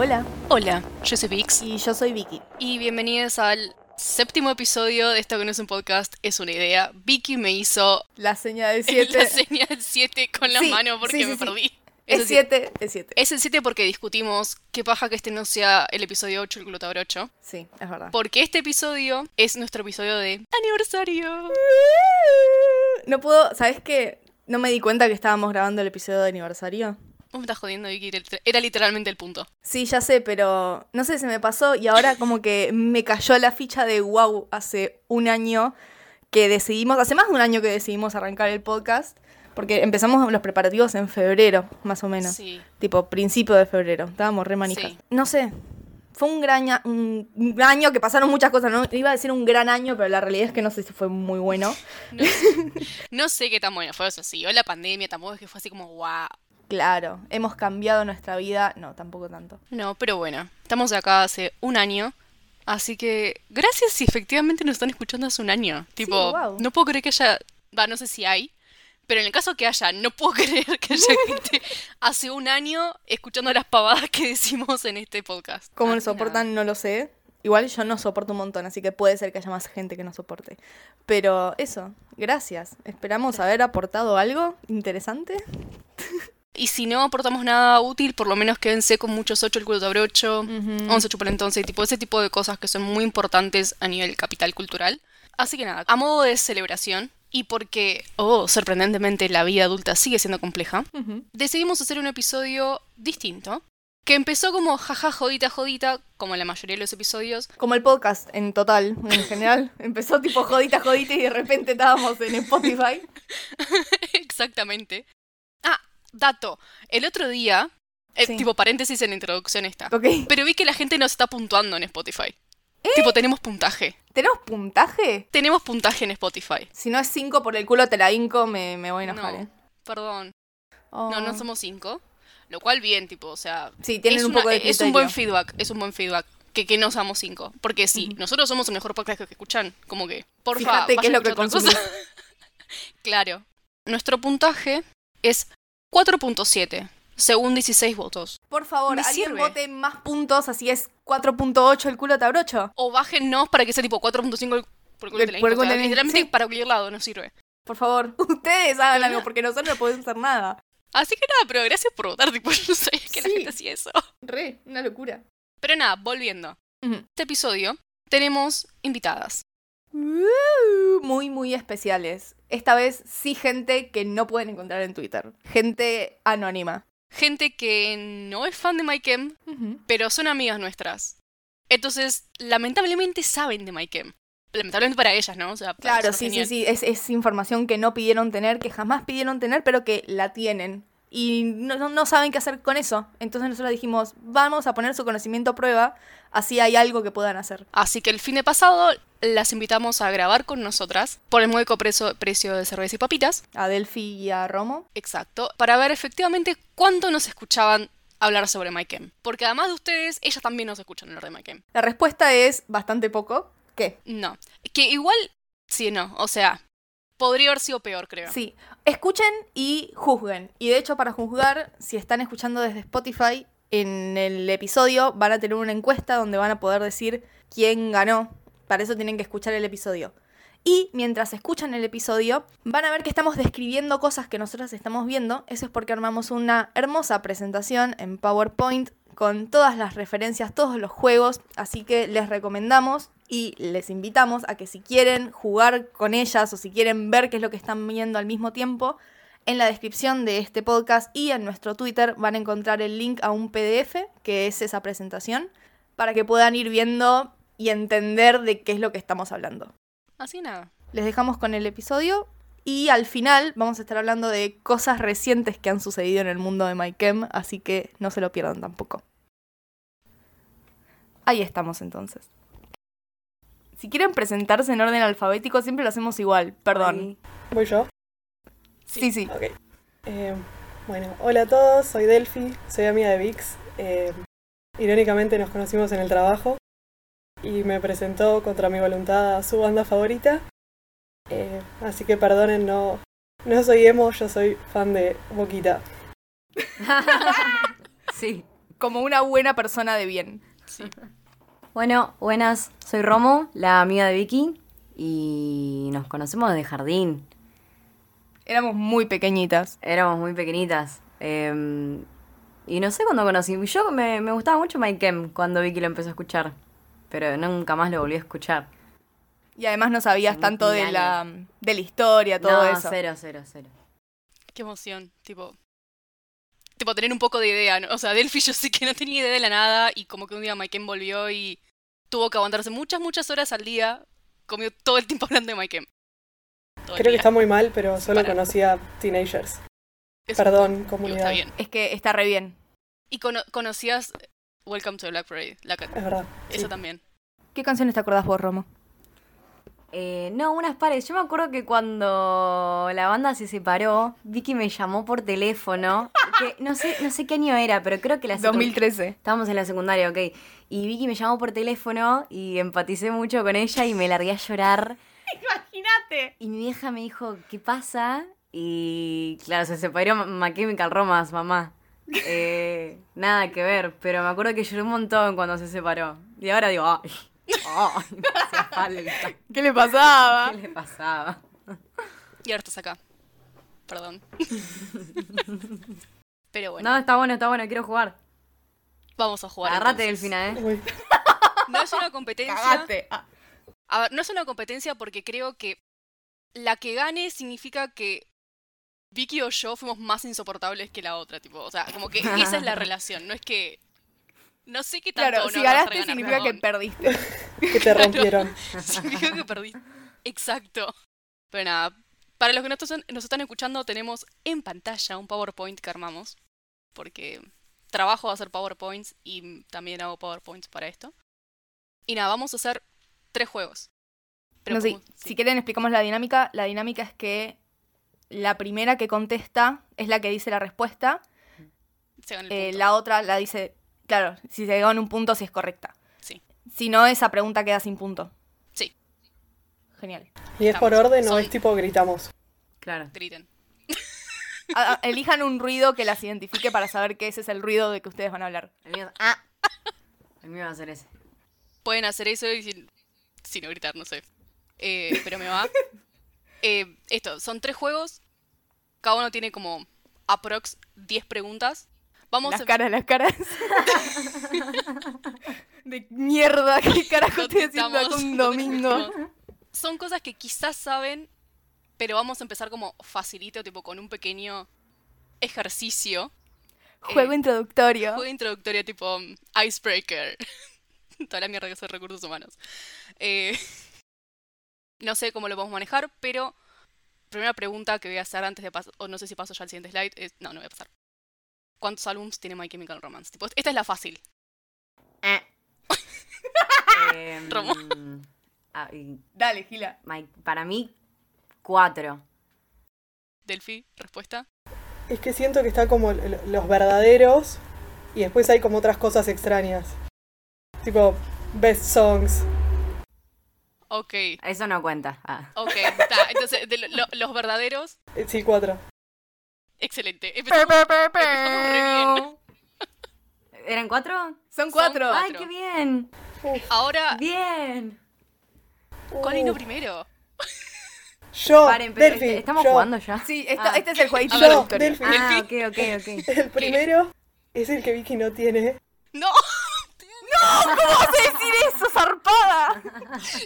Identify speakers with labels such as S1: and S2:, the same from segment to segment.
S1: Hola, yo soy Vix
S2: Y yo soy Vicky.
S1: y bienvenidos al séptimo episodio de esto que no es un podcast, es una idea. Vicky me hizo
S2: La señal de
S1: la
S2: 7
S1: señal 7 con la
S2: Sí,
S1: mano porque
S2: sí, sí,
S1: me
S2: sí.
S1: perdí. Eso
S2: es
S1: sí,
S2: 7, es 7.
S1: Es el 7 porque discutimos qué paja que este no sea el episodio 8, el glutador 8.
S2: Sí, es verdad.
S1: Porque este episodio es nuestro episodio de aniversario.
S2: No puedo, ¿sabes qué? No me di cuenta que estábamos grabando el episodio de aniversario.
S1: Vos Uh, me estás jodiendo, Vicky. era el- Era literalmente el punto.
S2: Sí, ya sé, pero no sé, se me pasó y ahora como que me cayó la ficha de wow hace un año que decidimos, hace más de un año que decidimos arrancar el podcast, porque empezamos los preparativos en febrero, más o menos.
S1: Sí.
S2: Tipo, principio de febrero. Estábamos re manijas.
S1: Sí.
S2: No sé. Fue un gran, a- un, un gran año que pasaron muchas cosas. No iba a decir un gran año, pero la realidad es que no sé si fue muy bueno.
S1: No sé, no sé qué tan bueno fue. O sea, siguió la pandemia, tampoco es que fue así como wow.
S2: Claro, hemos cambiado nuestra vida. No, tampoco tanto.
S1: No, pero bueno, estamos acá hace un año, así que gracias si efectivamente nos están escuchando hace un año. Tipo,
S2: guau.
S1: no puedo creer que haya, va, no sé si hay, pero en el caso que haya, no puedo creer que haya gente hace un año escuchando las pavadas que decimos en este podcast.
S2: ¿Cómo
S1: Así
S2: lo
S1: que nada.
S2: soportan? No lo sé. Igual yo no soporto un montón, así que puede ser que haya más gente que no soporte. Pero eso, gracias. Esperamos haber aportado algo interesante.
S1: Y si no aportamos nada útil, por lo menos quédense con muchos 8 el culo de brocho,
S2: Mm.
S1: 11 chupar entonces, tipo ese tipo de cosas que son muy importantes a nivel capital cultural. Así que nada, a modo de celebración y porque, oh, sorprendentemente la vida adulta sigue siendo compleja, decidimos hacer un episodio distinto, que empezó como jaja jodita jodita, como la mayoría de los episodios,
S2: Como el podcast en total, en general. Empezó tipo jodita, jodita y de repente estábamos en Spotify.
S1: exactamente. Ah, dato, el otro día, eh,
S2: Sí.
S1: tipo paréntesis en la introducción está.
S2: Ok.
S1: Pero vi que la gente nos está puntuando en Spotify. Tipo, tenemos puntaje.
S2: ¿Tenemos puntaje?
S1: Tenemos puntaje en Spotify.
S2: Si no es 5 por el culo te la inco, me, me voy a enojar.
S1: No.
S2: ¿eh?
S1: Perdón.
S2: Oh.
S1: No, no somos cinco. Lo cual bien, tipo, o sea...
S2: Sí, tienen
S1: es
S2: un
S1: una-
S2: poco de
S1: Es un buen
S2: criterio.
S1: feedback, es un buen feedback. Que, que no somos cinco. Porque sí, nosotros somos el mejor podcast que escuchan. Como que, porfa,
S2: Fíjate qué es
S1: vayan
S2: lo
S1: a
S2: que
S1: escuchar otra cosa. claro. Nuestro puntaje es 4.7, según 16 votos.
S2: Por favor,
S1: Me
S2: alguien
S1: sirve.
S2: vote más puntos, así es 4.8 el culo te abrocho.
S1: O bájennos para que sea tipo 4.5 por culo
S2: El-
S1: de la
S2: por
S1: info. O
S2: culo de
S1: sea,
S2: la info,
S1: literalmente
S2: sí.
S1: para cualquier lado nos sirve.
S2: Por favor, ustedes hagan
S1: no-
S2: algo porque nosotros no podemos hacer nada.
S1: Así que nada, pero gracias por votar, tipo, yo no sabía que la
S2: Sí.
S1: gente hacía eso.
S2: Re, una locura.
S1: Pero nada, volviendo. Este episodio tenemos invitadas.
S2: Uh, Muy, muy especiales. Esta vez sí gente que no pueden encontrar en Twitter. Gente anónima.
S1: Gente que no es fan de MyChem, pero son amigas nuestras. Entonces, lamentablemente saben de MyChem. Lamentablemente para ellas, ¿no? O sea, para
S2: Claro,
S1: nosotros
S2: sí, sí,
S1: genial.
S2: sí. Es, es información que no pidieron tener, que jamás pidieron tener, pero que la tienen. Y no, no- no saben qué hacer con eso. Entonces nosotros dijimos, vamos a poner su conocimiento a prueba, así hay algo que puedan hacer.
S1: Así que el fin de pasado las invitamos a grabar con nosotras por el módico preso- precio de cerveza y papitas.
S2: A Delphi y a Romo.
S1: Exacto, para ver efectivamente cuánto nos escuchaban hablar sobre MyChem. Porque además de ustedes, ellas también nos escuchan hablar de MyChem.
S2: La respuesta es bastante poco. ¿Qué?
S1: No. Que igual, sí, no. O sea, podría haber sido peor, creo.
S2: Sí. Escuchen y juzguen. Y de hecho, para juzgar, si están escuchando desde Spotify, en el episodio van a tener una encuesta donde van a poder decir quién ganó. Para eso tienen que escuchar el episodio. Y mientras escuchan el episodio, van a ver que estamos describiendo cosas que nosotras estamos viendo. Eso es porque armamos una hermosa presentación en PowerPoint con todas las referencias, todos los juegos. Así que les recomendamos y les invitamos a que si quieren jugar con ellas o si quieren ver qué es lo que están viendo al mismo tiempo, en la descripción de este podcast y en nuestro Twitter van a encontrar el link a un PDF, que es esa presentación, para que puedan ir viendo y entender de qué es lo que estamos hablando.
S1: Así nada.
S2: Les dejamos con el episodio y al final vamos a estar hablando de cosas recientes que han sucedido en el mundo de MyChem, así que no se lo pierdan tampoco. Ahí estamos entonces. Si quieren presentarse en orden alfabético, siempre lo hacemos igual, perdón.
S3: ¿Voy yo?
S2: Sí, sí.
S3: Ok. Eh, bueno, hola a todos, soy Delphi, soy amiga de Vix. Eh, irónicamente nos conocimos en el trabajo y me presentó contra mi voluntad a su banda favorita. Eh, así que perdonen, no, no soy emo, yo soy fan de Boquita.
S4: Sí,
S2: Como una buena persona de bien.
S4: Bueno, buenas, soy Romo, la amiga de Vicky, y nos conocemos desde jardín.
S2: Éramos muy pequeñitas.
S4: Éramos muy pequeñitas. eh, y no sé cuándo conocí. Yo me, me gustaba mucho My Chem cuando Vicky lo empezó a escuchar, pero nunca más lo volví a escuchar.
S2: Y además no sabías
S4: Sí,
S2: tanto de
S4: mil
S2: la, de la historia, todo
S4: no,
S2: eso.
S4: cero, cero, cero.
S1: Qué emoción, tipo. Tipo, tener un poco de idea, ¿no? O sea, Delphi yo sé que no tenía idea de la nada y como que un día Maiken volvió y tuvo que aguantarse muchas, muchas horas al día. Comió todo el tiempo hablando de Maiken. Todo el
S3: Creo que
S1: día.
S3: está muy mal, pero solo
S1: Para.
S3: conocía teenagers.
S1: Es un
S3: Perdón,
S1: poco, digo, Está
S3: comunidad.
S1: bien.
S2: Es que está re bien.
S1: Y cono- conocías Welcome to the Black Parade, la ca-
S3: Es verdad. sí.
S1: esa también.
S2: ¿Qué canciones te acordás vos, Romo?
S4: Eh, no, unas pares. Yo me acuerdo que cuando la banda se separó, Vicky me llamó por teléfono. que no sé, no sé qué año era, pero creo que la secu-
S2: 2013.
S4: Estábamos en la secundaria, ok. Y Vicky me llamó por teléfono y empaticé mucho con ella y me largué a llorar.
S2: Imagínate.
S4: Y mi vieja me dijo, ¿qué pasa? Y claro, se separó Ma- My Chemical Romance, mamá. Eh, nada que ver, pero me acuerdo que lloré un montón cuando se separó. Y ahora digo, ay, ay, me hacía falta.
S2: ¿Qué le pasaba?
S4: ¿Qué le pasaba?
S1: Y ahora estás acá. Perdón. Pero bueno,
S4: No, está bueno, está bueno, quiero jugar.
S1: vamos a jugar.
S4: Agarrate del
S1: entonces.
S4: final, ¿eh?
S3: Uy,
S1: No es una competencia.
S2: Cagaste. Ah,
S1: A ver, no es una competencia porque creo que la que gane significa que Vicky o yo fuimos más insoportables que la otra, tipo, o sea, como que esa es la relación, no es que no sé qué tanto
S2: Claro,
S1: honor
S2: si
S1: vas a
S2: ganaste
S1: ganar,
S2: significa que
S1: perdón.
S2: perdiste.
S3: que te rompieron.
S1: significa que perdí. Exacto. Pero nada, para los que no están- nos están escuchando tenemos en pantalla un PowerPoint que armamos porque trabajo a hacer PowerPoints y también hago PowerPoints para esto. Y nada, vamos a hacer tres juegos. Pero
S2: No, sí,
S1: como- sí.
S2: Si quieren explicamos la dinámica. La dinámica es que la primera que contesta es la que dice la respuesta.
S1: Se gana el
S2: eh,
S1: punto.
S2: la otra la dice, claro, si se llegó en un punto, si es correcta.
S1: Sí.
S2: Si no, esa pregunta queda sin punto.
S1: Sí.
S2: Genial.
S3: Y es por
S1: Estamos.
S3: orden, no
S1: Son-
S3: es tipo gritamos.
S4: Claro.
S1: Griten.
S2: A- a- elijan un ruido que las identifique para saber que ese es el ruido de que ustedes van a hablar.
S4: El mío, ah. El mío va a ser ese.
S1: Pueden hacer eso y sin, si no gritar, no sé. Eh, pero me va. Eh, esto, son tres juegos. Cada uno tiene como aprox 10 preguntas. Vamos em-
S2: Las
S1: a...
S2: caras, las caras. de mierda, qué carajo estoy haciendo acá
S1: Estamos-
S2: un domingo.
S1: Son cosas que quizás saben, pero vamos a empezar como facilito, tipo con un pequeño ejercicio.
S2: Juego
S1: Eh,
S2: introductorio.
S1: Juego introductorio tipo mm, Icebreaker. Toda la mierda que son recursos humanos. Eh, no sé cómo lo vamos a manejar, pero primera pregunta que voy a hacer antes de pasar, o no sé si paso ya al siguiente slide, es, no, no voy a pasar. ¿Cuántos álbums tiene My Chemical Romance? Tipo, esta es la fácil.
S4: Ah. Em, ah, y
S2: Dale, Gila.
S4: my- para mí, cuatro.
S1: Delphi, respuesta.
S3: Es que siento que está como lo- los verdaderos y después hay como otras cosas extrañas. Tipo, best songs.
S1: Ok,
S4: Eso no cuenta. Ah.
S1: ok, está. Entonces, de lo- lo- los verdaderos,
S3: Eh, Sí, cuatro.
S1: excelente. Empezamos- empezamos re bien.
S4: ¿Eran cuatro?
S2: Son cuatro.
S1: cuatro.
S4: ¡Ay, qué bien!
S3: Ah.
S1: Ahora,
S4: ¡Bien!
S1: ¿cuál
S3: Uh,
S1: vino primero?
S3: Yo,
S4: Paren, pero
S3: Oh, Delphi,
S4: este- estamos
S3: yo,
S4: jugando ya.
S2: Sí, esta-
S4: Ah.
S2: este es el jueguito
S1: A ver,
S3: Yo,
S2: introductorio.
S3: Delphi.
S4: Ah, ok, ok, ok.
S3: El primero es el que Vicky no tiene.
S1: ¡No!
S2: decir eso, zarpada?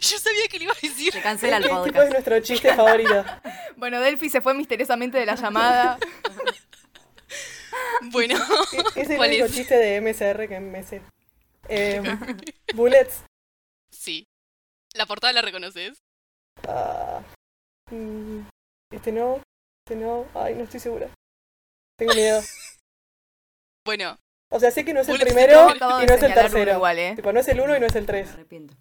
S1: Yo sabía que le iba a decir.
S4: Se cancela el
S3: Que tipo es
S4: podcast.
S3: nuestro chiste favorito.
S2: Bueno, Delphi se fue misteriosamente de la llamada.
S1: Bueno,
S3: Es- Es el
S1: ¿Cuál
S3: único
S1: es?
S3: chiste de MSR que me sé. Em, bullets.
S1: sí. La portada la reconoces.
S3: Ah, mm, este no. Este no. Ay, no estoy segura. Tengo miedo.
S1: Bueno,
S3: O sea, sé que no es el
S1: Bullets
S3: primero
S1: no,
S2: Acabo de
S3: y no es el
S2: señalar uno
S3: tercero.
S2: igual, ¿eh?
S3: Tipo, no es el uno y no es el
S4: Me
S3: 3.
S4: arrepiento.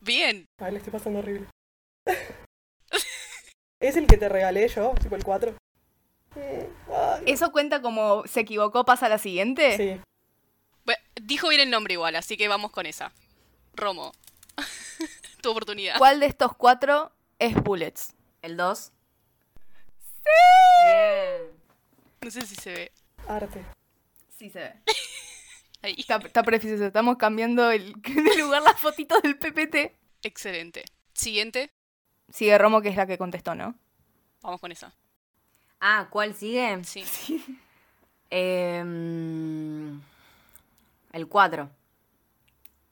S1: bien.
S3: Ay, le estoy pasando horrible. ¿Es el que te regalé yo? Tipo el 4.
S2: ¿Eso cuenta como se equivocó, pasa a la siguiente?
S3: Sí.
S1: Bueno, Dijo bien el nombre igual, así que vamos con esa. Romo. tu oportunidad.
S2: ¿Cuál de estos cuatro es Bullets?
S4: ¿El dos?
S1: No sé si se ve.
S3: Arte.
S2: Sí se ve.
S1: ahí.
S2: Está, está precioso, estamos cambiando el, de lugar las fotitos del PPT.
S1: Excelente. Siguiente,
S2: Sigue Romo, que es la que contestó, ¿no?
S1: vamos con esa.
S4: Ah, ¿cuál sigue?
S1: Sí.
S4: Em, el 4.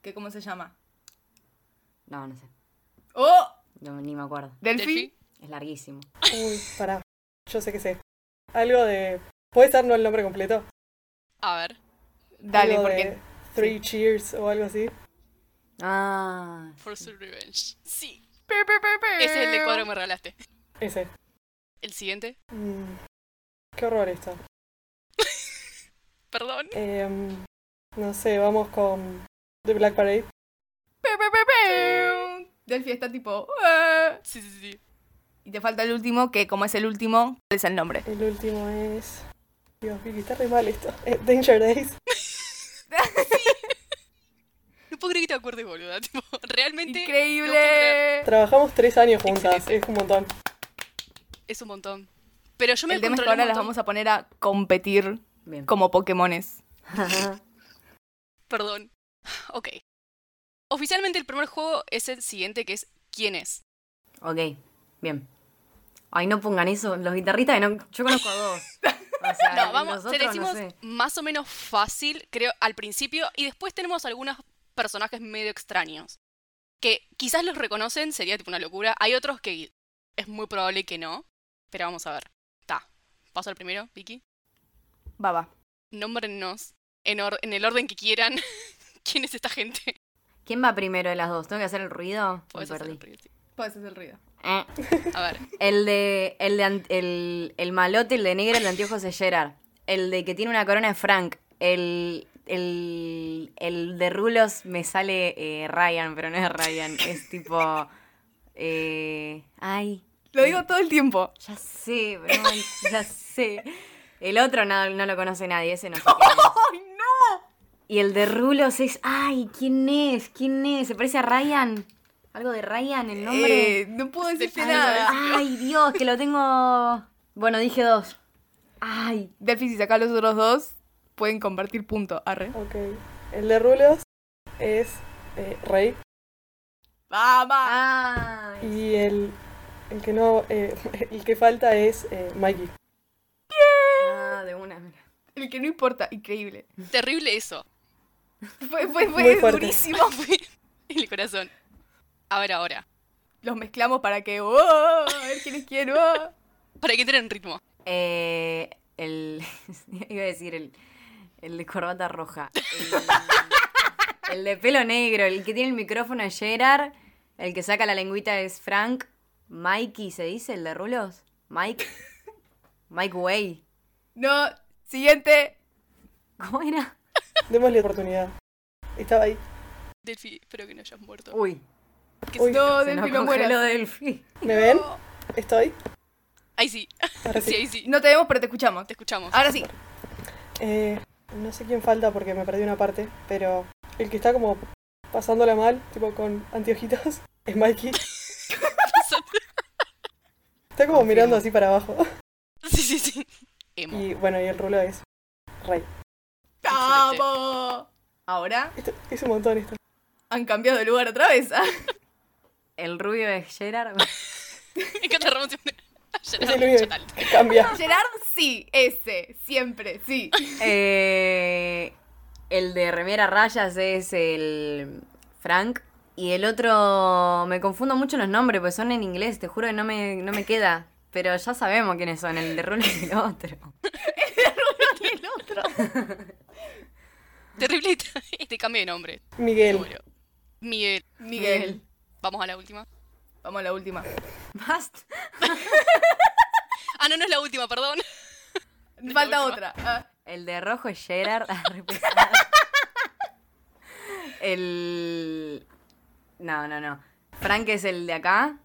S2: ¿Qué, ¿Cómo se llama?
S4: No, no sé.
S2: ¡Oh!
S4: No, ni me acuerdo.
S2: Delphi.
S1: Delphi.
S4: Es larguísimo.
S3: Uy, pará. Yo sé que sé. Algo de. ¿Puedes darnos el nombre completo?
S1: A ver.
S2: Dale,
S3: Algo
S2: porque
S3: de Three Cheers o algo así.
S4: Ah.
S1: Force Revenge. Sí. Ese es el de cuadro que me regalaste.
S3: Ese.
S1: El siguiente.
S3: Mm, Qué horror esto.
S1: Perdón.
S3: Em, no sé, vamos con The Black Parade.
S2: Delphi está tipo... "Ah".
S1: Sí, sí, sí.
S2: Y te falta el último, que como es el último, ¿cuál es el nombre?
S3: El último es. Dios, Vicky, está re mal esto. Eh, Danger Days.
S1: No puedo creer que te acuerdes, boluda. Tipo, realmente. no puedo creer.
S2: ¡Increíble!
S3: Trabajamos tres años juntas.
S1: Excelente.
S3: Es un montón.
S1: Es un montón. Pero yo me
S2: El tema es que
S1: controlé un
S2: ahora las
S1: montón.
S2: vamos a poner a competir
S4: Bien.
S2: como Pokémones.
S1: Perdón. Ok. Oficialmente el primer juego es el siguiente, que es ¿Quién es?
S4: ok, bien. Ay, no pongan eso. Los guitarristas, no, yo conozco a dos. O sea,
S1: No, vamos,
S4: los
S1: te
S4: otros,
S1: decimos
S4: no sé.
S1: más o menos fácil, creo, al principio, y después tenemos algunos personajes medio extraños. Que quizás los reconocen, sería tipo una locura. Hay otros que es muy probable que no, pero vamos a ver. Ta. Paso al primero, Vicky.
S2: Va, va.
S1: Nómbrennos en, or- en el orden que quieran. ¿Quién es esta gente?
S4: ¿Quién va primero de las dos? ¿Tengo que hacer el ruido? Me
S1: Podés hacer
S4: perdí.
S1: el ruido, sí.
S2: Puedes hacer el ruido.
S4: Eh.
S1: A ver.
S4: El de. El, de an- el, el malote, el de negro, el de anteojos es Gerard. El de que tiene una corona es Frank. El. El, el de rulos me sale eh, Ryan, pero no es Ryan. Es tipo. eh, ay,
S2: Lo digo todo el tiempo.
S4: ya sé, pero no, ya sé. El otro no, no lo conoce nadie, ese no sé quién es.
S2: ¡Ay, no!
S4: Y el de rulos es. Ay, ¿quién es? ¿Quién es? ¿Se parece a Ryan? ¿Algo de Ryan el nombre? Este,
S2: Eh, no puedo decirte
S1: Ay,
S2: nada.
S4: Ay, Dios, que lo tengo. Bueno, dije dos. Ay,
S2: Delphi, si saca los otros dos, pueden compartir punto. Arre.
S3: Ok. El de Rulos es eh, Rey.
S2: ¡Va, va!
S4: ay.
S3: Y el, el que no. eh, el que falta es eh, Mikey.
S4: Ah, de una. mira.
S2: El que no importa. Increíble.
S1: Terrible eso.
S2: Fue, fue,
S3: Muy
S2: fue
S3: fuerte.
S2: durísimo.
S1: Fue en el corazón. A ver ahora.
S2: Los mezclamos para que... ¡Oh! A ver quién es quién. ¡Oh!
S1: Para que entren en ritmo.
S4: Eh, el. Iba a decir el. El de corbata roja. El, el de pelo negro. El que tiene el micrófono es Gerard. El que saca la lengüita es Frank. Mikey, ¿se dice? ¿El de rulos? Mike. Mike Way.
S2: No. Siguiente.
S4: ¿Cómo era?
S3: Démosle oportunidad. Estaba ahí.
S1: Delphi, espero que no hayas muerto.
S4: Uy.
S2: No,
S4: se
S3: Uy,
S4: nos
S2: Delphi, no
S4: congeló
S2: mueras.
S4: Delphi.
S3: ¿Me ven? Estoy.
S1: Ahí sí.
S3: Ahora
S1: Sí,
S3: sí.
S1: ahí sí.
S2: No te vemos, pero te escuchamos.
S1: Te escuchamos.
S2: Ahora sí.
S3: Eh, no sé quién falta porque me perdí una parte, pero el que está como pasándola mal, tipo con anteojitos, es Mikey. Está como mirando así para abajo.
S1: Sí, sí, sí. Emo.
S3: Y bueno, y el rulo es Rey. Ah,
S1: Excelente.
S2: ¡Vamos! Ahora
S3: Esto- es un montón esto.
S2: han cambiado de lugar otra vez.
S4: El rubio es Gerard.
S1: Me encanta Ramón. siempre- Ya
S3: Es el
S1: está, ya
S3: único
S1: está.
S3: que cambia.
S2: Gerard, sí. Ese. Siempre, sí.
S4: Eh, el de remera rayas es el Frank. Y el otro, me confundo mucho los nombres, pues son en inglés, te juro que no me, no me queda. Pero ya sabemos quiénes son, el de Rulo y el otro.
S2: el otro.
S1: Terrible este- este cambio de nombre.
S3: Miguel.
S1: Bueno. Miguel.
S2: Miguel.
S1: Vamos a la última.
S2: Vamos a la última.
S4: Basta.
S1: Ah, no, no es la última, perdón.
S2: Falta
S1: última.
S2: otra. Ah,
S4: El de rojo es Gerard. ah, re pesado. el... No, no, no. Frank es el de acá.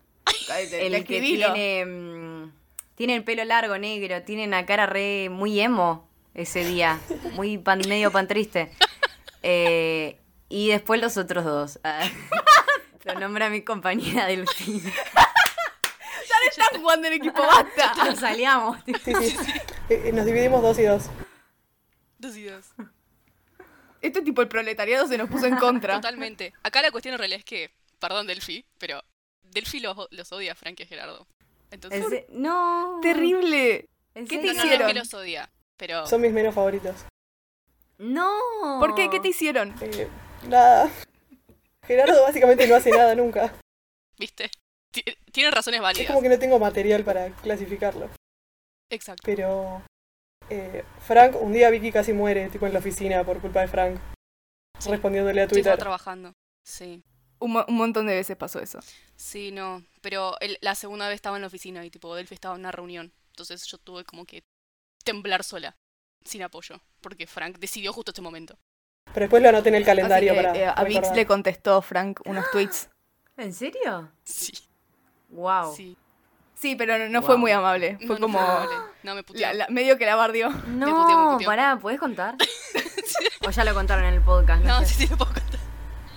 S2: el
S4: El que tiene, mm, tiene el pelo largo, negro, tiene una cara re muy emo ese día, muy pan, medio pan triste. Eh, y después los otros dos. Ah, Lo nombra mi compañera del fin.
S2: Ya le están jugando el equipo, basta.
S4: Nos salíamos.
S3: Sí, sí. Eh, eh, nos dividimos dos y dos.
S1: Dos y dos.
S2: Este tipo, el proletariado, se nos puso en contra.
S1: Totalmente. Acá la cuestión en realidad es que, perdón Delphi, pero Delphi los, los odia a Frank y a Gerardo. Entonces,
S4: En se- No.
S2: Terrible.
S4: ¿En
S2: ¿Qué te
S1: no, no, no
S4: serio?
S1: es que
S2: hicieron?
S1: los odia, pero
S3: Son mis menos favoritos.
S4: No.
S2: ¿Por qué? ¿Qué te hicieron?
S3: Eh, nada. Gerardo básicamente no hace nada nunca.
S1: ¿viste? Ti- Tienen razones
S3: Es
S1: válidas.
S3: como que no tengo material para clasificarlo.
S1: Exacto.
S3: Pero. eh, Frank, un día Vicky casi muere, tipo en la oficina, por culpa de Frank. Respondiéndole a
S1: Sí, estaba
S3: Twitter.
S1: trabajando. Sí.
S2: Un, mo- un montón de veces pasó eso.
S1: Sí, no. Pero el- la segunda vez estaba en la oficina y tipo Delphi estaba en una reunión. Entonces yo tuve como que temblar sola, sin apoyo. Porque Frank decidió justo este momento.
S3: Pero después lo anoté en el
S2: Así
S3: calendario
S2: que,
S3: para.
S2: eh, a Vix
S3: recordar.
S2: le contestó Frank unos tweets.
S4: ¿En serio?
S1: Sí,
S4: Wow.
S1: sí.
S2: Sí, pero no, no
S4: Wow.
S2: fue muy amable.
S1: No,
S2: Fue
S1: no
S2: como.
S1: amable. No, me puteó.
S2: la- la- medio que la bardió.
S1: Me puteó, me
S4: No,
S1: puteó.
S4: pará, ¿puedes contar? O ya lo contaron en el podcast. No,
S1: No,
S4: sé.
S1: sí, sí, lo puedo contar.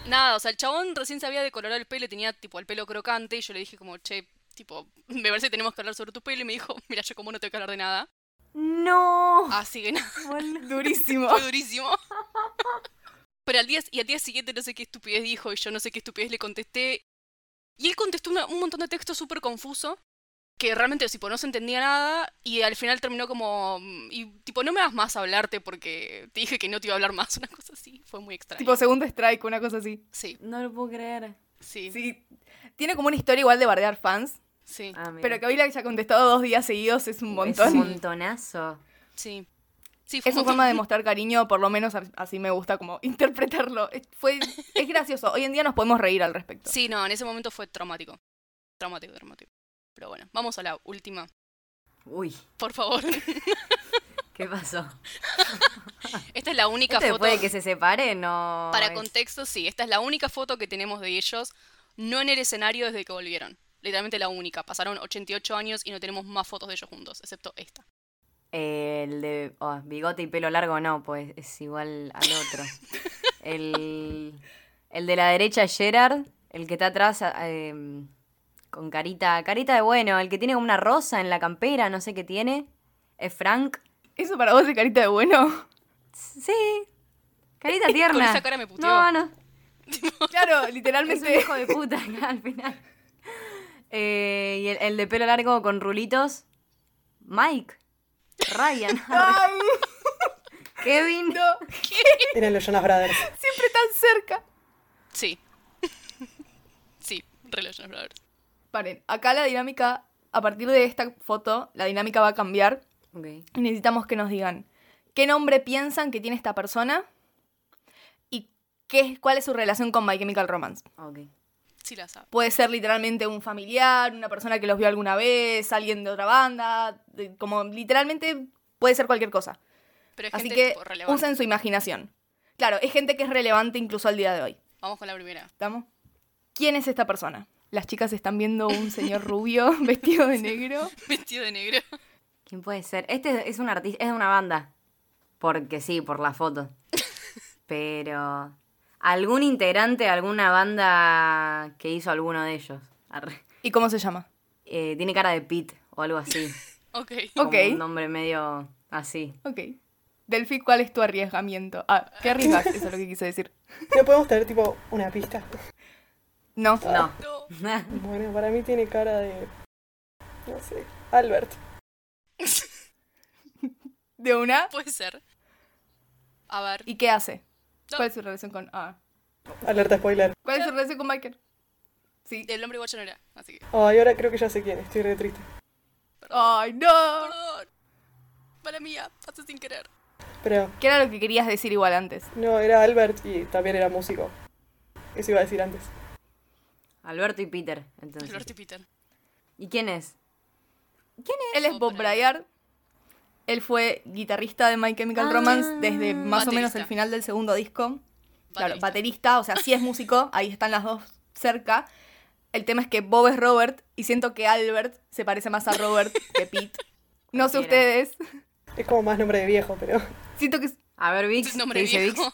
S1: Nada, o sea, el chabón recién se había decolorado el pelo, y tenía tipo el pelo crocante, y yo le dije como, che, tipo, me parece que tenemos que hablar sobre tu pelo, y me dijo, mira, yo como no tengo que hablar de nada.
S4: No.
S1: Así que nada,
S2: Durísimo.
S1: fue durísimo. Pero al día, y al día siguiente no sé qué estupidez dijo, y yo no sé qué estupidez le contesté. Y él contestó una- un montón de texto súper confuso, que realmente, tipo, no se entendía nada, y al final terminó como, mm, y tipo, no me hagas más hablarte porque te dije que no te iba a hablar más, una cosa así, fue muy extraño.
S2: Tipo segundo strike, una cosa así.
S1: sí,
S4: No lo puedo creer.
S1: sí, sí.
S2: Sí. Tiene como una historia igual de bardear fans,
S4: Ah, mira. Pues
S2: pero que hoy la haya contestado dos días seguidos es un montón.
S4: Es un montonazo.
S1: Sí. Sí, fue
S2: Es su
S1: un montón.
S2: forma de mostrar cariño, por lo menos a- así me gusta como interpretarlo. Es- Fue, es gracioso. Hoy en día nos podemos reír al respecto.
S1: Sí, no, en ese momento fue traumático. Traumático, traumático. Pero bueno, vamos a la última,
S4: Uy,
S1: por favor.
S4: ¿qué pasó?
S1: Esta es la única
S4: Esto
S1: foto.
S4: después de que se separe, no.
S1: Para
S4: es-
S1: contexto, sí, esta es la única foto que tenemos de ellos, no en el escenario desde que volvieron. Literalmente la única. Pasaron 88 años y no tenemos más fotos de ellos juntos, excepto esta.
S4: El de oh, bigote y pelo largo no, pues es igual al otro. El, el de la derecha es Gerard, el que está atrás eh, con carita, carita de bueno, el que tiene como una rosa en la campera, no sé qué tiene, es Frank.
S2: ¿Eso para vos es carita de bueno?
S4: Sí, carita tierna.
S1: Con esa cara me puteó.
S4: No, no,
S2: Claro,
S4: es un
S2: literalmente.
S4: hijo de puta acá al final. Eh, y el, el de pelo largo con rulitos, Mike, Ryan,
S2: ¡Ay!
S4: Kevin.
S2: No,
S3: Eran los Jonas Brothers.
S2: siempre tan cerca.
S1: Sí. sí, Relation Brothers.
S2: Paren, acá la dinámica, a partir de esta foto, la dinámica va a cambiar.
S4: Ok.
S2: Y necesitamos que nos digan qué nombre piensan que tiene esta persona y qué, cuál es su relación con My Chemical Romance.
S4: Ok.
S1: Sí la sabe.
S2: Puede ser literalmente un familiar, una persona que los vio alguna vez, alguien de otra banda, de- como literalmente puede ser cualquier cosa.
S1: Pero es
S2: Así
S1: gente
S2: que
S1: tipo, relevante.
S2: usen su imaginación. Claro, es gente que es relevante incluso al día de hoy.
S1: Vamos con la primera.
S2: ¿Estamos? ¿Quién es esta persona? Las chicas están viendo un señor rubio vestido de negro.
S1: Vestido de negro.
S4: ¿Quién puede ser? Este es un artista, es de una banda. Porque sí, por la foto. Pero. ¿Algún integrante de alguna banda que hizo alguno de ellos? Arre.
S2: ¿Y cómo se llama?
S4: Eh, tiene cara de Pete o algo así.
S1: Ok.
S4: Como
S2: Ok.
S4: un nombre medio así.
S2: Ok. Delphi, ¿cuál es tu arriesgamiento? Ah, ¿qué arriesgas? Eso es lo que quise decir.
S3: ¿No podemos tener tipo una pista?
S2: No.
S4: No.
S1: No.
S3: Bueno, para mí tiene cara de. No sé. Albert.
S2: De una.
S1: Puede ser. A ver.
S2: ¿Y qué hace?
S1: No.
S2: ¿Cuál es su relación con. Ah.
S3: Alerta spoiler.
S2: ¿Cuál es su relación con Michael? Sí.
S1: El hombre guacho no era, así que.
S3: Ay, ahora creo que ya sé quién. Estoy re triste.
S2: ¡Ay, no!
S1: Perdón. Mala mía, pasé sin querer.
S3: Pero
S2: ¿Qué era lo que querías decir igual antes?
S3: no, era Albert y también era músico. Eso iba a decir antes.
S4: Alberto y Peter, entonces.
S1: Flor y Peter.
S4: ¿Y quién es?
S2: Él es Bob Bryard. Él fue guitarrista de My Chemical Romance desde más o menos
S1: Ah. Baterista.
S2: el final del segundo disco. Claro,
S1: Baterista.
S2: baterista, o sea, sí es músico, ahí están las dos cerca. El tema es que Bob es Robert y siento que Albert se parece más a Robert que Pete. No sé
S4: Cualquiera.
S2: ustedes.
S3: Es como más nombre de viejo, pero.
S2: Siento que es
S4: A ver, Vix.
S1: Es
S4: ¿Qué
S1: nombre
S4: dice Vix?
S1: viejo.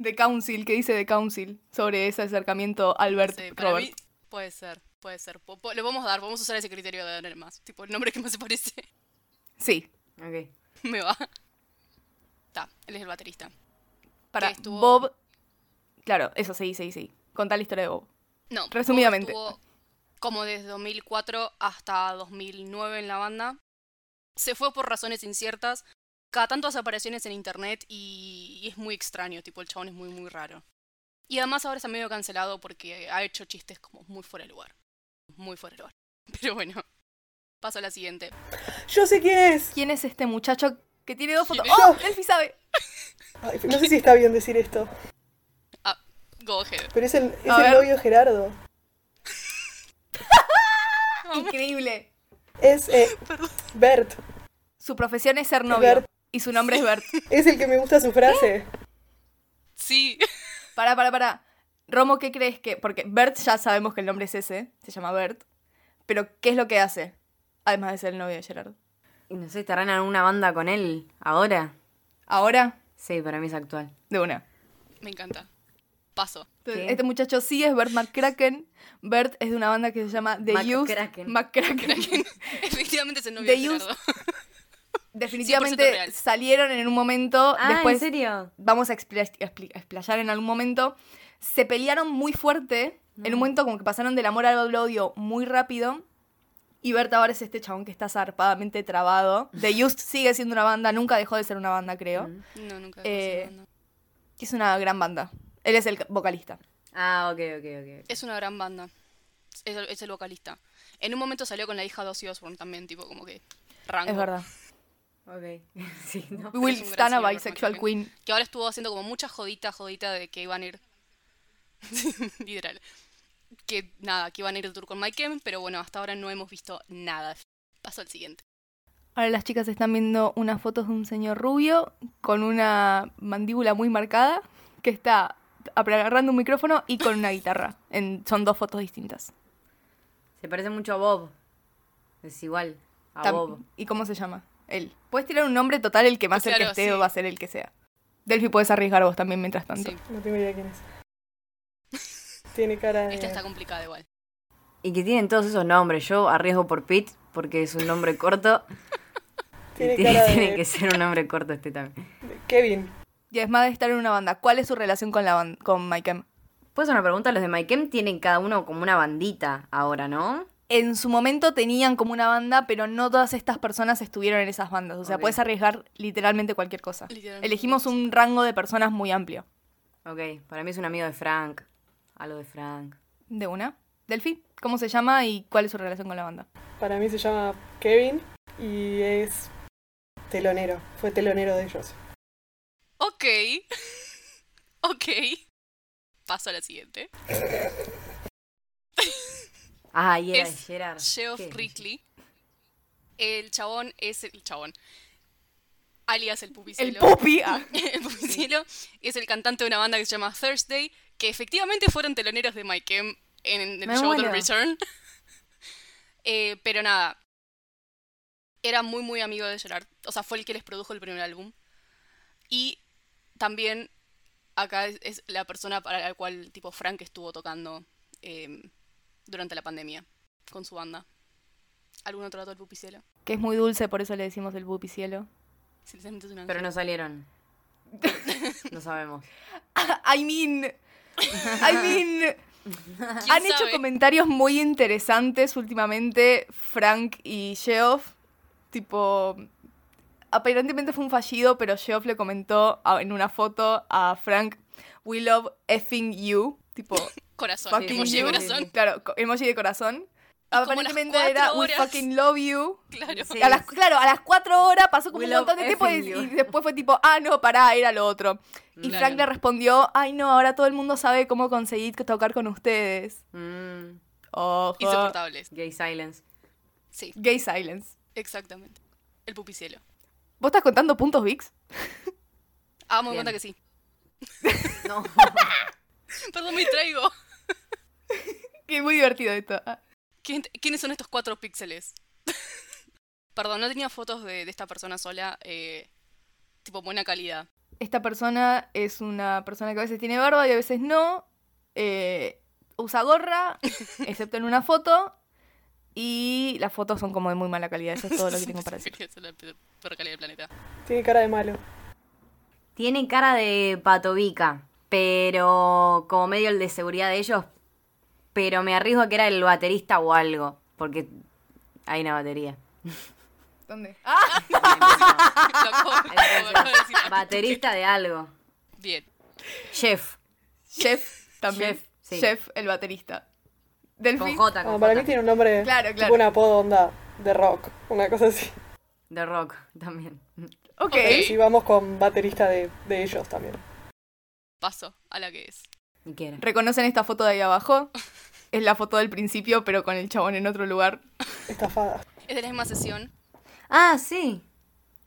S2: The Council, ¿qué dice The Council sobre ese acercamiento
S1: Sí, para
S2: Albert-Robert?
S1: mí puede ser, puede ser. Po- po- Lo vamos a dar, vamos a usar ese criterio de dar más. Tipo, el nombre que más se parece
S2: Sí.
S4: Ok.
S1: me va. Está, él es el baterista.
S2: Para
S1: que estuvo-
S2: Bob. Claro, eso sí, sí, sí. Contá la historia de Bob.
S1: No, Bob
S2: Resumidamente.
S1: estuvo como desde 2004 hasta 2009 en la banda. Se fue por razones inciertas. Cada tanto hace apariciones en internet y, y es muy extraño, tipo el chabón es muy muy raro. Y además ahora está medio cancelado porque ha hecho chistes como muy fuera de lugar. Muy fuera de lugar. Pero bueno, paso a la siguiente.
S3: Yo sé quién es.
S2: ¿Quién es este muchacho que tiene dos fotos?
S1: ¿Quién
S2: ¡Oh! Delphi sabe.
S3: Ay, no sé si está bien decir esto,
S1: Go ahead.
S3: pero es el, es
S2: A
S3: el
S2: ver.
S3: novio de Gerardo.
S2: Increíble.
S3: Es eh, Bert.
S2: Su profesión es ser novio.
S3: Bert.
S2: Y su nombre es Bert.
S3: Es el que me gusta su frase.
S1: Sí.
S2: Pará, pará, pará. Romo, ¿qué crees que.? Porque Bert ya sabemos que el nombre es ese. Se llama Bert. Pero, ¿qué es lo que hace? Además de ser el novio de Gerard.
S4: Y no sé, ¿estarán en alguna banda con él ahora?
S2: Ahora,
S4: Sí, para mí es actual.
S2: de una.
S1: Me encanta. Paso.
S2: Entonces,
S4: ¿Qué?
S2: este muchacho sí es Bert McCracken. Bert es de una banda que se llama The Used
S4: McCracken.
S2: McCracken.
S1: Efectivamente es el novio
S2: The
S1: de Gerardo.
S2: Definitivamente
S1: real.
S2: salieron en un momento.
S4: Ah, ¿en
S2: después
S4: serio?
S2: vamos a expla- expli- explayar en algún momento. Se pelearon muy fuerte. En
S1: Mm.
S2: un momento como que pasaron del amor al odio muy rápido. Y Bert ahora es este chabón que está zarpadamente trabado. The Used sigue siendo una banda, nunca dejó de ser una banda, creo.
S4: Mm.
S1: No, nunca.
S2: Eh,
S1: no, no.
S2: Que Es una gran banda. Él es el vocalista.
S4: Ah, ok, ok, ok.
S1: Es una gran banda. Es el, es el vocalista. En un momento salió con la hija de Ozzy Osbourne también, tipo como que rango.
S2: Es verdad.
S4: Ok. sí, no.
S2: Will
S1: Es un gran
S2: Stan a
S1: señor,
S2: Bisexual
S1: Bert
S2: Queen.
S1: Que ahora estuvo haciendo como mucha jodita, jodita de que iban a ir. Literal. Que nada, que iban a ir de tour con Mike Kemp, pero bueno, hasta ahora no hemos visto nada. Paso al siguiente.
S2: Ahora las chicas están viendo unas fotos de un señor rubio con una mandíbula muy marcada que está agarrando un micrófono y con una guitarra. En- son dos fotos distintas.
S4: Se parece mucho a Bob. Es igual a
S2: Tam-
S4: Bob.
S2: ¿Y cómo se llama? Él. Puedes tirar un nombre total, el que más cerca
S1: Claro,
S2: esté
S1: sí.
S2: va a ser el que sea. Delphi, puedes arriesgar vos también mientras tanto.
S1: Sí,
S3: No tengo idea quién es. Tiene cara de.
S1: esta está complicada igual.
S4: Y que tienen todos esos nombres. Yo arriesgo por Pete porque es un nombre corto.
S3: Tiene
S4: y
S3: cara de-
S4: tiene que ser un nombre corto este también.
S3: de Kevin.
S2: Y además de estar en una banda, ¿cuál es su relación con, la ban- con Mike M?
S4: Puedo hacer una pregunta. Los de MyChem tienen cada uno como una bandita ahora, ¿no?
S2: En su momento tenían como una banda, pero no todas estas personas estuvieron en esas bandas. O sea,
S4: Ok.
S2: puedes arriesgar literalmente cualquier cosa.
S1: Literalmente
S2: Elegimos un rango de personas muy amplio.
S4: Ok, para mí es un amigo de Frank. Algo de Frank.
S2: De una. Delphi, ¿cómo se llama y cuál es su relación con la banda?
S3: Para mí se llama Kevin y es telonero. Fue telonero de ellos.
S1: Ok. ok. Paso a la siguiente.
S4: Ah, y era
S1: Es
S4: Gerard.
S1: Geoff
S4: ¿Qué?
S1: Rickley. El chabón es el chabón. Alias el
S2: El
S1: pupicelo.
S2: pupi. ah.
S1: el pupicelo es el cantante de una banda que se llama Thursday, que efectivamente fueron teloneros de Mike M en el
S4: Me
S1: show del
S4: muero.
S1: Return. Eh, pero nada. Era muy, muy amigo de Gerard. O sea, fue el que les produjo el primer álbum. Y también acá es, es la persona para la cual tipo Frank estuvo tocando eh, durante la pandemia con su banda. ¿Algún otro dato del pupicelo?
S2: Que es muy dulce, por eso le decimos el pupi cielo.
S1: Sinceramente es una
S4: Pero no salieron. No sabemos.
S2: I mean. I mean.
S1: ¿Quién
S2: Han hecho
S1: sabe?
S2: comentarios muy interesantes últimamente, Frank y Geoff. Tipo. Aparentemente fue un fallido, pero Geoff le comentó a- en una foto a Frank: We love effing you. Tipo,
S1: Corazón,
S2: fucking
S1: emoji de
S2: you.
S1: corazón.
S2: Claro, co- emoji de corazón.
S1: las
S2: Aparentemente
S1: cuatro
S2: era We
S1: horas".
S2: fucking love you.
S1: Claro.
S4: Sí.
S2: A las, claro, a las cuatro horas pasó como
S4: We
S2: un
S4: love
S2: montón de tiempo y,
S4: effing you.
S2: y después fue tipo, ah, no, pará, era lo otro. Y
S1: Claro.
S2: Frank le respondió, ay, no, ahora todo el mundo sabe cómo conseguir tocar con ustedes.
S4: Mm,
S2: Ojo.
S1: Insoportables.
S4: gay silence.
S1: Sí,
S2: Gay silence.
S1: exactamente. El pupicielo.
S2: ¿Vos estás contando puntos, Vix?
S1: Ah, me doy
S4: Bien.
S1: cuenta que sí.
S4: No.
S1: Perdón, me traigo.
S2: Que muy divertido esto. Ah.
S1: ¿Quiénes son estos cuatro píxeles? Perdón, no tenía fotos de, de esta persona sola, eh, tipo buena calidad.
S2: Esta persona es una persona que a veces tiene barba y a veces no. eh, usa gorra, excepto en una foto. Y las fotos son como de muy mala calidad. Eso es todo lo que tengo para decir.
S1: Quería ser la pe- peor calidad del planeta.
S3: Tiene cara de malo.
S4: Tiene cara de patovica, pero como medio el de seguridad de ellos, pero me arriesgo a que era el baterista o algo, porque hay una batería.
S2: ¿Dónde? Ah,
S1: Lo acabo- lo acabo de decir.
S4: Baterista de algo.
S1: Bien.
S4: Chef.
S2: Chef también.
S4: Chef, sí.
S2: Chef, el baterista.
S4: Con
S2: Delphi.
S4: J, con
S3: Ah, para
S4: J.
S3: mí tiene un nombre,
S2: Claro,
S3: tipo
S2: claro.
S3: un apodo onda de rock, una cosa así.
S4: De rock también.
S2: Ok.
S1: Ok.
S3: Y vamos con baterista de, de ellos también.
S1: Paso a la que es.
S4: Ni quiera.
S2: ¿Reconocen esta foto de ahí abajo? Es la foto del principio, pero con el chabón en otro lugar.
S3: Estafada.
S1: Es de la misma sesión.
S4: Ah, sí.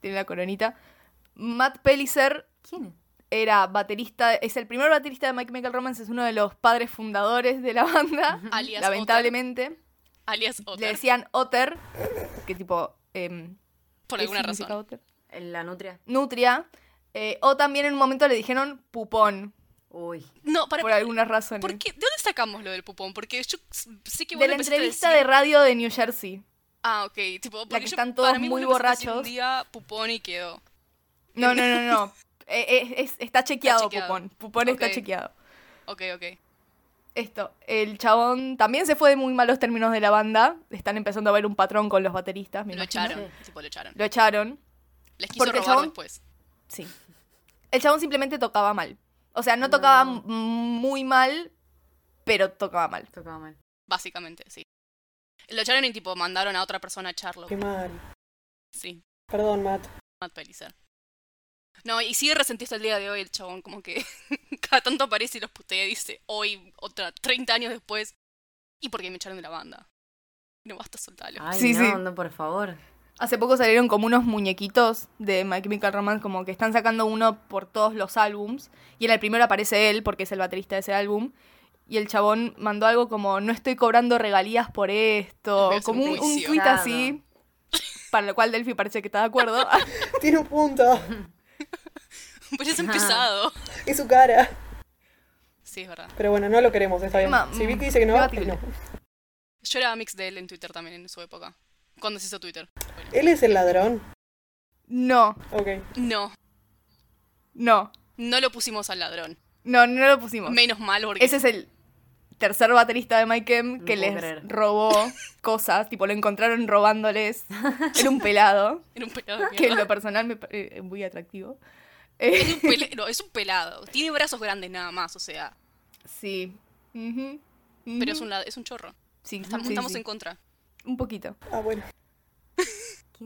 S2: Tiene la coronita. Matt Pellicer
S4: ¿Quién es?
S2: era baterista, es el primer baterista de My Chemical Romance, es uno de los padres fundadores de la banda.
S1: Alias
S2: Lamentablemente,
S1: Otter. Alias Otter.
S2: le decían Otter, que tipo... em,
S1: por
S2: ¿qué
S1: alguna
S2: significa
S1: razón.
S2: Otter?
S4: La nutria.
S2: Nutria. eh, o también en un momento le dijeron Pupón,
S4: Uy.
S1: No, para.
S2: por algunas razones.
S1: ¿por qué? ¿De dónde sacamos lo del pupón? Porque yo sé que vos
S2: de
S1: lo
S2: la
S1: empezaste a
S2: entrevista
S1: decir-
S2: de radio de New Jersey.
S1: Ah, ok. Tipo, porque
S2: que
S1: yo-
S2: están todos
S1: para mí vos
S2: muy
S1: le empezaste a decir
S2: borrachos.
S1: Un día pupón y quedó.
S2: No, no, no, no. Eh, eh, es- está chequeado,
S1: Está chequeado.
S2: Pupón. Pupón está
S1: Ok.
S2: chequeado.
S1: Ok, ok.
S2: Esto, el chabón también se fue de muy malos términos de la banda. Están empezando a ver un patrón con los bateristas. me
S1: Lo
S2: imagino.
S1: echaron. Tipo, lo echaron.
S2: Lo echaron.
S1: Les quiso
S2: Porque el
S1: robar
S2: chabón-
S1: después.
S2: Sí. El chabón simplemente tocaba mal. O sea, no tocaba m- muy mal, pero tocaba mal.
S4: Tocaba mal.
S1: Básicamente, sí. Lo echaron y tipo mandaron a otra persona a echarlo.
S3: Qué mal.
S1: Sí,
S3: Perdón, Matt.
S1: Matt Pellicer. No, y sigue resentido hasta el día de hoy el chabón, como que cada tanto aparece y los putea y dice, hoy, otra, 30 años después, y porque me echaron de la banda. No basta soltarlo.
S4: Ay,
S2: Sí,
S4: no,
S2: sí.
S4: no, por favor.
S2: Hace poco salieron como unos muñequitos de My Chemical Romance, como que están sacando uno por todos los álbums. Y en el primero aparece él, porque es el baterista de ese álbum. Y el chabón mandó algo como, no estoy cobrando regalías por esto.
S1: Pero es
S2: Como
S1: un
S2: un, un
S1: juicio.
S2: tweet así. Para lo cual Delphi parece que está de acuerdo.
S3: Tiene un punto.
S1: Pero es
S2: ah.
S1: empezado.
S3: Es su cara.
S1: Sí, es verdad.
S3: Pero bueno, no lo queremos, está bien.
S2: Ma-
S3: si Vicky dice que no,
S2: debatible.
S3: no.
S1: Yo era mix de él en Twitter también en su época. Cuando se hizo Twitter. Bueno.
S3: Él es el ladrón.
S2: No,
S3: Ok.
S1: No,
S2: no,
S1: no lo pusimos al ladrón.
S2: no, no lo pusimos.
S1: Menos mal porque...
S2: Ese es el tercer baterista de My Chem
S4: No
S2: que
S4: puedo
S2: les
S4: creer.
S2: robó cosas, tipo lo encontraron robándoles. Era un pelado,
S1: Era un pelado. de
S2: que en
S1: mierda.
S2: lo personal me parece muy atractivo. Eh,
S1: Es un pele- no, es un pelado. Tiene brazos grandes nada más, o sea.
S2: sí. Ujú, ujú.
S1: Pero es un, lad- es un chorro.
S2: Sí,
S1: Estamos,
S2: sí,
S1: estamos
S2: sí.
S1: en Mm, contra.
S2: Un poquito.
S3: Ah, bueno.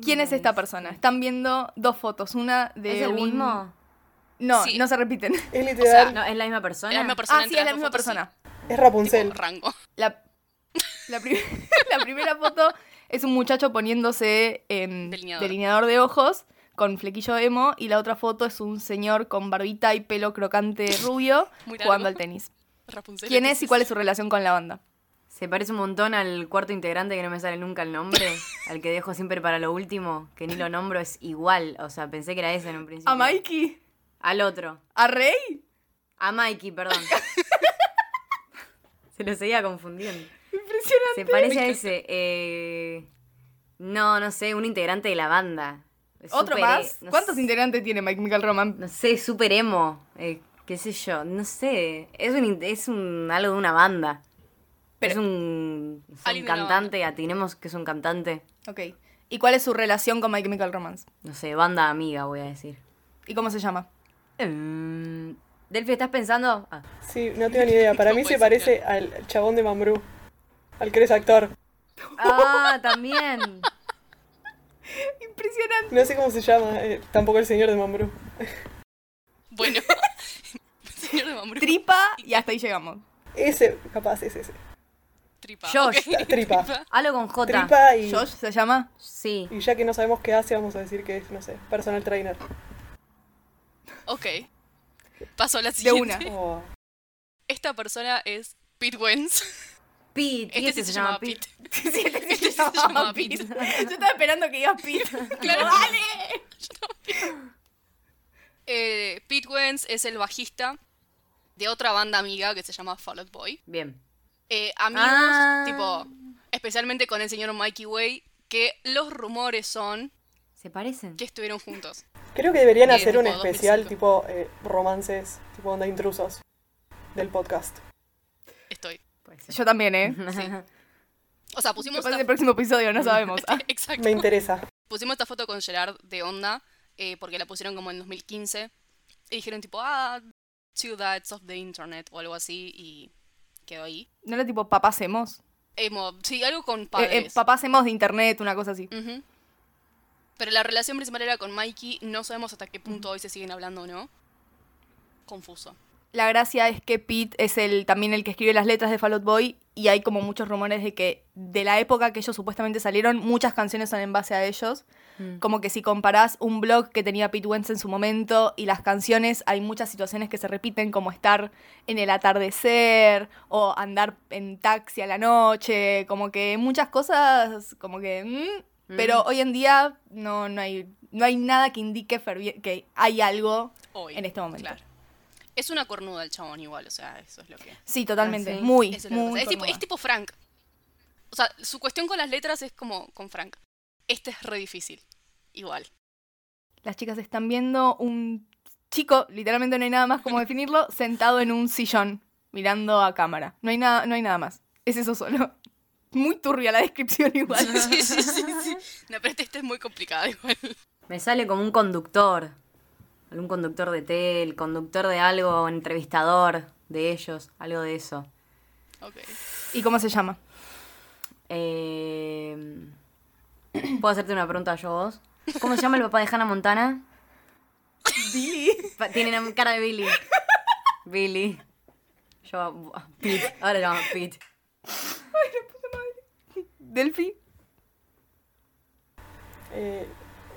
S2: ¿Quién es esta persona? Están viendo dos fotos, una de
S4: ¿Es el
S2: un-
S4: mismo?
S2: No,
S1: Sí.
S2: no se repiten.
S3: Es literal.
S4: No, es la misma persona.
S1: Es la misma persona.
S2: Ah, sí,
S1: entre
S2: es la
S1: las dos
S2: misma
S1: fotos, sí.
S2: persona.
S3: es
S1: Tipo,
S3: Rapunzel.
S1: rango.
S2: La, la, pri- la primera foto es un muchacho poniéndose em,
S1: Delineador.
S2: delineador de ojos con flequillo emo y la otra foto es un señor con barbita y pelo crocante rubio
S1: Muy largo.
S2: jugando al tenis.
S1: Rapunzel.
S2: ¿Quién es y cuál es su relación con la banda?
S4: Se parece un montón al cuarto integrante que no me sale nunca el nombre, al que dejo siempre para lo último, que ni lo nombro, es igual. O sea, pensé que era ese en un principio.
S2: ¿A Mikey?
S4: Al otro.
S2: ¿A Rey?
S4: A Mikey, perdón. Se lo seguía confundiendo.
S2: Impresionante.
S4: Se parece a ese. eh, No, no sé, un integrante de la banda.
S2: ¿Otro
S4: Súper,
S2: más?
S4: eh, no
S2: ¿Cuántos
S4: sé,
S2: integrantes tiene Mike Michael Roman?
S4: No sé, super emo. eh, qué sé yo, no sé. Es un, in- es un algo de una banda.
S2: Pero-
S4: es un, es un
S1: Alguien de una
S4: cantante, atinemos que es un cantante.
S2: Ok. ¿Y cuál es su relación con Mike Michael Romance?
S4: No sé, banda amiga, voy a decir.
S2: ¿Y cómo se llama?
S4: Mm,
S1: Em.
S4: Delphi, ¿estás pensando? Ah,
S3: Sí, no tengo ni idea. Para
S1: No
S3: mí se
S1: puede
S3: parece
S1: ser.
S3: al chabón de Mambrú. Al que eres actor.
S4: Ah, también.
S2: Impresionante.
S3: No sé cómo se llama. eh, tampoco el señor de Mambrú.
S1: Bueno. Señor de Mambrú.
S2: Tripa y hasta ahí llegamos.
S3: Ese, capaz es ese.
S1: Tripa.
S4: Josh.
S1: ok.
S3: Tripa.
S4: Algo con J.
S3: Tripa y,
S2: ¿Josh se llama?
S4: Sí.
S3: y ya que no sabemos qué hace, vamos a decir que es, no sé, personal trainer.
S1: Ok. Paso a la
S2: De
S1: siguiente.
S2: una.
S3: Oh.
S1: Esta persona es Pete Wentz.
S4: Pete. ¿y
S1: Este sí se, llama Pete.
S2: Sí, este sí
S1: Este
S2: se llamaba Pete.
S1: Pete.
S2: Yo estaba esperando que digas Pete.
S1: Claro.
S2: ¡Vale!
S1: Eh, Pete Wentz es el bajista de otra banda amiga que se llama Fall Out Boy.
S4: Bien.
S1: eh, amigos,
S4: Ah.
S1: tipo, especialmente con el señor Mikey Way, que los rumores son
S4: ¿Se parecen?
S1: que estuvieron juntos.
S3: Creo que deberían
S1: Eh,
S3: hacer un
S1: tipo
S3: especial
S1: 2005.
S3: tipo eh, romances, tipo onda intrusos del podcast.
S1: Estoy.
S4: Puede ser.
S2: Yo también, ¿eh?
S1: O sea, pusimos
S2: Capaz en
S1: esta,
S2: el próximo episodio, no sabemos. Ah,
S1: exacto.
S3: Me interesa.
S1: pusimos esta foto con Gerard de onda eh, porque la pusieron como en 2015 y dijeron tipo, ah, two dads of the internet o algo así y quedó ahí.
S2: ¿No era tipo Eh, papásemos?
S1: Emo, sí, algo con
S2: Eh,
S1: padres.
S2: eh, papásemos de internet, una cosa así.
S1: Ujú. Pero la relación principal era con Mikey, no sabemos hasta qué punto hoy se siguen hablando o no. Confuso.
S2: La gracia es que Pete es el también el que escribe las letras de Fall Out Boy y hay como muchos rumores de que de la época que ellos supuestamente salieron, muchas canciones son en base a ellos.
S4: Mm.
S2: Como que si comparás un blog que tenía Pete Wentz en su momento y las canciones, hay muchas situaciones que se repiten, como estar en el atardecer o andar en taxi a la noche, como que muchas cosas, como que... mm,
S4: Mm.
S2: Pero hoy en día no, no, hay, no hay nada que indique fervi- que hay algo
S1: Hoy.
S2: en este momento.
S1: Claro. Es una cornuda el chabón igual, o sea, eso es lo que...
S2: Sí, totalmente.
S4: sí.
S2: Muy,
S1: Ah, eso es lo que
S2: muy.
S1: pasa. Es, tipo,
S2: cornuda.
S1: es tipo Frank. O sea, su cuestión con las letras es como con Frank. Este es re difícil. Igual.
S2: Las chicas están viendo un chico, literalmente no hay nada más como definirlo, sentado en un sillón, mirando a cámara. No hay nada, no hay nada más. Es eso solo. Muy turbia la descripción igual.
S1: sí, sí, sí, sí. No, pero este, este es muy complicado igual.
S4: Me sale como un conductor. Algún conductor de tel, conductor de algo, entrevistador de ellos, algo de eso.
S1: Ok.
S2: ¿Y cómo se llama?
S4: Eh, ¿Puedo hacerte una pregunta yo vos? ¿Cómo se llama el papá de Hannah Montana? Billy. Tiene una cara de Billy. Billy. Yo, Pete. Ahora llamo Pete.
S2: Delphi.
S3: Eh,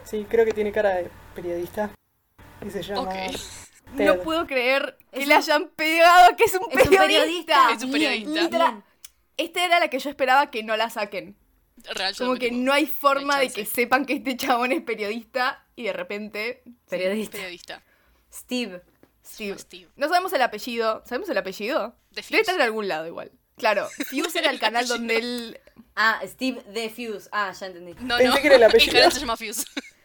S3: sí, creo que tiene cara de periodista. Y se llama.
S1: Ok.
S3: Ted.
S2: No puedo creer que
S4: Es
S2: le
S4: un-
S2: hayan pegado que es un
S4: Es un
S2: periodista.
S4: periodista.
S1: Es un
S4: Bien,
S1: periodista.
S4: literal.
S2: Esta era la que yo esperaba que no la saquen.
S1: Real, yo
S2: Como
S1: me
S2: que
S1: tipo,
S2: no hay forma de
S1: chance.
S2: que sepan que este chabón es periodista y de repente.
S4: Periodista.
S1: Periodista.
S4: Steve.
S2: Sí.
S1: Steve.
S2: No sabemos el apellido. ¿Sabemos el apellido?
S1: De
S2: Debe estar en
S1: Fuse.
S2: algún lado igual. Claro, Fuse era el canal donde él.
S4: Ah, Steve The Fuse. Ah, ya entendí.
S1: No,
S3: Pensé
S1: no.
S3: que era el apellido.
S1: canal se llama Fuse.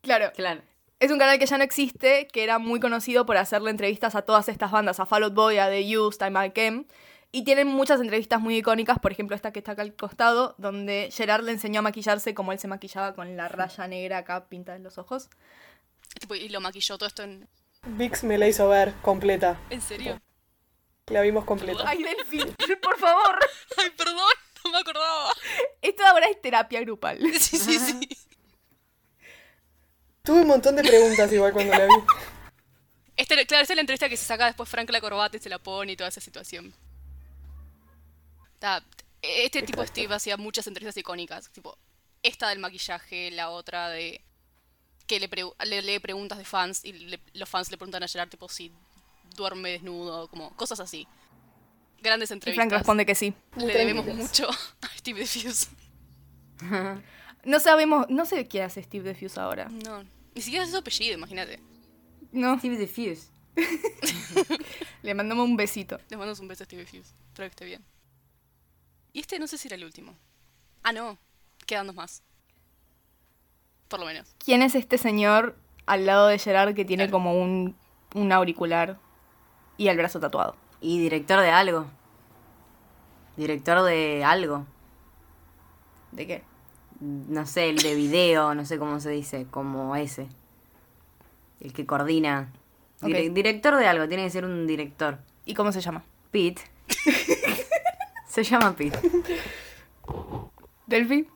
S2: Claro,
S4: Claro.
S2: es un canal que ya no existe, que era muy conocido por hacerle entrevistas a todas estas bandas, a Fall Out Boy, a The Used, a Mike M. Y tienen muchas entrevistas muy icónicas, por ejemplo esta que está acá al costado, donde Gerard le enseñó a maquillarse como él se maquillaba con la raya negra acá pintada en los ojos.
S1: Tipo, y lo maquilló todo esto en.
S3: Vix me la hizo ver completa.
S1: ¿En serio?
S3: La vimos completa.
S2: ¡Ay, Delfín! ¡Por favor!
S1: Ay, perdón, no me acordaba.
S2: Esto ahora es terapia grupal.
S1: Sí, sí, sí.
S3: Tuve un montón de preguntas igual cuando la vi.
S1: Esta era- claro, esta es la entrevista que se saca después Frank la corbata y se la pone y toda esa situación. Ta- Este tipo de Steve hacía muchas entrevistas icónicas, tipo esta del maquillaje, la otra de que le, pregu- le lee preguntas de fans y le- los fans le preguntan a Gerard tipo si duerme desnudo, como cosas así.
S2: Y
S1: Grandes
S2: Frank
S1: entrevistas.
S2: responde que sí.
S1: le debemos mucho a Steve Diffuse.
S2: No sabemos, no sé qué hace Steve Defuse ahora.
S1: No, ni siquiera es su apellido, imagínate.
S2: No.
S4: Steve The Fuse.
S2: Le mandamos un besito.
S1: Les mando un beso a Steve Hughes. Espero que esté bien. Y este no sé si era el último. Ah, no. Quedan dos más. Por lo menos.
S2: ¿Quién es este señor al lado de Gerard que tiene como un, un auricular y el brazo tatuado?
S4: Y director de algo. Director de algo.
S2: ¿De qué?
S4: No sé, el de video, no sé cómo se dice, como ese. El que coordina. Dire-
S2: Ok.
S4: Director de algo, tiene que ser un director.
S2: ¿Y cómo se llama?
S4: Pete. se llama Pete.
S2: ¿Delphi?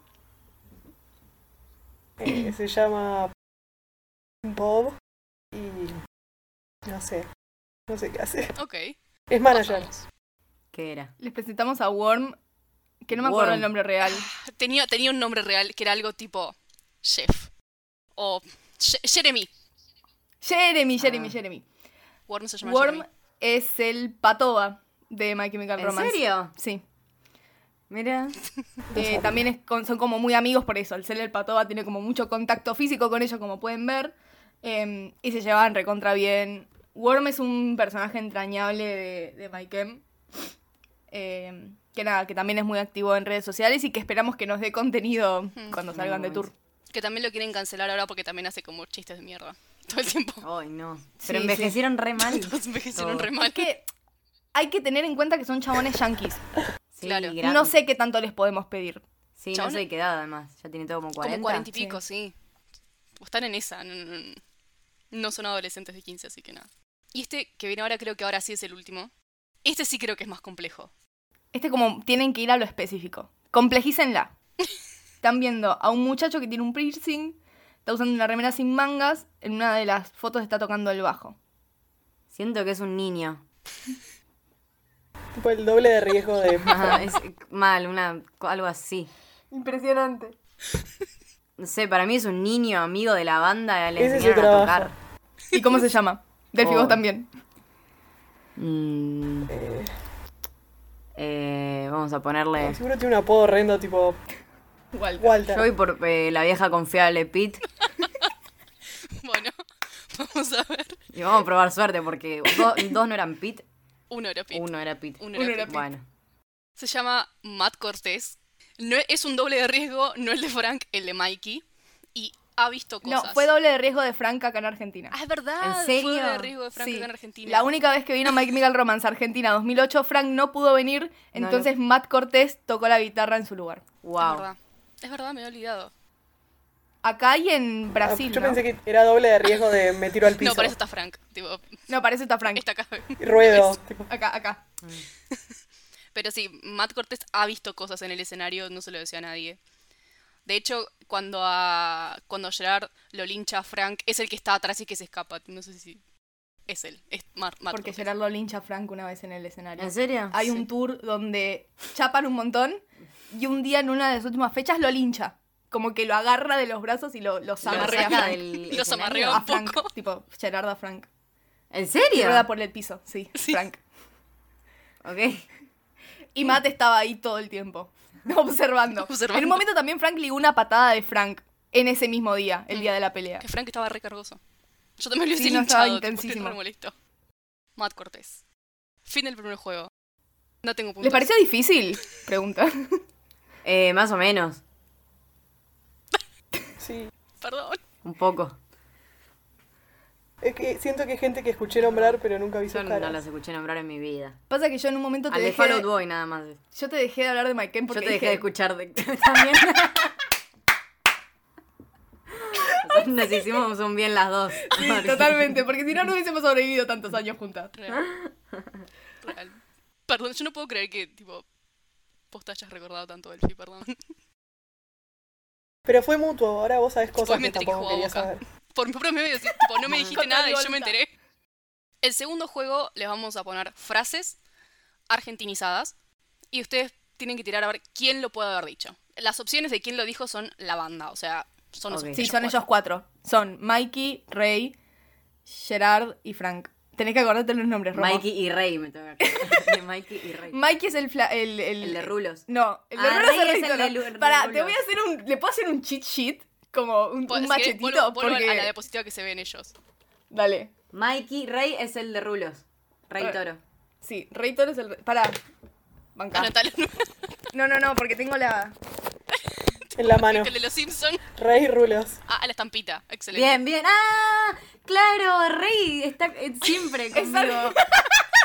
S3: Eh, se llama Bob y no sé, no sé qué hace.
S1: Ok.
S3: Es manager.
S1: pasamos.
S4: ¿Qué era?
S2: Les presentamos a Worm, que no me acuerdo
S4: Worm.
S2: el nombre real.
S1: Tenía, tenía un nombre real que era algo tipo Chef. O Ye- Jeremy.
S2: Jeremy, Jeremy,
S4: Ah.
S2: Jeremy.
S1: Worm se llama
S2: Worm
S1: Jeremy.
S2: es el patoa de My Chemical
S4: ¿En
S2: Romance.
S4: serio?
S2: Sí.
S4: Mira.
S2: Eh, también es con- son como muy amigos por eso. El ser el patoba tiene como mucho contacto físico con ellos, como pueden ver. eh, y se llevan recontra bien. Worm es un personaje entrañable de, de My Chem, eh, que nada, que también es muy activo en redes sociales y que esperamos que nos dé contenido cuando salgan de tour.
S1: Que también lo quieren cancelar ahora porque también hace como chistes de mierda. todo el tiempo.
S4: Ay, no.
S2: Sí,
S4: Pero envejecieron re mal.
S1: Todos envejecieron
S4: Todo.
S1: re mal.
S2: que hay que tener en cuenta que son chabones yanquis.
S4: Sí,
S1: Claro.
S4: gran-
S2: No sé qué tanto les podemos pedir.
S4: Sí,
S1: Chabón-
S4: no sé qué edad además. Ya tiene todo como 40.
S1: Como 40 y
S2: sí.
S1: pico, sí. O están en esa. No, no- no- no son adolescentes de 15, así que nada. Y este que viene ahora, creo que ahora sí es el último. Este sí creo que es más complejo.
S2: Este como tienen que ir a lo específico. Complejícenla. Están viendo a un muchacho que tiene un piercing, está usando una remera sin mangas, en una de las fotos está tocando el bajo.
S4: Siento que es un niño.
S3: Tipo el doble de riesgo de.
S4: Ajá, es mal, una, algo así.
S2: Impresionante.
S4: No sé, para mí es un niño amigo de la banda. Le
S3: Ese es su
S4: enseñaron a
S3: trabajo.
S4: tocar.
S2: ¿Y cómo se llama? Delphi, vos
S4: Oh.
S2: también.
S4: Mm. Eh, vamos a ponerle.
S3: Seguro tiene un apodo horrendo, tipo.
S2: Walter.
S3: Walter.
S4: Yo voy por eh, la vieja confiable Pete.
S1: Bueno, vamos a ver.
S4: Y vamos a probar suerte porque do- dos no eran Pete,
S1: Uno era Pete.
S4: uno era Pete.
S1: Uno era Pete.
S4: Bueno,
S1: Se llama Matt Cortés. No e- es un doble de riesgo, no el de Frank, el de Mikey. Y ha visto
S2: No,
S1: cosas.
S2: fue doble de riesgo de Frank acá en Argentina.
S1: Ah, es verdad.
S4: ¿En serio?
S1: Fue doble de riesgo de Frank
S2: Sí.
S1: acá en Argentina.
S2: La única vez que vino Mike Miguel Romance a Argentina 2008, Frank no pudo venir,
S4: No,
S2: entonces Matt Cortés tocó la guitarra en su lugar.
S1: Es
S4: wow.
S1: verdad. Es verdad, me he olvidado.
S2: Acá y en
S3: Ah,
S2: Brasil.
S3: Yo
S2: ¿no?
S3: pensé que era doble de riesgo de me tiro al piso.
S1: No, para eso está Frank. Tipo,
S2: No, parece está Frank.
S1: está acá.
S3: Ruedo. tipo,
S2: Acá, acá.
S1: Pero sí, Matt Cortés ha visto cosas en el escenario, no se lo decía a nadie. De hecho, cuando a cuando Gerard lo lincha a Frank, es el que está atrás y que se escapa. No sé si es él, es Mar- Matt
S2: Porque
S1: Cortés.
S2: Gerard lo lincha a Frank una vez en el escenario.
S4: ¿En serio?
S2: Hay un tour donde chapan un montón y un día en una de las últimas fechas lo lincha. Como que lo agarra de los brazos y lo, lo
S4: Lo
S1: amarré
S2: zamarrea
S1: amarrea
S2: a
S4: saca
S2: Frank.
S4: del
S1: Los
S4: escenario.
S1: amarré
S2: A
S1: un
S2: Frank,
S1: poco.
S2: tipo Gerard a Frank.
S4: ¿En
S2: Y
S4: serio?
S2: rueda por el piso, sí,
S1: Sí.
S2: Frank.
S4: Ok.
S2: Y Matt estaba ahí todo el tiempo, observando.
S1: Observando.
S2: En un momento también Frank ligó una patada de Frank en ese mismo día, el día de la pelea.
S1: Que Frank estaba recargoso. Yo también lo
S2: Sí,
S1: hubiese
S2: no, estaba
S1: linchado, tipo,
S2: intensísimo.
S1: estoy re molesto. Matt Cortés. Fin del primer juego. No tengo puntos.
S2: ¿Les pareció difícil? Pregunta.
S4: Eh, más o menos.
S3: sí.
S1: Perdón.
S4: Un poco.
S3: Es que siento que hay gente que escuché nombrar, pero nunca vi
S4: Yo
S3: sus
S4: no
S3: caras.
S4: las escuché nombrar en mi vida.
S2: Pasa que yo en un momento te
S4: Al de
S2: dejé
S4: Fallout
S2: de,
S4: Boy nada más.
S2: yo te dejé de hablar de Mike Ken
S4: Yo
S2: porque
S4: te dejé
S2: dije,
S4: de escuchar de... también. O sea, nos hicimos un bien las dos.
S2: Sí, totalmente, porque si no no hubiésemos sobrevivido tantos años juntas.
S1: Real. Real. Perdón, yo no puedo creer que, tipo, vos te hayas recordado tanto del fi, perdón.
S3: Pero fue mutuo, ahora vos sabés cosas
S1: me
S3: que tampoco
S1: entrijó
S3: quería
S1: boca.
S3: saber.
S1: Por mi propio medio, sí, tipo, no me dijiste
S2: Con
S1: nada y yo
S2: revolta.
S1: me enteré. El segundo juego les vamos a poner frases argentinizadas y ustedes tienen que tirar a ver quién lo puede haber dicho. Las opciones de quién lo dijo son la banda, o sea, son los
S4: Ok.
S2: Sí,
S1: ellos
S2: son
S1: cuatro.
S2: ellos cuatro. Son Mikey, Ray, Gerard y Frank. Tenés que acordarte los nombres, Romo.
S4: Mikey y Rey me tengo que acordar. De Mikey y Rey.
S2: Mikey es el, fla- el, el,
S4: El de rulos.
S2: No, el de
S4: Ah,
S2: rulos
S4: Rey
S2: es el
S4: es el de lu-
S2: Rito.
S4: de
S2: Pará,
S4: rulos.
S2: te voy a hacer un... ¿Le puedo hacer un cheat sheet? Como un,
S1: Pu-
S2: un
S1: si querés,
S2: machetito.
S1: vuelvo- vuelvo
S2: porque... Ah.
S1: a la diapositiva que se ven ellos.
S2: Dale.
S4: Mikey Rey es el de rulos. Rey
S2: Ah.
S4: Toro.
S2: Sí, Rey Toro es el... re- Pará. Bancá.
S1: Anotalo.
S2: No, no, no, porque tengo la...
S3: En la mano.
S1: el de los Simpsons.
S3: Rey Rulos.
S1: Ah, a la estampita. Excelente.
S4: Bien, bien. ¡Ah! Claro, Rey está eh, siempre conmigo.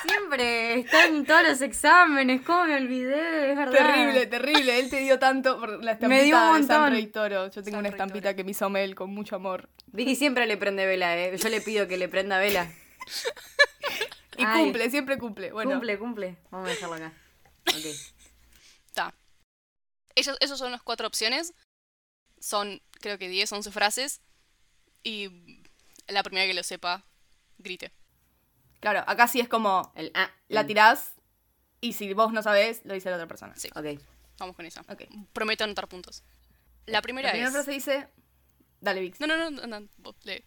S4: Siempre está en todos los exámenes. ¿Cómo me olvidé? Es verdad.
S2: Terrible, terrible. Él te dio tanto por la estampita
S4: Me dio un
S2: de San
S4: montón.
S2: Rey Toro. Yo tengo
S1: San
S2: una
S1: Rey
S2: estampita
S1: Toro.
S2: que me hizo Mel con mucho amor.
S4: Vicky siempre le prende vela, ¿eh? Yo le pido que le prenda vela.
S2: Y
S4: Ay.
S2: cumple, siempre cumple. Bueno,
S4: Cumple, cumple. Vamos a dejarlo acá. Ok.
S1: Ta. Ellos, esos son las cuatro opciones. Son, creo que 10, 11 frases. Y la primera que lo sepa, grite.
S2: claro, acá sí es como
S4: El ah.
S2: la tirás y si vos no sabés, lo dice la otra persona.
S1: Sí,
S4: Ok.
S1: vamos con esa.
S2: Ok.
S1: Prometo anotar puntos. La
S2: La
S1: primera
S2: primera
S1: es...
S2: frase dice... Dale, Vix.
S1: No, no, no, no, no, vos lee.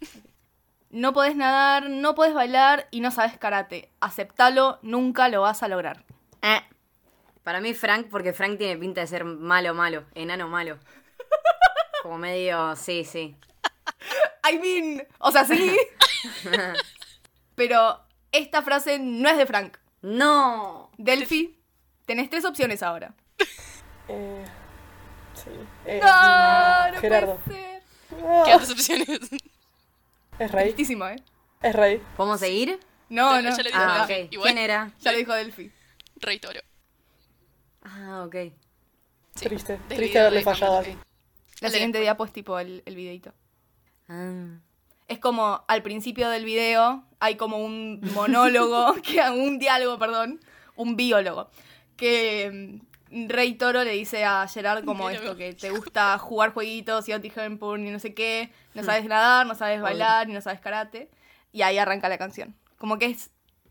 S2: No podés nadar, no podés bailar y no sabes karate. Aceptalo, nunca lo vas a lograr.
S4: Ah. Para mí Frank, porque Frank tiene pinta de ser malo, malo. Enano malo. Como medio, sí, sí.
S2: I mean, o sea, sí. Pero esta frase no es de Frank.
S4: ¡No!
S2: Delphi, tenés tres opciones ahora.
S3: Eh, sí. Eh,
S2: No, no
S3: Gerardo.
S2: puede ser.
S3: Ah,
S1: ¿Qué otras opciones?
S3: Es rey.
S2: Tristísimo, ¿eh?
S3: Es rey.
S4: ¿Podemos seguir?
S2: No,
S1: Ya-
S2: no.
S1: ya le dije.
S4: Ah,
S1: Ah,
S4: ok.
S1: igual.
S4: ¿Quién era?
S2: Ya lo dijo Delphi.
S1: Rey Toro.
S4: Ah, ok.
S1: Sí.
S3: Triste.
S1: Del
S3: Triste
S1: video
S3: haberle
S1: de Hamlet,
S3: fallado.
S1: ok.
S2: La
S1: Dale,
S2: siguiente
S1: después.
S2: diapo es tipo el, el videito.
S4: Ah.
S2: Es como al principio del video hay como un monólogo, que, un diálogo, perdón, un biólogo, que mm, Rey Toro le dice a Gerard como
S1: Biólogo.
S2: esto, que te gusta jugar jueguitos y Hempoon y no sé qué,
S4: Hmm.
S2: no sabes nadar, no sabes bailar y no sabes karate, y ahí arranca la canción. Como que es...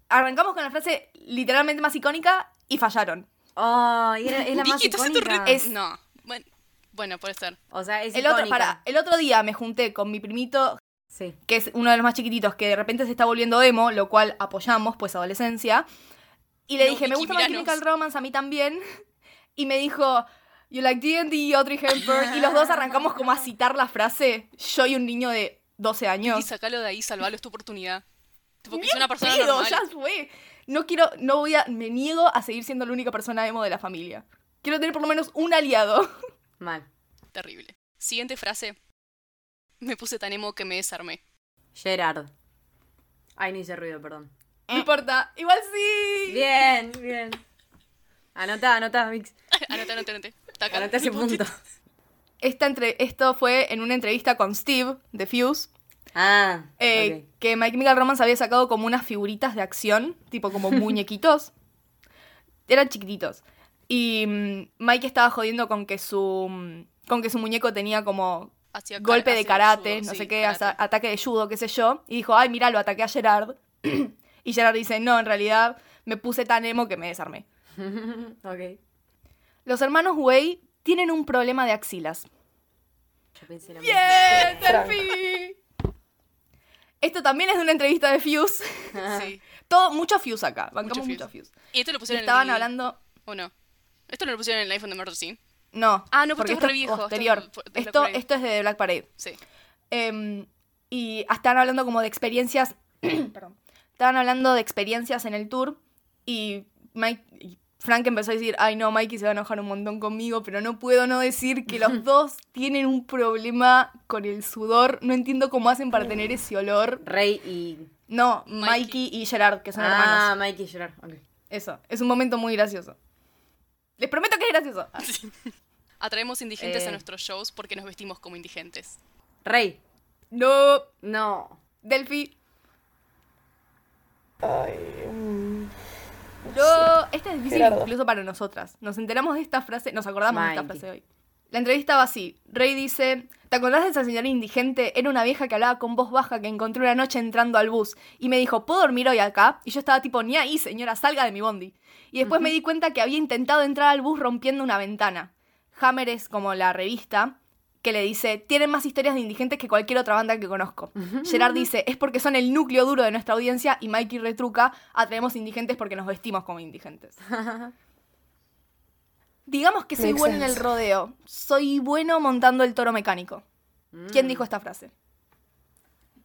S2: Arrancamos con la frase literalmente más icónica y fallaron.
S4: Oh, y era- es la más
S1: Vicky, estás en tu re-
S4: icónica.
S1: es- No. Bueno, bueno, puede ser.
S4: O sea, es
S2: El otro,
S4: icónica.
S2: para, el otro día me junté con mi primito
S4: Sí.
S2: que es uno de los más chiquititos, que de repente se está volviendo emo, lo cual apoyamos, pues adolescencia. Y le
S1: No,
S2: dije, me
S1: Vicky,
S2: gusta My
S1: miranos".
S2: Chemical Romance, a mí también. Y me dijo, You like D&D y Audrey Hepburn. Y los dos arrancamos como a citar la frase, yo y un niño de 12
S1: Y
S2: años.
S1: sacalo de ahí, salvalo, es tu oportunidad. Tipo, que es una persona
S2: Pero
S1: normal.
S2: ya fue. No quiero, no voy a, me niego a seguir siendo la única persona emo de la familia. Quiero tener por lo menos un aliado.
S4: Mal.
S1: Terrible. Siguiente frase. Me puse tan emo que me desarmé.
S4: Gerard. Ay, no hice ruido, perdón.
S2: No importa, igual sí.
S4: Bien, bien. Anotá, anotá, Vix.
S1: Anoté, anoté, anoté. Está acá.
S4: Anotá ese punto.
S2: Esta entre, esto fue en una entrevista con Steve de Fuse.
S4: Ah,
S2: Eh,
S4: ok.
S2: Que My Chemical Romance había sacado como unas figuritas de acción, tipo como muñequitos. Eran chiquititos. Y mm, Mike estaba jodiendo con que su mm, con que su muñeco tenía como
S1: Hacía cara-
S2: golpe de
S1: hacía
S2: karate,
S1: judo,
S2: no
S1: sí,
S2: sé qué,
S1: karate.
S2: asa- ataque de judo, qué sé yo. Y dijo, ay, mira, lo ataqué a Gerard. y Gerard dice, no, en realidad me puse tan emo que me desarmé.
S4: ok.
S2: Los hermanos Way tienen un problema de axilas.
S4: Yo pensé lo
S2: ¡Bien,
S3: Frank.
S2: Delphi! Esto también es de una entrevista de Fuse.
S4: mismo. Ah,
S1: Sí.
S2: Todo, mucho Fuse acá. Bancamos
S1: Mucho
S2: mucho Fuse.
S1: Y esto lo
S2: Y
S1: pusieron en
S2: Estaban
S1: el...
S2: hablando.
S1: ¿O no? Esto no lo pusieron en el iPhone de Murder, sí.
S2: No.
S1: Ah, no,
S2: porque
S1: porque esto
S2: esto
S1: es re viejo, esto es
S2: posterior.
S1: de- de Black
S2: Esto,
S1: Parade.
S2: esto es de Black Parade.
S1: Sí.
S2: Em, y estaban hablando como de experiencias. perdón. Estaban hablando de experiencias en el tour. Y Mike. y Frank empezó a decir, ay no, Mikey se va a enojar un montón conmigo, pero no puedo no decir que los dos tienen un problema con el sudor. No entiendo cómo hacen para tener ese olor.
S4: Rey y.
S2: No,
S1: Mm. Mikey.
S2: Mikey, y Gerard, que son hermanos.
S4: Ah, Mike y Gerard. Ok.
S2: Eso, es un momento muy gracioso. Les prometo que es gracioso.
S1: Atraemos indigentes
S4: Eh.
S1: a nuestros shows porque nos vestimos como indigentes.
S4: Rey.
S2: No,
S4: No.
S2: Delphi.
S3: Ay. mm,
S2: No, esta es difícil
S3: Gerardo.
S2: incluso para nosotras. Nos enteramos de esta frase, nos acordamos de esta
S4: Mikey.
S2: frase hoy. La entrevista va así. Rey dice, ¿te acordás de esa señora indigente? Era una vieja que hablaba con voz baja que encontré una noche entrando al bus y me dijo, ¿puedo dormir hoy acá? Y yo estaba tipo, ni ahí, señora, salga de mi bondi. Y después me di cuenta que había intentado entrar al bus rompiendo una ventana. Hammer es como la revista que le dice, tienen más historias de indigentes que cualquier otra banda que conozco. Gerard dice, es porque son el núcleo duro de nuestra audiencia y Mikey retruca, atraemos indigentes porque nos vestimos como indigentes. Digamos que soy
S3: Makes
S2: bueno en
S3: sense.
S2: el rodeo, soy bueno montando el toro mecánico.
S3: Mm.
S2: ¿Quién dijo esta frase?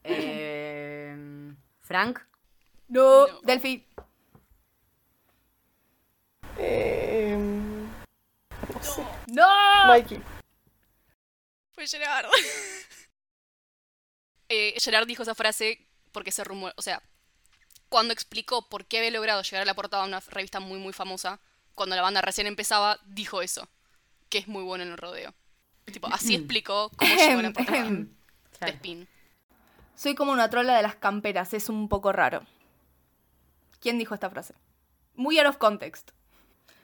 S4: Eh, Frank.
S2: No,
S1: No.
S2: Delphi.
S3: eh, mm,
S2: No.
S3: Mikey.
S1: Fue Gerard. Eh, Gerard dijo esa frase porque se rumor, o sea, cuando explicó por qué había logrado llegar a la portada de una revista muy muy famosa, cuando la banda recién empezaba, dijo eso, que es muy bueno en el rodeo. Tipo, así explicó cómo llegó a
S2: Em,
S1: la portada de
S4: Claro.
S1: Spin.
S2: Soy como una trola de las camperas, es un poco raro. ¿Quién dijo esta frase? Muy out of context.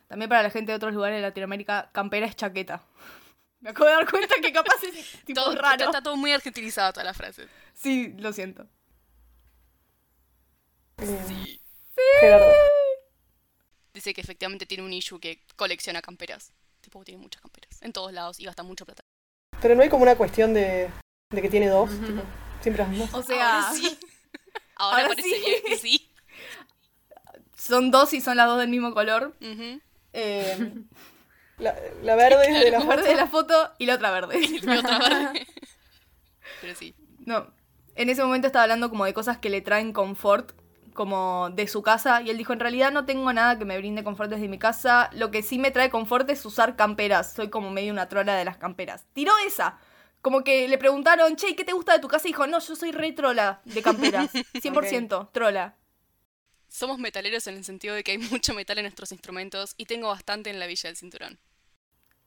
S2: También para la gente de otros lugares de Latinoamérica, campera es chaqueta. Me acabo de dar cuenta que capaz es tipo
S1: Todo
S2: raro.
S1: Está todo muy argentinizado toda la frase.
S2: Sí, lo siento.
S3: eh, Gerardo.
S1: Dice que efectivamente tiene un issue que colecciona camperas. Tipo, tiene muchas camperas en todos lados y gasta mucha plata.
S3: Pero no hay como una cuestión de, de que tiene dos. tipo, siempre las mismas.
S2: O sea,
S1: Ahora sí. Ahora,
S2: Ahora
S1: parece
S2: sí.
S1: que sí.
S2: son dos y son las dos del mismo color.
S1: Ujú.
S2: Eh,
S3: La, la verde es de la
S2: la verde
S3: foto.
S2: de la foto y la otra verde.
S1: Y otra verde. Pero sí.
S2: No, en ese momento estaba hablando como de cosas que le traen confort, como de su casa, y él dijo, en realidad no tengo nada que me brinde confort desde mi casa, lo que sí me trae confort es usar camperas, soy como medio una trola de las camperas. Tiró esa, Como que le preguntaron, che, ¿qué te gusta de tu casa? Y dijo, no, yo soy re trola de camperas. 100% trola.
S1: Somos metaleros en el sentido de que hay mucho metal en nuestros instrumentos y tengo bastante en la villa del cinturón.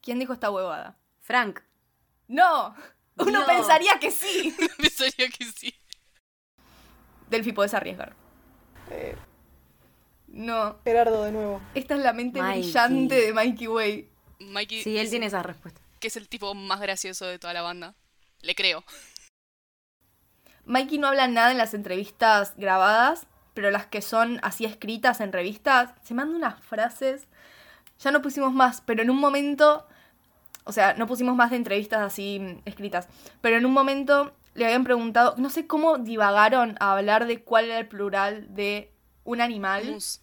S2: ¿Quién dijo esta huevada?
S4: Frank.
S2: ¡No! Uno
S4: No.
S2: pensaría que sí.
S1: Pensaría que sí.
S2: Delphi, podés arriesgar.
S3: Eh,
S2: No.
S3: Gerardo de nuevo.
S2: Esta es la mente
S4: Mikey.
S2: brillante de Mikey Way.
S1: Mikey,
S4: Sí, él tiene esa respuesta.
S1: que es el tipo más gracioso de toda la banda. Le creo.
S2: Mikey no habla nada en las entrevistas grabadas, pero las que son así escritas en revistas, se manda unas frases. Ya no pusimos más, pero en un momento, o sea, no pusimos más de entrevistas así mm, escritas, pero en un momento le habían preguntado, no sé cómo divagaron a hablar de cuál era el plural de un animal,
S1: Mus,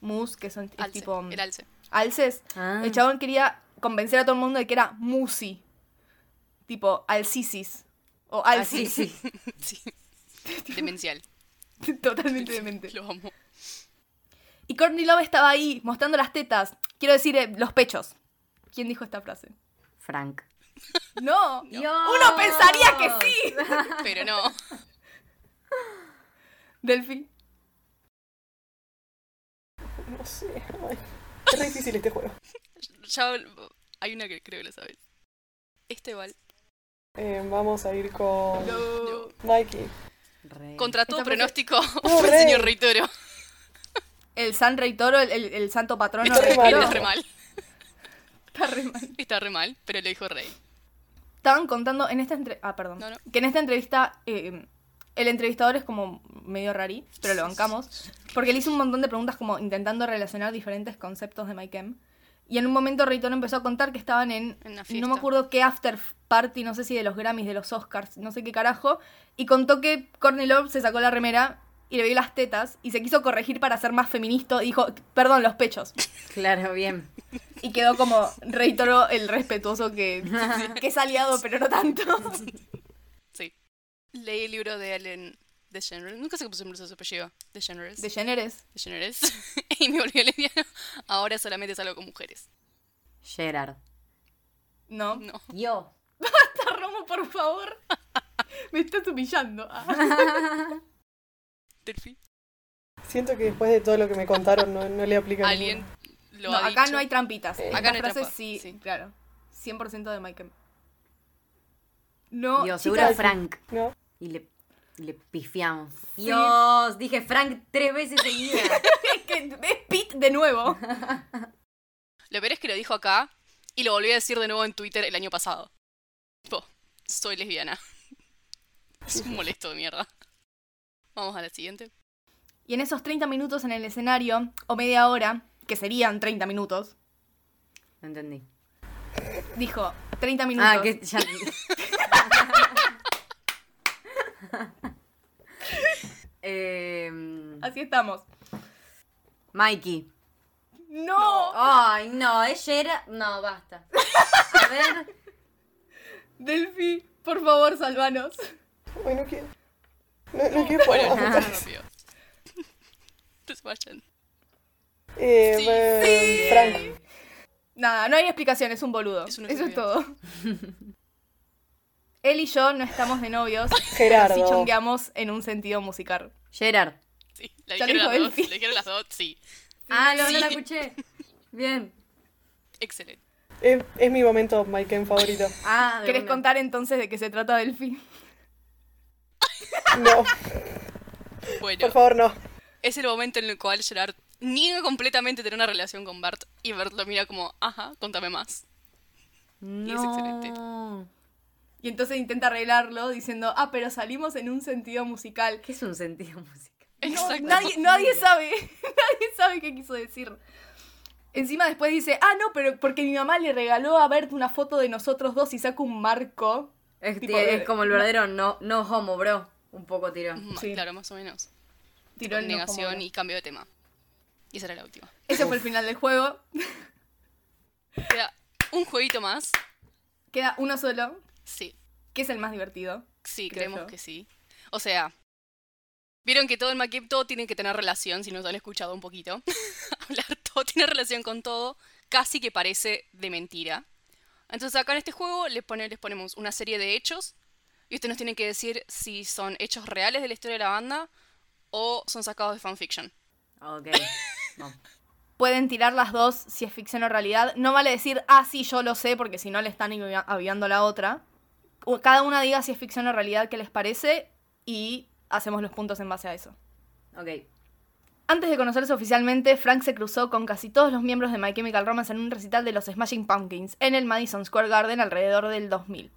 S2: mus, que son es
S1: alce,
S2: tipo mm,
S1: el alce.
S2: alces.
S4: Ah.
S2: El chabón quería convencer a todo el mundo de que era musi, tipo alcisis o
S4: Así,
S2: alcis,
S4: Ah, sí.
S1: Sí. Demencial.
S2: totalmente demente.
S1: Lo amo.
S2: Y Courtney Love estaba ahí, mostrando las tetas. Quiero decir, eh, los pechos. ¿Quién dijo esta frase?
S4: Frank.
S2: ¡No!
S4: Uno
S2: pensaría que sí.
S1: Pero no.
S2: Delphi.
S3: No sé. ay, Es re difícil este juego.
S1: Ya hay una que creo que la sabes. Esteban.
S3: Eh, vamos a ir con
S1: No.
S3: Mikey.
S4: Re.
S1: Contra todo
S2: Esta
S1: pronóstico
S3: No,
S1: fue el
S3: re.
S1: señor Rey Toro.
S2: El San Rey Toro, el, el- el santo patrono
S3: Está
S2: de
S3: re mal,
S2: Toro.
S1: Está re mal.
S2: Está re mal.
S1: Está re mal, pero lo dijo Rey.
S2: Estaban contando en esta entre... Ah, perdón.
S1: No, no.
S2: Que en esta entrevista eh, el entrevistador es como medio rari, pero lo bancamos. Porque le hizo un montón de preguntas como intentando relacionar diferentes conceptos de Mike M. Y en un momento Reitor empezó a contar que estaban en...
S1: En
S2: no
S1: una
S2: me
S1: fiesta.
S2: acuerdo qué after party, no sé si de los Grammys, de los Oscars, no sé qué carajo. Y contó que Courtney Love se sacó la remera y le vio las tetas y se quiso corregir para ser más feminista y dijo, perdón, los pechos.
S4: Claro, bien.
S2: Y quedó como Reitor el respetuoso que, que es aliado, pero no tanto.
S1: Sí. Leí el libro de Allen DeGeneres. Nunca sé cómo se pronuncia su apellido. DeGeneres.
S2: De Jenneres.
S1: DeGeneres. y me volvió lesbiano. Ahora solamente salgo con mujeres.
S4: Gerard.
S2: No.
S1: No.
S4: Yo.
S2: Basta, Romo, por favor. Me estás humillando.
S1: Delphi.
S3: Siento que después de todo lo que me contaron no, no le aplica
S1: Alguien lo
S2: No,
S1: ha
S2: acá
S1: dicho.
S2: no hay trampitas.
S3: Eh,
S2: Acá
S1: acá no
S2: no
S1: hay
S2: frases
S1: trampa,
S2: sí,
S1: sí.
S2: claro. 100% de Michael. No,
S4: Dios, seguro
S2: chicas,
S4: es Frank.
S3: ninguno, ¿no?
S4: Y le, le pifiamos. Dios, dije Frank tres veces seguidas.
S2: que es Pete de nuevo.
S1: Lo peor es que lo dijo acá y lo volvió a decir de nuevo en Twitter el año pasado. Tipo, soy lesbiana. Es un molesto de mierda. Vamos a la siguiente.
S2: Y en esos 30 minutos en el escenario, o media hora, que serían 30 minutos,
S4: No entendí.
S2: dijo 30 minutos.
S4: Ah, que ya. Em,
S2: Así estamos.
S4: Mikey.
S2: No,
S4: Ay, no, es Gerard. No, basta. A ver.
S2: Delphi, por favor, salvanos.
S3: Ay, no quiero. No, no quiero jugar.
S1: Más rápido. No se vayan.
S3: Eh,
S1: Sí,
S3: eh, Frank.
S2: Nada, no hay explicación, es un boludo.
S1: Es un
S2: Eso es
S1: estúpido.
S2: todo. Él y yo no estamos de novios, pero sí
S3: Gerardo.
S2: chongueamos en un sentido musical.
S4: Gerard.
S1: Sí, la
S2: Ya
S1: dijeron
S2: dijo
S1: las dos.
S2: Delphi.
S1: La dijeron las dos, sí.
S4: Ah, no, no la
S1: Sí.
S4: escuché. Bien.
S1: Excelente.
S3: Es, es mi momento Mike favorito.
S4: Ah, de
S2: ¿Querés
S4: una.
S2: contar entonces de qué se trata Delphi?
S3: No,
S1: Bueno,
S3: por favor, no.
S1: es el momento en el cual Gerard niega completamente tener una relación con Bart y Bart lo mira como, ajá, contame más.
S4: No.
S1: es excelente.
S2: Y entonces intenta arreglarlo diciendo, ah, pero salimos en un sentido musical.
S4: ¿Qué es un sentido musical?
S1: Exacto.
S2: Nadie, nadie sabe, nadie sabe qué quiso decir. Encima después dice, ah, no, pero porque mi mamá le regaló a Bert una foto de nosotros dos y saca un marco.
S4: Es,
S2: Tipo,
S4: es
S2: eh,
S4: como el verdadero no, no homo, bro. Un poco tiró.
S1: Ma-
S2: Sí.
S1: Claro, más o menos.
S2: Tiró el no
S1: negación
S2: como-
S1: y cambio de tema. Y esa era la última.
S2: Ese fue el final del juego.
S1: Queda un jueguito más.
S2: Queda uno solo,
S1: Sí,
S2: que es el más divertido.
S1: sí,
S2: Creo
S1: creemos
S2: yo.
S1: que sí. O sea, vieron que todo el maquip todo tiene que tener relación, si nos han escuchado un poquito. Hablar todo tiene relación con todo, casi que parece de mentira. Entonces acá en este juego les, pone- les ponemos una serie de hechos y ustedes nos tienen que decir si son hechos reales de la historia de la banda o son sacados de fanfiction.
S4: Ok. Vamos.
S2: Pueden tirar las dos si es ficción o realidad. No vale decir, ah, sí, yo lo sé, porque si no le están avia- avivando la otra. U- Cada una diga si es ficción o realidad que les parece y hacemos los puntos en base a eso.
S4: Ok.
S2: Antes de conocerse oficialmente, Frank se cruzó con casi todos los miembros de My Chemical Romance en un recital de los Smashing Pumpkins en el Madison Square Garden alrededor del 2000.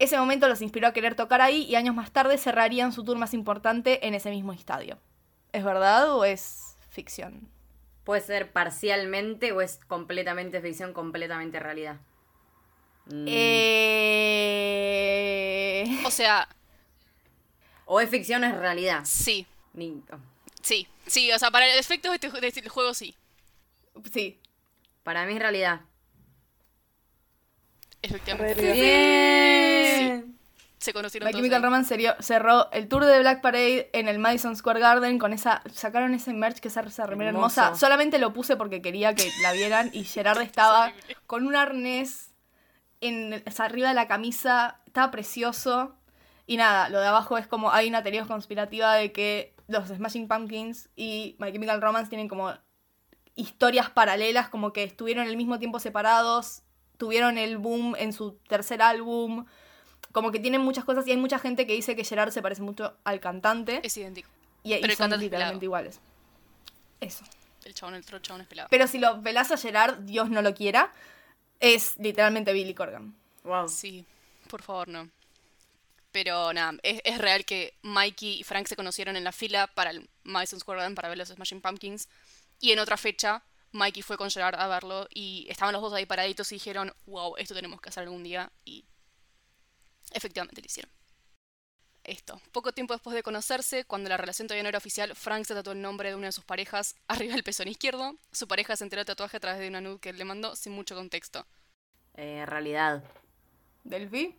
S2: Ese momento los inspiró a querer tocar ahí y años más tarde cerrarían su tour más importante en ese mismo estadio. ¿Es verdad o es ficción?
S4: Puede ser parcialmente o es completamente ficción, completamente realidad. Mm.
S2: Eh...
S1: O sea,
S4: O es ficción o es realidad.
S1: sí,
S4: Ni- oh.
S1: sí, sí, o sea, para el efecto de este, ju- de este juego sí,
S2: Sí.
S4: Para mí es realidad.
S1: efectivamente.
S3: Realidad.
S4: Bien.
S1: Se conocieron
S2: My
S1: todos
S2: Chemical
S1: ahí.
S2: Romance serio- cerró el tour de Black Parade en el Madison Square Garden con esa. Sacaron ese merch que es esa remera
S4: Hermoso.
S2: hermosa. Solamente lo puse porque quería que la vieran y Gerard estaba con un arnés en, o sea, arriba de la camisa. Estaba precioso. Y nada, lo de abajo es como hay una teoría conspirativa de que los Smashing Pumpkins y My Chemical Romance tienen como historias paralelas, como que estuvieron el mismo tiempo separados, tuvieron el boom en su tercer álbum, como que tienen muchas cosas y hay mucha gente que dice que Gerard se parece mucho al cantante
S1: Es idéntico.
S2: y, y
S1: pero el
S2: son
S1: cantante es
S2: literalmente
S1: pelado.
S2: iguales. Eso.
S1: El chabón, el otro chabón es pelado.
S2: Pero si lo velas a Gerard, Dios no lo quiera, es literalmente Billy Corgan.
S4: Wow.
S1: Sí, por favor, no. Pero nada, es, es real que Mikey y Frank se conocieron en la fila para el Madison Square Garden para ver los Smashing Pumpkins. Y en otra fecha, Mikey fue con Gerard a verlo y estaban los dos ahí paraditos y dijeron, wow, esto tenemos que hacer algún día. Y efectivamente lo hicieron. Esto. Poco tiempo después de conocerse, cuando la relación todavía no era oficial, Frank se tatuó el nombre de una de sus parejas arriba del pezón izquierdo. Su pareja se enteró del tatuaje a través de una nude que él le mandó sin mucho contexto.
S4: Eh, realidad.
S2: ¿Delphi?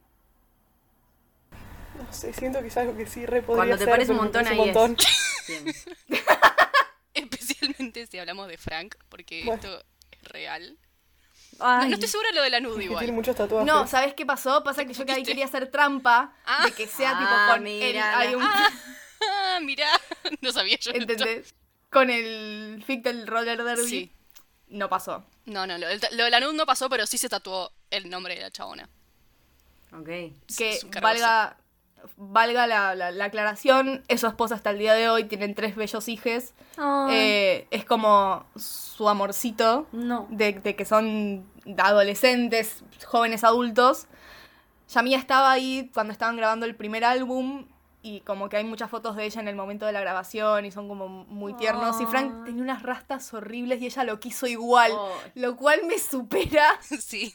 S3: No sé, siento que es algo que sí re podría
S4: Cuando te
S3: ser,
S4: parece un
S3: pero me
S4: montón ahí
S3: parece un montón.
S4: es. Bien.
S1: Especialmente si hablamos de Frank, porque
S3: Bueno.
S1: esto es real. No,
S4: Ay.
S1: no estoy segura de lo de la nude
S3: Que tiene
S1: igual.
S3: muchos tatuajes.
S2: No, ¿sabes qué pasó? Pasa que yo que ahí quería hacer trampa de que sea tipo
S4: Ah,
S2: con
S4: mira,
S2: el-
S4: la-
S2: hay un-
S1: Ah, mirá, no sabía yo. esto.
S2: ¿Entendés? Con el fic del roller derby.
S1: Sí.
S2: No pasó.
S1: No, no, lo, del ta- lo de la nude no pasó, pero sí se tatuó el nombre de la chabona.
S4: Ok.
S1: Es-
S2: Que
S1: es un carabazo.
S2: valga, valga la, la- la aclaración, es su esposa hasta el día de hoy, tienen tres bellos hijes. Eh, es como su amorcito
S4: no.
S2: de, de que son adolescentes, jóvenes adultos. Yamia estaba ahí cuando estaban grabando el primer álbum y como que hay muchas fotos de ella en el momento de la grabación y son como muy tiernos. Y Frank
S4: Ay.
S2: tenía unas rastas horribles y ella lo quiso igual,
S4: Oh.
S2: lo cual me supera.
S1: Sí.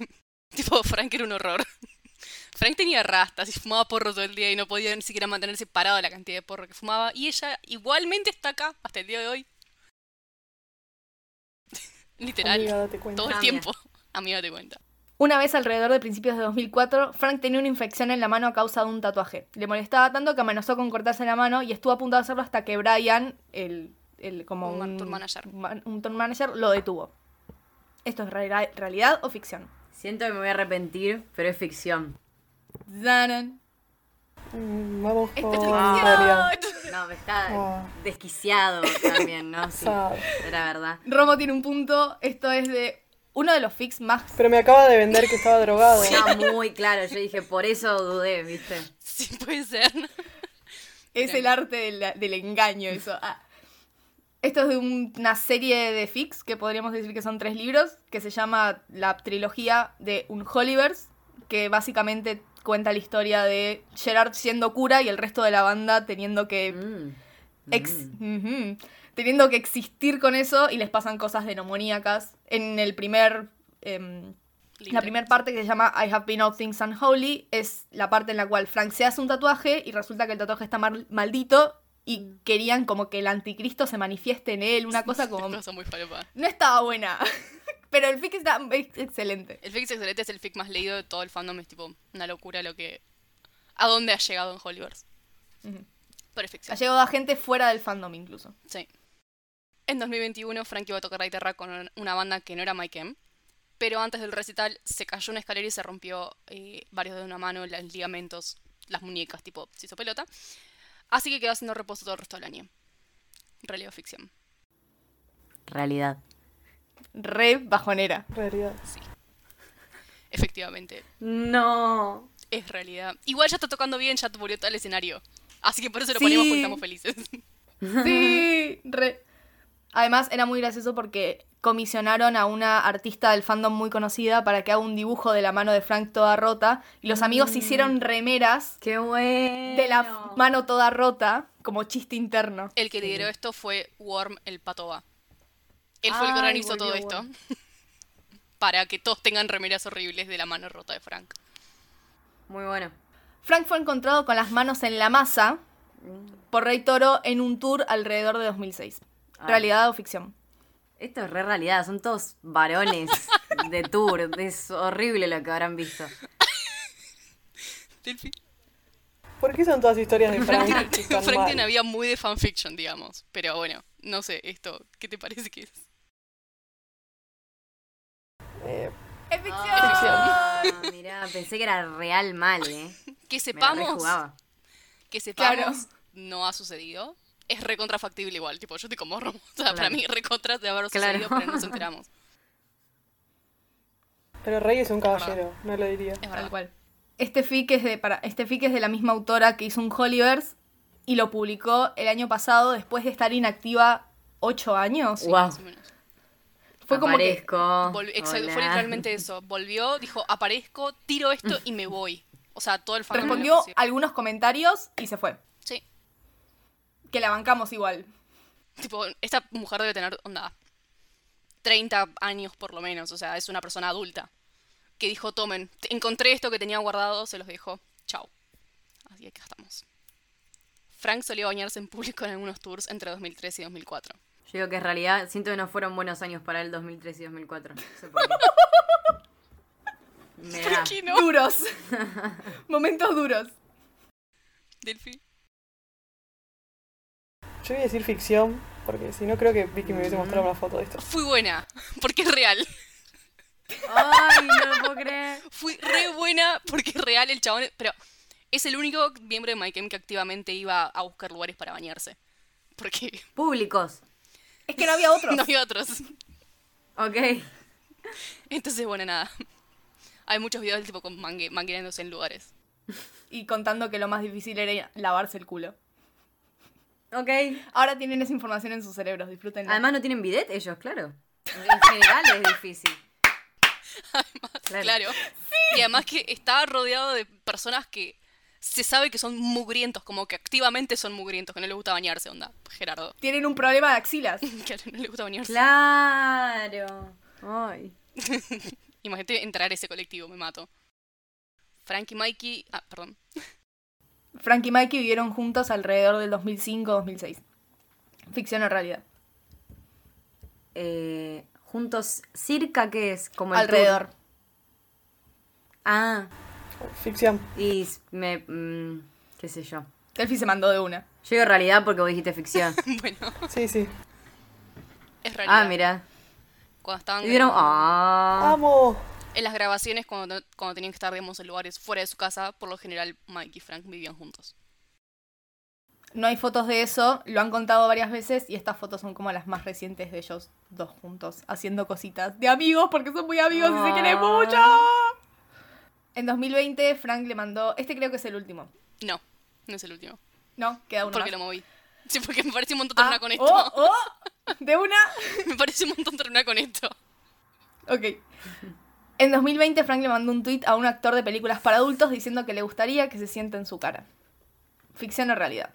S1: Tipo, Frank era un horror. Frank tenía rastas y fumaba porro todo el día y no podía ni siquiera mantenerse parado de la cantidad de porro que fumaba. Y ella igualmente está acá hasta el día de hoy. Literal,
S3: Amiga, date cuenta.
S1: todo el
S4: Amiga.
S1: tiempo. Amiga, te cuenta.
S2: Una vez alrededor de principios de 2004, Frank tenía una infección en la mano a causa de un tatuaje. Le molestaba tanto que amenazó con cortarse la mano y estuvo a punto de hacerlo hasta que Brian, el, el como
S1: Un
S2: un
S1: tour manager.
S2: man- un tour manager, lo detuvo. ¿Esto es reali- realidad o ficción?
S4: Siento que me voy a arrepentir, pero es ficción.
S2: Zanan.
S3: Mm, Vamos
S2: Este
S3: con
S2: es
S3: realidad.
S4: No, me está
S3: Oh.
S4: desquiciado también, ¿no? Sí.
S3: Sad.
S4: Era verdad.
S2: Romo tiene un punto. Esto es de uno de los fics más.
S3: Pero me acaba de vender que estaba drogado.
S4: Está muy claro. Yo dije, por eso dudé, ¿viste?
S1: Sí, puede ser.
S2: Es el arte de la- del engaño, eso. Ah. Esto es de un- una serie de fics que podríamos decir que son tres libros, que se llama la trilogía de Un Hollyverse, que básicamente cuenta la historia de Gerard siendo cura y el resto de la banda teniendo que
S4: Mm.
S2: ex-
S4: Mm.
S2: Ujú. teniendo que existir con eso y les pasan cosas demoníacas. En el primer em, la
S1: Libre.
S2: primera parte que se llama I Have Been All Things Unholy es la parte en la cual Frank se hace un tatuaje y resulta que el tatuaje está mal- maldito y querían como que el anticristo se manifieste en él, una cosa como...
S1: Una cosa muy falopa.
S2: No estaba buena, pero el fic está ex- excelente.
S1: El fic excelente es el fic más leído de todo el fandom. Es tipo una locura lo que. a dónde ha llegado en Hollyverse.
S2: Ujú. Ha
S1: Perfección.
S2: llegado a gente fuera del fandom incluso.
S1: Sí. En 2021, Frank iba a tocar la guitarra con una banda que no era My Chem. pero antes del recital se cayó una escalera y se rompió eh, varios de una mano, los ligamentos, las muñecas, tipo, se hizo pelota. Así que quedó haciendo reposo todo el resto del año. Realidad o ficción.
S4: Realidad.
S2: Re bajonera.
S3: Realidad.
S1: Efectivamente,
S4: No.
S1: es realidad. Igual ya está tocando bien, ya volvió todo el escenario. Así que por eso lo
S2: Sí.
S1: ponemos porque estamos felices.
S2: Sí, re. Además, era muy gracioso porque comisionaron a una artista del fandom muy conocida para que haga un dibujo de la mano de Frank toda rota. Y los amigos se hicieron remeras
S4: Qué bueno.
S2: de la f- mano toda rota, como chiste interno.
S1: El que lideró esto fue Worm el Patoba. Él fue el que
S4: Ay,
S1: organizó
S4: volvió
S1: todo esto.
S4: Worm.
S1: Para que todos tengan remeras horribles de la mano rota de Frank.
S4: Muy bueno.
S2: Frank fue encontrado con las manos en la masa por Rey Toro en un tour alrededor de 2006.
S4: Ay.
S2: ¿Realidad o ficción?
S4: Esto es re realidad, son todos varones de tour. Es horrible lo que habrán visto.
S1: Delphi.
S3: ¿Por qué son todas historias de Frank?
S1: Frank,
S3: y tan
S1: Frank
S3: mal?
S1: tiene una vida muy de fanfiction, digamos. Pero bueno, no sé, esto, ¿qué te parece que es?
S3: Eh,
S2: ¡Es ficción!
S4: Ah, mirá, pensé que era real mal, ¿eh?
S1: Que
S4: Me la
S1: sepamos,
S4: rejugaba.
S1: que sepamos,
S2: Claro.
S1: no ha sucedido. Es recontrafactible igual, tipo, yo estoy como Romo. O sea, para
S4: Claro.
S1: mí recontra de haber
S4: Claro.
S1: sucedido, pero no nos enteramos.
S3: pero Rey es un caballero, no lo diría.
S1: Es
S2: Tal
S1: verdad.
S2: cual. Este fic es de para, este fic es de la misma autora que hizo un Holyverse y lo publicó el año pasado después de estar inactiva ocho años.
S1: Sí,
S4: Guau.
S1: más o menos.
S2: Fue como que
S4: Aparezco.
S1: Volvi- exacto, fue
S4: Hola.
S1: literalmente eso. Volvió, dijo, aparezco, tiro esto y me voy. O sea, todo el fandom.
S2: respondió
S1: Sí.
S2: algunos comentarios y se fue.
S1: Sí.
S2: Que la bancamos igual.
S1: Tipo, esta mujer debe tener, onda, 30 años por lo menos. O sea, es una persona adulta. Que dijo, tomen, te- encontré esto que tenía guardado, se los dejo. Chao. Así que acá estamos. Frank solía bañarse en público en algunos tours entre 2003 y 2004.
S4: Yo digo que en realidad siento que no fueron buenos años para el 2003 y 2004. No sé por qué. Me da.
S1: ¿Qué no?
S2: Duros. Momentos duros.
S1: Delphi.
S3: Yo voy a decir ficción, porque si no creo que Vicky me
S1: Mm.
S3: hubiese mostrado una foto de esto.
S1: Fui buena, porque es real.
S4: Ay, no lo puedo creer.
S1: Fui re buena porque es real el chabón. Pero es el único miembro de MyChem que activamente iba a buscar lugares para bañarse. Porque
S4: Públicos.
S2: Es que no había otros.
S1: no había otros.
S4: Ok.
S1: Entonces, bueno, nada. Hay muchos videos del tipo con mangue, mangueándose en lugares.
S2: Y contando que lo más difícil era lavarse el culo.
S4: Ok.
S2: Ahora tienen esa información en sus cerebros, disfrútenla.
S4: Además no tienen bidet ellos, claro. En general es difícil. Claro.
S1: Claro. Y además que está rodeado de personas que se sabe que son mugrientos, como que activamente son mugrientos, que no les gusta bañarse, onda, Gerardo.
S2: tienen un problema de axilas.
S1: Claro, no les gusta bañarse.
S4: Claro. Ay.
S1: Imagínate entrar a ese colectivo, me mato. Frank y Mikey. Ah, perdón.
S2: Frank y Mikey vivieron juntos alrededor del 2005-2006. Ficción o realidad.
S4: Eh, juntos, circa que es como el
S2: Alrededor.
S4: tour. Ah,
S3: Ficción.
S4: y s- me mm, qué sé yo.
S2: Delphi se mandó de una.
S4: Yo digo realidad porque vos dijiste ficción.
S1: Bueno,
S3: Sí, sí.
S1: es realidad.
S4: ah, mira.
S1: Cuando estaban
S4: Vieron.
S1: grabando-
S4: Ah.
S3: amo.
S1: en las grabaciones, cuando, cuando tenían que estar, digamos, en lugares fuera de su casa, por lo general Mike y Frank vivían juntos.
S2: No hay fotos de eso, lo han contado varias veces y estas fotos son como las más recientes de ellos dos juntos, haciendo cositas de amigos porque son muy amigos y se quieren
S4: Ah.
S2: mucho. En 2020 Frank le mandó, este creo que es el último.
S1: No, no es el último.
S2: No, queda uno.
S1: porque lo
S2: más.
S1: moví. Sí, porque me parece un montón
S2: Ah,
S1: terminar con esto.
S2: oh, oh, de una.
S1: Me parece un montón terminar con esto.
S2: Ok. En 2020 Frank le mandó un tweet a un actor de películas para adultos diciendo que le gustaría que se sienta en su cara. Ficción o realidad.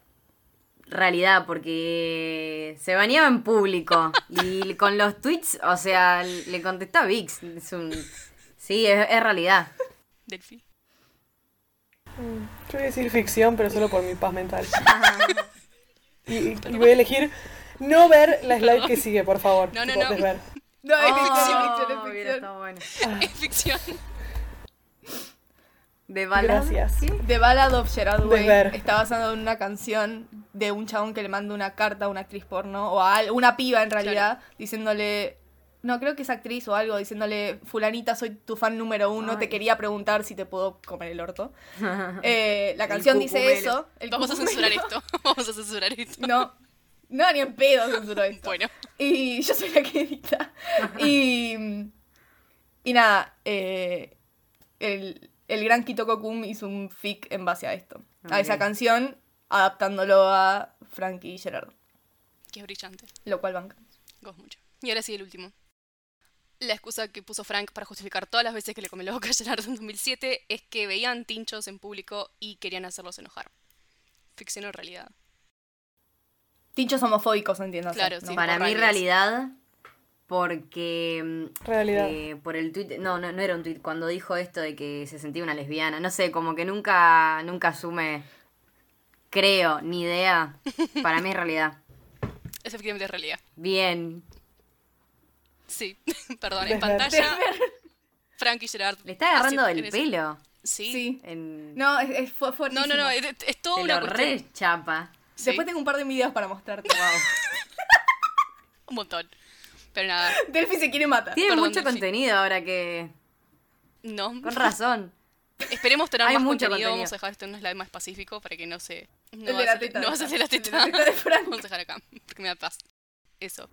S4: Realidad porque se bañaba en público y con los tweets, o sea, le contestó a Vix. Es un- Sí, es, es realidad.
S1: Delphi.
S3: Mm, Yo voy a decir ficción, pero solo por mi paz mental. Y, y voy a elegir no ver la slide que sigue, por favor.
S1: No, no,
S3: Tipo,
S1: no.
S3: desver.
S2: No, es ficción,
S4: Oh,
S2: es ficción, es
S4: hubiera
S2: ficción.
S4: estado bueno.
S2: Ah.
S1: Es ficción.
S4: De balada.
S3: Gracias.
S4: ¿Qué?
S2: The Ballad of Gerard Way
S3: Deber.
S2: está basado en una canción de un chabón que le manda una carta a una actriz porno o a al- una piba en realidad diciéndole No, creo que es actriz o algo, diciéndole, fulanita, soy tu fan número uno,
S4: Ay.
S2: te quería preguntar si te puedo comer el orto. Eh, la canción dice
S4: cucumelo.
S2: eso. el
S1: Vamos a
S2: cucumelo.
S1: censurar esto. Vamos a censurar esto.
S2: No, no, ni en pedo censuró esto.
S1: Bueno,
S2: Y yo soy la que edita. Y, y nada, eh, el, el gran Kitoko Kun hizo un fic en base a esto, a esa
S4: Ok.
S2: canción, adaptándolo a Frankie y Gerardo,
S1: que es brillante.
S2: lo cual banca.
S1: Gosto mucho. Y ahora sí, el último. La excusa que puso Frank para justificar todas las veces que le comió la boca a Gerardo en 2007 es que veían tinchos en público y querían hacerlos enojar. Ficción o realidad.
S2: Tinchos homofóbicos, entiendo.
S1: Claro,
S2: ¿no?
S1: sí.
S4: Para
S1: por
S4: mí,
S1: rallies.
S4: realidad, porque. mm,
S3: Realidad.
S4: eh, por el tweet. No, no, no era un tweet. Cuando dijo esto de que se sentía una lesbiana. No sé, como que nunca, nunca asume. Creo, ni idea. Para mí es realidad.
S1: Es efectivamente realidad.
S4: Bien.
S1: Sí, perdón, en
S3: Desver-
S1: pantalla. Frank y Gerard.
S4: Le está agarrando
S1: así, en
S4: el
S1: ese-
S4: pelo.
S1: Sí.
S2: Sí.
S4: En...
S2: No, es, es, fue fuertísimo.
S1: No, no, no, es, es toda
S4: Te
S1: una
S4: lo
S1: cuestión.
S4: re chapa.
S1: Sí,
S2: Después tengo un par de videos para mostrarte.
S1: Un montón. Pero nada,
S2: Delphi se quiere matar.
S4: Tiene
S1: Perdón,
S4: mucho
S1: Delphi.
S4: contenido ahora que.
S1: no.
S4: Con razón.
S1: Esperemos tener
S4: Hay
S1: más
S4: mucho
S1: contenido.
S4: contenido.
S1: Vamos a dejar esto en un slide más pacífico para que no se. No
S2: El de
S1: va a
S2: la
S1: ser-
S2: teta.
S1: No va a ser de la
S2: El de
S1: teta.
S2: la teta de Frank.
S1: Vamos a dejar acá, porque me da paz. Eso.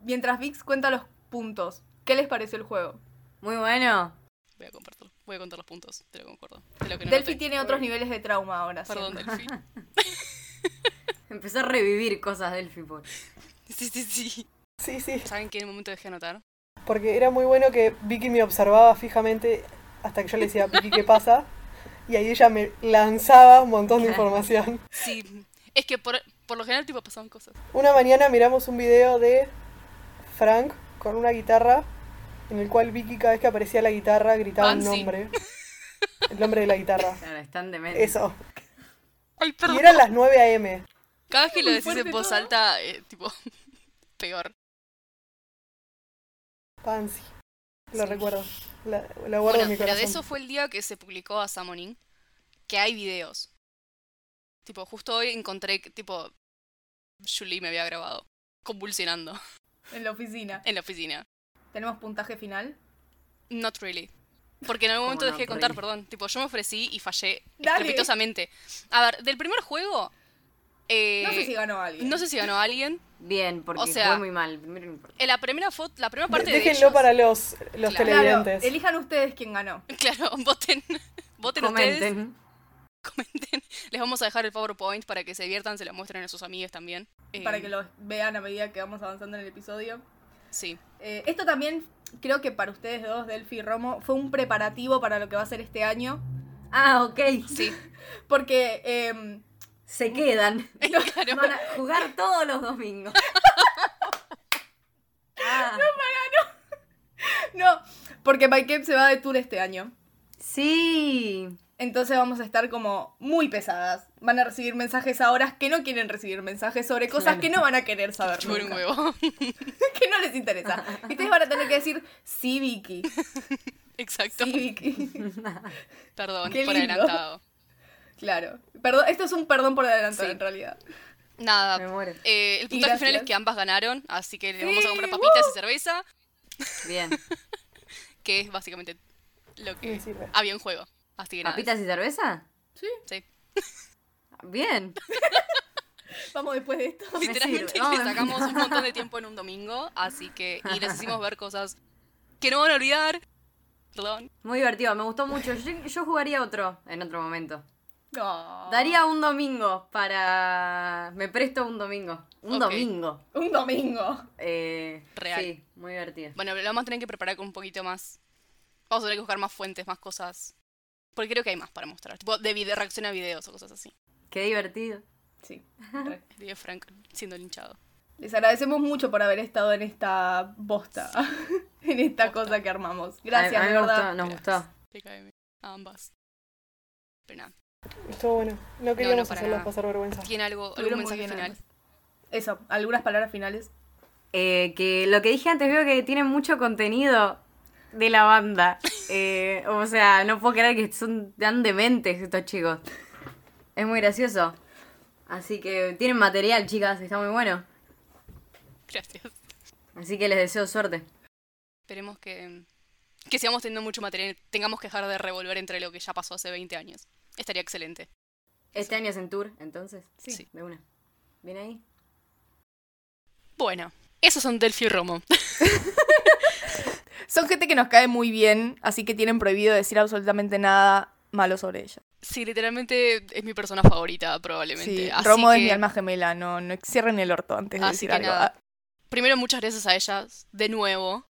S2: Mientras Vix cuenta los puntos, ¿qué les pareció el juego?
S4: Muy bueno.
S1: Voy a compartirlo. Voy a contar los puntos de lo que me acuerdo. De lo que no
S2: Delphi
S1: noté.
S2: tiene otros niveles de trauma ahora.
S1: Perdón,
S2: siento.
S1: Delphi.
S4: Empezó a revivir cosas del FIPO.
S1: Sí, sí, sí.
S3: Sí, sí.
S1: ¿Saben qué en el momento dejé anotar?
S3: Porque era muy bueno que Vicky me observaba fijamente hasta que yo le decía, Vicky, ¿qué pasa? Y ahí ella me lanzaba un montón de información.
S1: Sí. Es que por, por lo general, tipo, pasaban cosas.
S3: Una mañana miramos un video de Frank con una guitarra en el cual Vicky cada vez que aparecía la guitarra gritaba un
S1: Bansi.
S3: nombre. El nombre de la guitarra.
S4: Claro, están demente.
S3: Eso.
S1: Ay,
S3: Y
S1: perdón.
S3: eran las 9 a.m.
S1: Cada vez que lo
S2: Muy
S1: decís en
S2: fuerte
S1: voz
S2: todo.
S1: alta, eh, tipo, peor.
S3: Pansy. Lo
S1: Sí.
S3: recuerdo. La, la guardo
S1: Bueno,
S3: en mi
S1: pero
S3: corazón.
S1: de eso fue el día que se publicó a Summoning, que hay videos. Tipo, justo hoy encontré, que, tipo, Julie me había grabado convulsionando
S2: En la oficina.
S1: en la oficina.
S2: Tenemos puntaje final.
S1: Not really. Porque en algún
S4: ¿Cómo
S1: momento
S4: not
S1: dejé de contar,
S4: really?
S1: perdón. Tipo, yo me ofrecí y fallé
S2: Dale.
S1: estrepitosamente. A ver, del primer juego. eh,
S2: No sé si ganó alguien.
S1: no sé si ganó alguien.
S4: Bien, porque
S1: O sea-
S4: fue muy mal. Primero no importa.
S1: En la primera foto, la primera parte
S3: De-
S1: de,
S3: Déjenlo
S1: ellos-
S3: para los, los
S1: Claro.
S2: Claro,
S3: televidentes.
S2: elijan ustedes quién ganó.
S1: Claro, voten. Voten ustedes.
S4: Comenten.
S1: Comenten. Les vamos a dejar el PowerPoint para que se diviertan, se lo muestren a sus amigos también. Eh,
S2: Para que lo vean a medida que vamos avanzando en el episodio.
S1: Sí.
S2: Eh, esto también, creo que para ustedes dos, Delphi y Romo, fue un preparativo para lo que va a ser este año.
S4: Ah, ok.
S1: Sí.
S2: Porque eh,
S4: Se quedan.
S1: Claro.
S4: Van a jugar todos los domingos. Ah,
S2: No, porque MyCape se va de tour este año.
S4: sí.
S2: Entonces vamos a estar como muy pesadas. Van a recibir mensajes a horas que no quieren recibir mensajes sobre cosas
S4: Claro.
S2: que no van a querer saber.
S1: Chupar un
S2: nunca,
S1: huevo.
S2: que no les interesa. Y ustedes van a tener que decir, sí, Vicky.
S1: Exacto.
S2: Sí, Vicky.
S1: Perdón,
S2: Qué
S1: por
S2: lindo.
S1: adelantado.
S2: Claro. Perdón, esto es un perdón por adelantado
S1: Sí.
S2: en realidad.
S1: Nada.
S4: Me muero.
S1: eh, el puntaje
S2: gracias.
S1: final es que ambas ganaron, así que le
S2: Sí,
S1: vamos a comprar papitas
S4: uh.
S1: y cerveza,
S4: Bien.
S1: que es básicamente lo que
S3: Me sirve.
S1: había en juego. Así que nada.
S4: ¿Papitas y cerveza?
S1: Sí.
S4: Bien.
S2: Vamos después de esto.
S4: Me
S1: Literalmente
S4: sirve. No,
S1: le
S4: no,
S1: sacamos
S4: no.
S1: un montón de tiempo en un domingo, así que. Y les hicimos ver cosas que no van a olvidar. Perdón.
S4: Muy divertido, me gustó mucho. Yo, yo jugaría otro en otro momento.
S2: No.
S4: Daría un domingo para. Me presto un domingo. Un
S1: Ok.
S4: domingo.
S2: Un domingo.
S4: Eh,
S1: Real.
S4: Sí, muy divertido.
S1: Bueno, lo vamos a tener que preparar con un poquito más. Vamos a tener que buscar más fuentes, más cosas. Porque creo que hay más para mostrar. Tipo, de vide- reacción a videos o cosas así.
S4: Qué divertido.
S2: Sí.
S1: El video de Frank siendo linchado.
S2: Les agradecemos mucho por haber estado en esta bosta. en esta cosa que armamos. Gracias,
S4: A- a mí
S2: de
S4: me
S2: verdad.
S4: gustó, nos gustó.
S1: TKM. A ambas. Pero nada.
S3: Estuvo bueno. No queríamos
S1: para
S3: hacerlas
S1: nada.
S3: pasar vergüenza.
S1: ¿Tiene algo, algún
S2: Estuvieron muy
S1: mensaje
S2: bien,
S1: final?
S2: además. Eso, algunas palabras finales.
S4: Eh, que lo que dije antes veo que tienen mucho contenido de la banda. Eh, o sea, no puedo creer que son tan dementes estos chicos. Es muy gracioso. Así que tienen material, chicas, está muy bueno.
S1: Gracias.
S4: Así que les deseo suerte.
S1: Esperemos que, que sigamos teniendo mucho material, tengamos que dejar de revolver entre lo que ya pasó hace 20 años. Estaría excelente.
S4: Este año es en tour, entonces.
S1: Sí.
S4: De una. ¿Viene ahí?
S1: Bueno, esos son Delphi y Romo.
S2: Son gente que nos cae muy bien, así que tienen prohibido decir absolutamente nada malo sobre ella.
S1: Sí, literalmente es mi persona favorita, probablemente.
S2: Sí,
S1: Así
S2: Romo es
S1: que-
S2: mi alma gemela, no, no cierren el orto antes de
S1: Así
S2: decir
S1: que
S2: algo.
S1: nada.
S2: Ah,
S1: Primero, muchas gracias a ellas, de nuevo,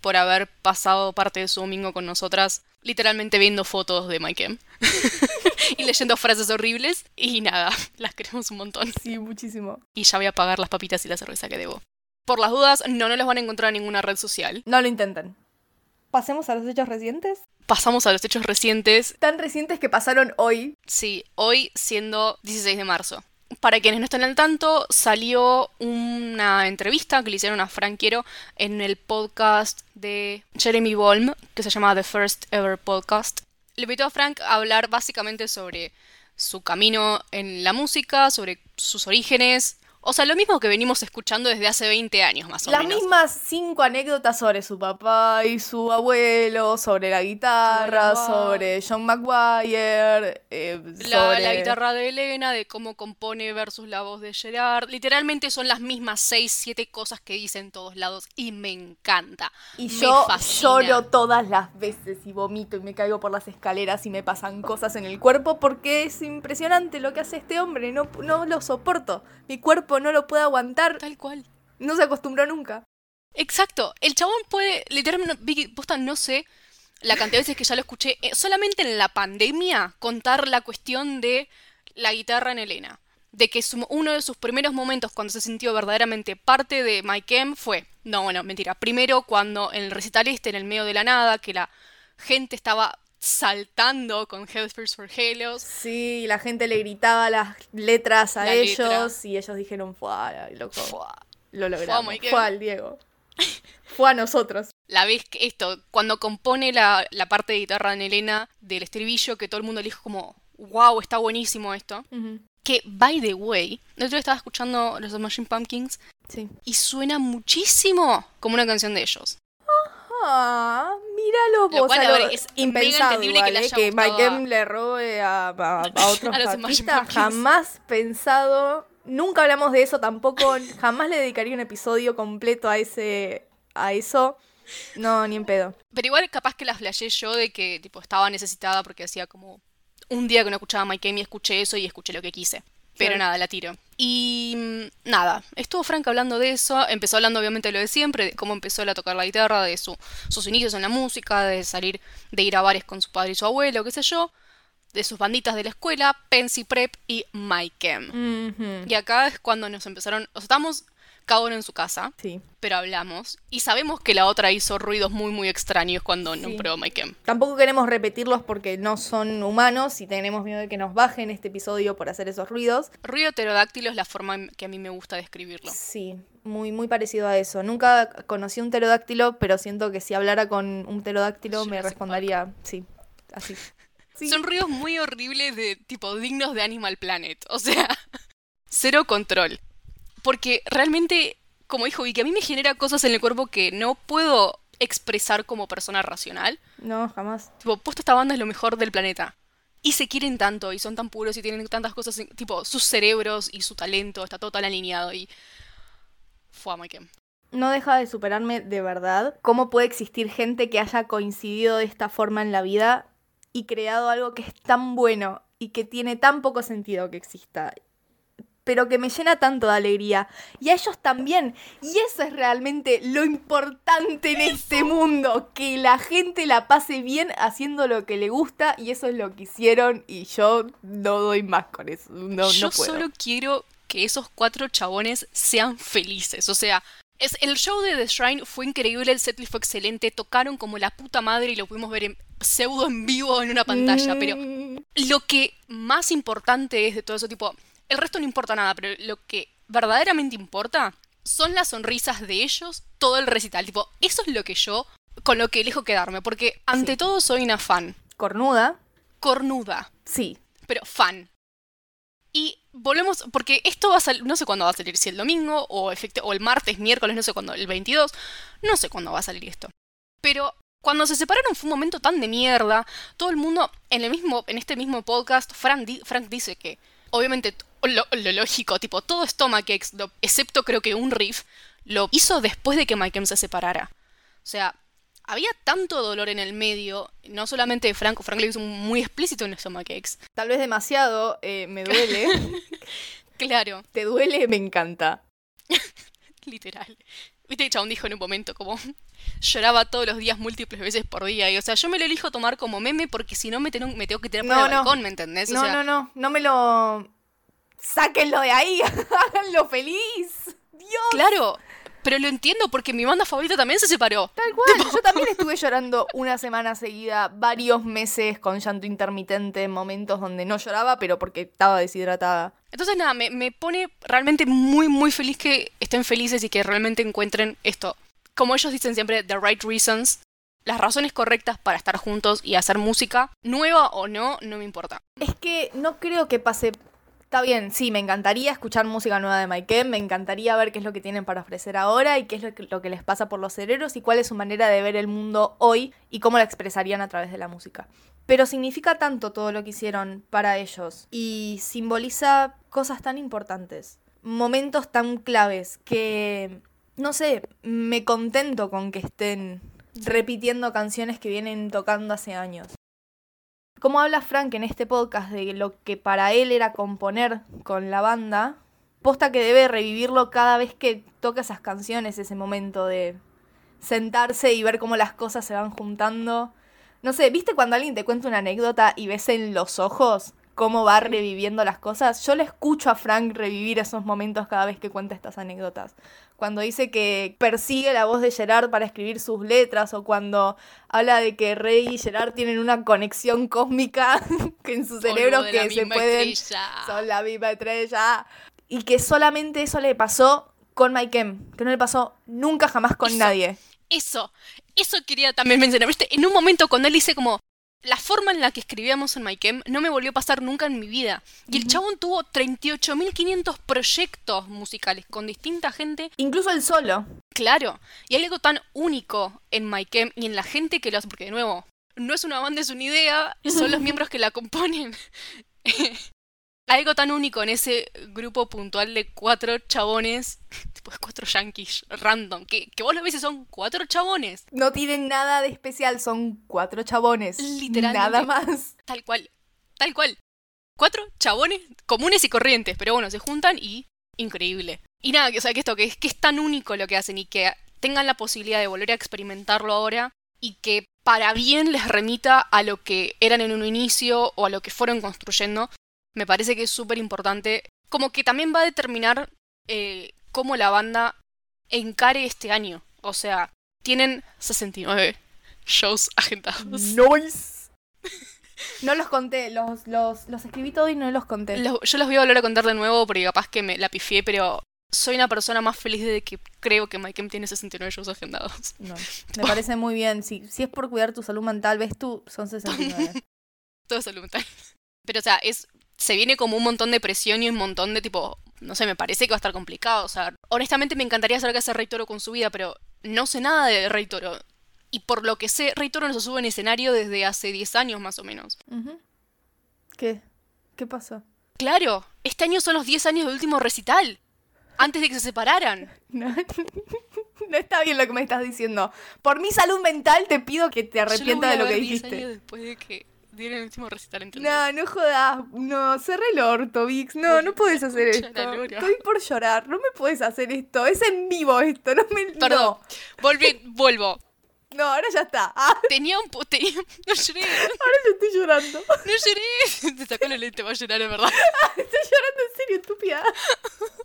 S1: por haber pasado parte de su domingo con nosotras, literalmente viendo fotos de Mike M. y leyendo frases horribles. Y nada, las queremos un montón.
S2: Sí, muchísimo.
S1: Y ya voy a pagar las papitas y la cerveza que debo. Por las dudas, no, no los van a encontrar en ninguna red social.
S2: No lo intenten. Pasemos a los hechos recientes.
S1: Pasamos a los hechos recientes.
S2: Tan recientes que pasaron hoy.
S1: Sí, hoy siendo 16 de marzo. Para quienes no estén al tanto, salió una entrevista que le hicieron a Franquiero en el podcast de Jeremy Bolm, que se llama The First Ever Podcast. Le invitó a Frank a hablar básicamente sobre su camino en la música, sobre sus orígenes. O sea, lo mismo que venimos escuchando desde hace 20 años más o
S2: Las
S1: menos.
S2: mismas cinco anécdotas sobre su papá y su abuelo, sobre la guitarra, sobre
S1: Sobre
S2: John McGuire, eh,
S1: La,
S2: sobre-
S1: la guitarra de Elena, de cómo compone versus la voz de Gerard. Literalmente son las mismas 6, 7 cosas que dice en todos lados y me encanta.
S2: Y
S1: Me
S2: yo
S1: fascina.
S2: lloro todas las veces y vomito y me caigo por las escaleras y me pasan cosas en el cuerpo porque es impresionante lo que hace este hombre, no, no lo soporto, mi cuerpo no lo puede aguantar,
S1: Tal cual.
S2: no se acostumbró nunca.
S1: Exacto. El chabón puede, literalmente, Vicky, posta, no sé la cantidad de veces que ya lo escuché, eh, solamente en la pandemia, contar la cuestión de la guitarra en Elena. De que su- uno de sus primeros momentos cuando se sintió verdaderamente parte de My Chem fue, no, bueno, mentira, primero cuando en el recital este, en el medio de la nada, que la gente estaba saltando con Hell's First for Halos,
S2: Sí, la gente le gritaba las letras a
S1: La
S2: ellos
S1: letra.
S2: y ellos dijeron, fuá, loco,
S1: Fua.
S2: lo logramos,
S1: Fua, Michael.
S2: fue al Diego, fue a nosotros.
S1: La vez que esto, cuando compone la, la parte de guitarra en Elena del estribillo, que todo el mundo le dijo como, wow, está buenísimo esto. Que, by the way, el otro día estaba escuchando los Smashing Pumpkins
S2: Sí.
S1: y suena muchísimo como una canción de ellos.
S2: Ah, míralo vos.
S1: Lo cual,
S2: a
S1: a
S2: lo
S1: ver, es mega
S2: impensado
S1: entendible que
S2: igual,
S1: le
S2: eh,
S1: haya
S2: que
S1: gustado
S2: Mike
S1: a-
S2: Em le robe a, a- a otros
S1: A los
S2: artistas.
S1: Smashing Pumpkins.
S2: Jamás pensado. Nunca hablamos de eso tampoco. Jamás le dedicaría un episodio completo a ese a eso. No, ni en pedo.
S1: Pero igual capaz que la flashé yo de que tipo estaba necesitada porque hacía como un día que no escuchaba My Game y escuché eso y escuché lo que quise. Pero
S2: Claro.
S1: nada, la tiro. Y mm, nada, estuvo Frank hablando de eso, empezó hablando obviamente de lo de siempre, de cómo empezó él a tocar la guitarra, de su- sus inicios en la música, de salir, de ir a bares con su padre y su abuelo, qué sé yo, de sus banditas de la escuela, Pensy Prep y My Chem.
S2: Mm.
S1: Y acá es cuando nos empezaron, o sea, estamos cada uno en su casa,
S2: Sí.
S1: pero hablamos y sabemos que la otra hizo ruidos muy muy extraños cuando nombró a Mike M.
S2: Tampoco queremos repetirlos porque no son humanos y tenemos miedo de que nos bajen este episodio por hacer esos ruidos.
S1: Ruido pterodáctilo es la forma en que a mí me gusta describirlo.
S2: Sí, muy, muy parecido a eso. Nunca conocí un pterodáctilo, pero siento que si hablara con un pterodáctilo me
S1: Jurassic
S2: respondería, sí, así. Sí.
S1: Son ruidos muy horribles de tipo dignos de Animal Planet, o sea, cero control. Porque realmente, como dijo Vicky, a mí me genera cosas en el cuerpo que no puedo expresar como persona racional.
S2: No, jamás.
S1: Tipo, posta esta banda es lo mejor del planeta. Y se quieren tanto, y son tan puros, y tienen tantas cosas, en- tipo, sus cerebros y su talento está todo tan alineado, y... Fue a Mike M.
S2: No deja de superarme de verdad cómo puede existir gente que haya coincidido de esta forma en la vida y creado algo que es tan bueno y que tiene tan poco sentido que exista, pero que me llena tanto de alegría. Y a ellos también. Y eso es realmente lo importante en este mundo, que la gente la pase bien haciendo lo que le gusta y eso es lo que hicieron y yo no doy más con eso. No,
S1: Yo
S2: no puedo.
S1: solo quiero que esos cuatro chabones sean felices. O sea, es, el show de The Shrine fue increíble, el setlist fue excelente, tocaron como la puta madre y lo pudimos ver en pseudo en vivo en una pantalla. Pero
S2: Mm,
S1: lo que más importante es de todo eso, tipo, el resto no importa nada, pero lo que verdaderamente importa son las sonrisas de ellos todo el recital. Tipo, eso es lo que yo, con lo que elijo quedarme, porque ante
S2: Sí.
S1: todo soy una fan,
S2: Cornuda,
S1: cornuda
S2: sí.
S1: pero fan. Y volvemos, porque esto va a salir, no sé cuándo va a salir, si el domingo o, efecti- o el martes, miércoles, no sé cuándo, el 22, no sé cuándo va a salir esto. Pero cuando se separaron fue un momento tan de mierda. Todo el mundo, en, el mismo, en este mismo podcast, Frank, di- Frank dice que, obviamente, t- lo, lo lógico, tipo, todo Stomachex, lo- excepto creo que un riff, lo hizo después de que Mike se separara. O sea, había tanto dolor en el medio, no solamente de Frank, Frank lo hizo muy explícito en Stomachex.
S2: Tal vez demasiado, eh, me duele.
S1: Claro,
S2: Te duele, me encanta.
S1: literal. Viste que Chabón dijo en un momento como lloraba todos los días múltiples veces por día. Y o sea, yo me lo elijo tomar como meme porque si no me, tengo- me tengo que tirar por
S2: No,
S1: el
S2: no.
S1: balcón, ¿me entendés? O
S2: No,
S1: sea,
S2: no, no, no me lo... Sáquenlo de ahí, háganlo feliz. Dios.
S1: Claro, pero lo entiendo porque mi banda favorita también se separó.
S2: Tal cual, yo también estuve llorando una semana seguida, varios meses con llanto intermitente, en momentos donde no lloraba, pero porque estaba deshidratada.
S1: Entonces nada, me, me pone realmente muy, muy feliz que estén felices y que realmente encuentren esto. Como ellos dicen siempre, the right reasons, las razones correctas para estar juntos y hacer música, nueva o no, no me importa.
S2: Es que no creo que pase. Está bien, sí, me encantaría escuchar música nueva de Mike, me encantaría ver qué es lo que tienen para ofrecer ahora y qué es lo que, lo que les pasa por los cerebros y cuál es su manera de ver el mundo hoy y cómo la expresarían a través de la música. Pero significa tanto todo lo que hicieron para ellos y simboliza cosas tan importantes, momentos tan claves que, no sé, me contento con que estén repitiendo canciones que vienen tocando hace años. Como habla Frank en este podcast de lo que para él era componer con la banda, posta que debe revivirlo cada vez que toca esas canciones, ese momento de sentarse y ver cómo las cosas se van juntando. No sé, ¿viste cuando alguien te cuenta una anécdota y ves en los ojos cómo va reviviendo las cosas? Yo le escucho a Frank revivir esos momentos cada vez que cuenta estas anécdotas. Cuando dice que persigue la voz de Gerard para escribir sus letras o cuando habla de que Rey y Gerard tienen una conexión cósmica que en sus cerebros
S1: Boludo, la
S2: que se
S1: misma
S2: pueden
S1: estrella.
S2: son la misma estrella. Y que solamente eso le pasó con Mike M, que no le pasó nunca jamás con
S1: Eso.
S2: nadie.
S1: Eso, eso quería también mencionar. ¿viste? En un momento cuando él dice como, la forma en la que escribíamos en MyChem no me volvió a pasar nunca en mi vida. Y el chabón tuvo 38.500 proyectos musicales con distinta gente.
S2: Incluso el solo.
S1: Claro, y hay algo tan único en MyChem y en la gente que lo hace, porque de nuevo, no es una banda, es una idea, son los miembros que la componen. Hay algo tan único en ese grupo puntual de cuatro chabones, tipo de cuatro yankees random, que, que vos lo ves y son cuatro chabones.
S2: No tienen nada de especial, son cuatro chabones.
S1: Literalmente.
S2: Nada más.
S1: Tal cual, tal cual. Cuatro chabones comunes y corrientes, pero bueno, se juntan y increíble. Y nada, que- o sea, que esto, que es, que es tan único lo que hacen y que tengan la posibilidad de volver a experimentarlo ahora y que para bien les remita a lo que eran en un inicio o a lo que fueron construyendo, me parece que es súper importante. Como que también va a determinar eh, cómo la banda encare este año. O sea, tienen 69 shows agendados.
S2: Noise. No los conté, los, los, los escribí todo y no los conté.
S1: Los- yo los voy a volver a contar de nuevo porque capaz que me la pifié, pero soy una persona más feliz de que creo que Mike M tiene 69 shows agendados.
S2: No, me parece muy bien. Si, si es por cuidar tu salud mental, ves tú, son 69.
S1: Todo salud mental. Pero o sea, es se viene como un montón de presión y un montón de tipo, no sé, me parece que va a estar complicado. O sea, honestamente me encantaría saber qué hace Rey Toro con su vida, pero no sé nada de Rey Toro. Y por lo que sé, Rey Toro no se sube en escenario desde hace 10 años más o menos.
S2: Ujú. ¿Qué? ¿Qué pasó?
S1: Claro, este año son los 10 años del último recital. Antes de que se separaran.
S2: No, no está bien lo que me estás diciendo. Por mi salud mental te pido que te
S1: Yo voy
S2: arrepientas
S1: a
S2: de lo que
S1: ver 10
S2: dijiste.
S1: años después de que dieron el último recital, ¿entendés?
S2: No, no jodas. No, cerré el orto, Vix. No, no puedes hacer
S1: Escucha la
S2: esto.
S1: lora.
S2: Estoy por llorar. No me puedes hacer esto. Es en vivo esto. No me. no.
S1: Perdón. Volví, vuelvo.
S2: No, ahora ya está. Ah,
S1: Tenía un... po- tenía- No lloré,
S2: ahora ya estoy llorando.
S1: no lloré. Te sacó los lentes, va a llorar, es verdad.
S2: Estoy llorando en serio, estúpida.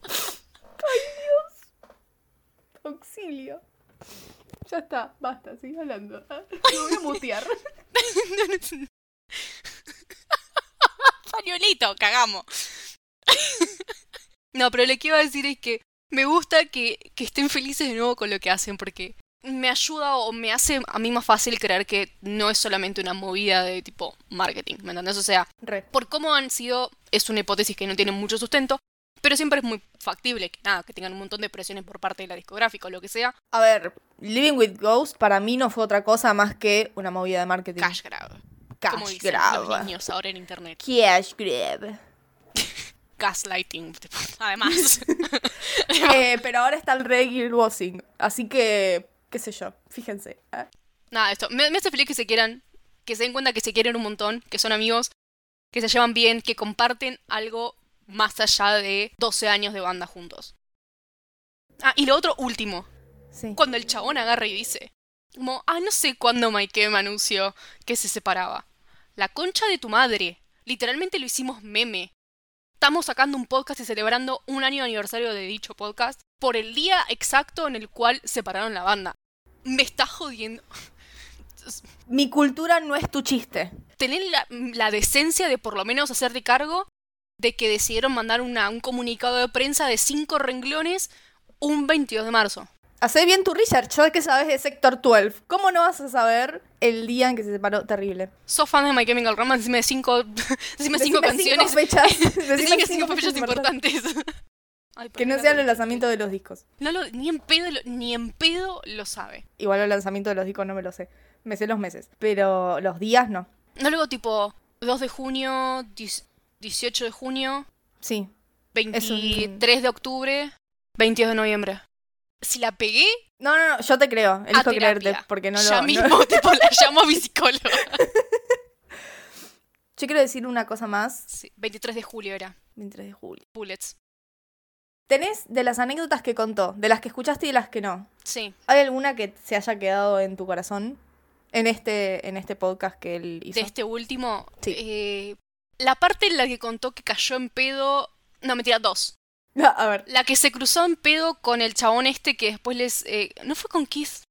S2: Ay, Dios. Auxilio. Ya está. Basta, sigue hablando. Ah, Me voy a mutear.
S1: Pañuelito, cagamos. No, pero lo que iba a decir es que me gusta que, que estén felices de nuevo con lo que hacen porque me ayuda o me hace a mí más fácil creer que no es solamente una movida de tipo marketing, ¿me entendés? O sea,
S2: Re.
S1: por cómo han sido, es una hipótesis que no tiene mucho sustento, Pero siempre es muy factible que nada, que tengan un montón de presiones por parte de la discográfica o lo que sea.
S2: A ver, Living with Ghosts para mí no fue otra cosa más que una movida de marketing.
S1: Cash grab. como
S2: Cash
S1: dicen los
S2: grab.
S1: niños ahora en internet.
S2: Cash grab.
S1: Gaslighting, tipo, además.
S2: Eh, pero ahora está el reggae washing, así que, qué sé yo, fíjense. ¿eh?
S1: nada, esto. Me, me hace feliz que se quieran, que se den cuenta que se quieren un montón, que son amigos, que se llevan bien, que comparten algo más allá de 12 años de banda juntos. Ah, y lo otro último,
S2: Sí.
S1: cuando el chabón agarra y dice, como, ah, no sé cuándo Mike me anunció que se separaba. La concha de tu madre. Literalmente lo hicimos meme. Estamos sacando un podcast y celebrando un año de aniversario de dicho podcast por el día exacto en el cual separaron la banda. Me está jodiendo.
S2: Mi cultura no es tu chiste.
S1: tener la, la decencia de por lo menos hacerte cargo de que decidieron mandar una- un comunicado de prensa de cinco renglones un 22 de marzo.
S2: Hacé bien tu research, yo que sabes de Sector 12. ¿Cómo no vas a saber el día en que se separó? Terrible.
S1: Sos fan de My Chemical Romance, decime cinco, decime
S2: Decime
S1: cinco canciones.
S2: Cinco fechas. Decime
S1: decime que
S2: cinco
S1: cinco fechas importantes. Ay,
S2: Que
S1: perdón,
S2: no
S1: la
S2: sea el
S1: perdí.
S2: lanzamiento de los discos.
S1: No lo- ni en pedo, lo- ni en pedo lo sabe.
S2: Igual el lanzamiento de los discos no me lo sé. Me sé los meses. Pero los días no.
S1: No luego tipo 2 de junio, 10 18 de junio,
S2: Sí. Es un-
S1: 23 de octubre, 22 de noviembre. Si la pegué,
S2: No, no, no, yo te creo. Elijo
S1: terapia.
S2: creerte porque no lo.
S1: ya
S2: no-
S1: mismo tipo, la llamo a mi psicólogo.
S2: Yo quiero decir una cosa más.
S1: Sí, 23 de julio era.
S2: 23 de julio.
S1: Bullets.
S2: ¿Tenés de las anécdotas que contó, de las que escuchaste y de las que no?
S1: Sí.
S2: ¿Hay alguna que se haya quedado en tu corazón? En este, en este podcast que él hizo.
S1: De este último.
S2: Sí.
S1: eh, la parte en la que contó que cayó en pedo. No, mentira, dos.
S2: A ver.
S1: La que se cruzó en pedo con el chabón este que después les. eh, ¿No fue con Keith?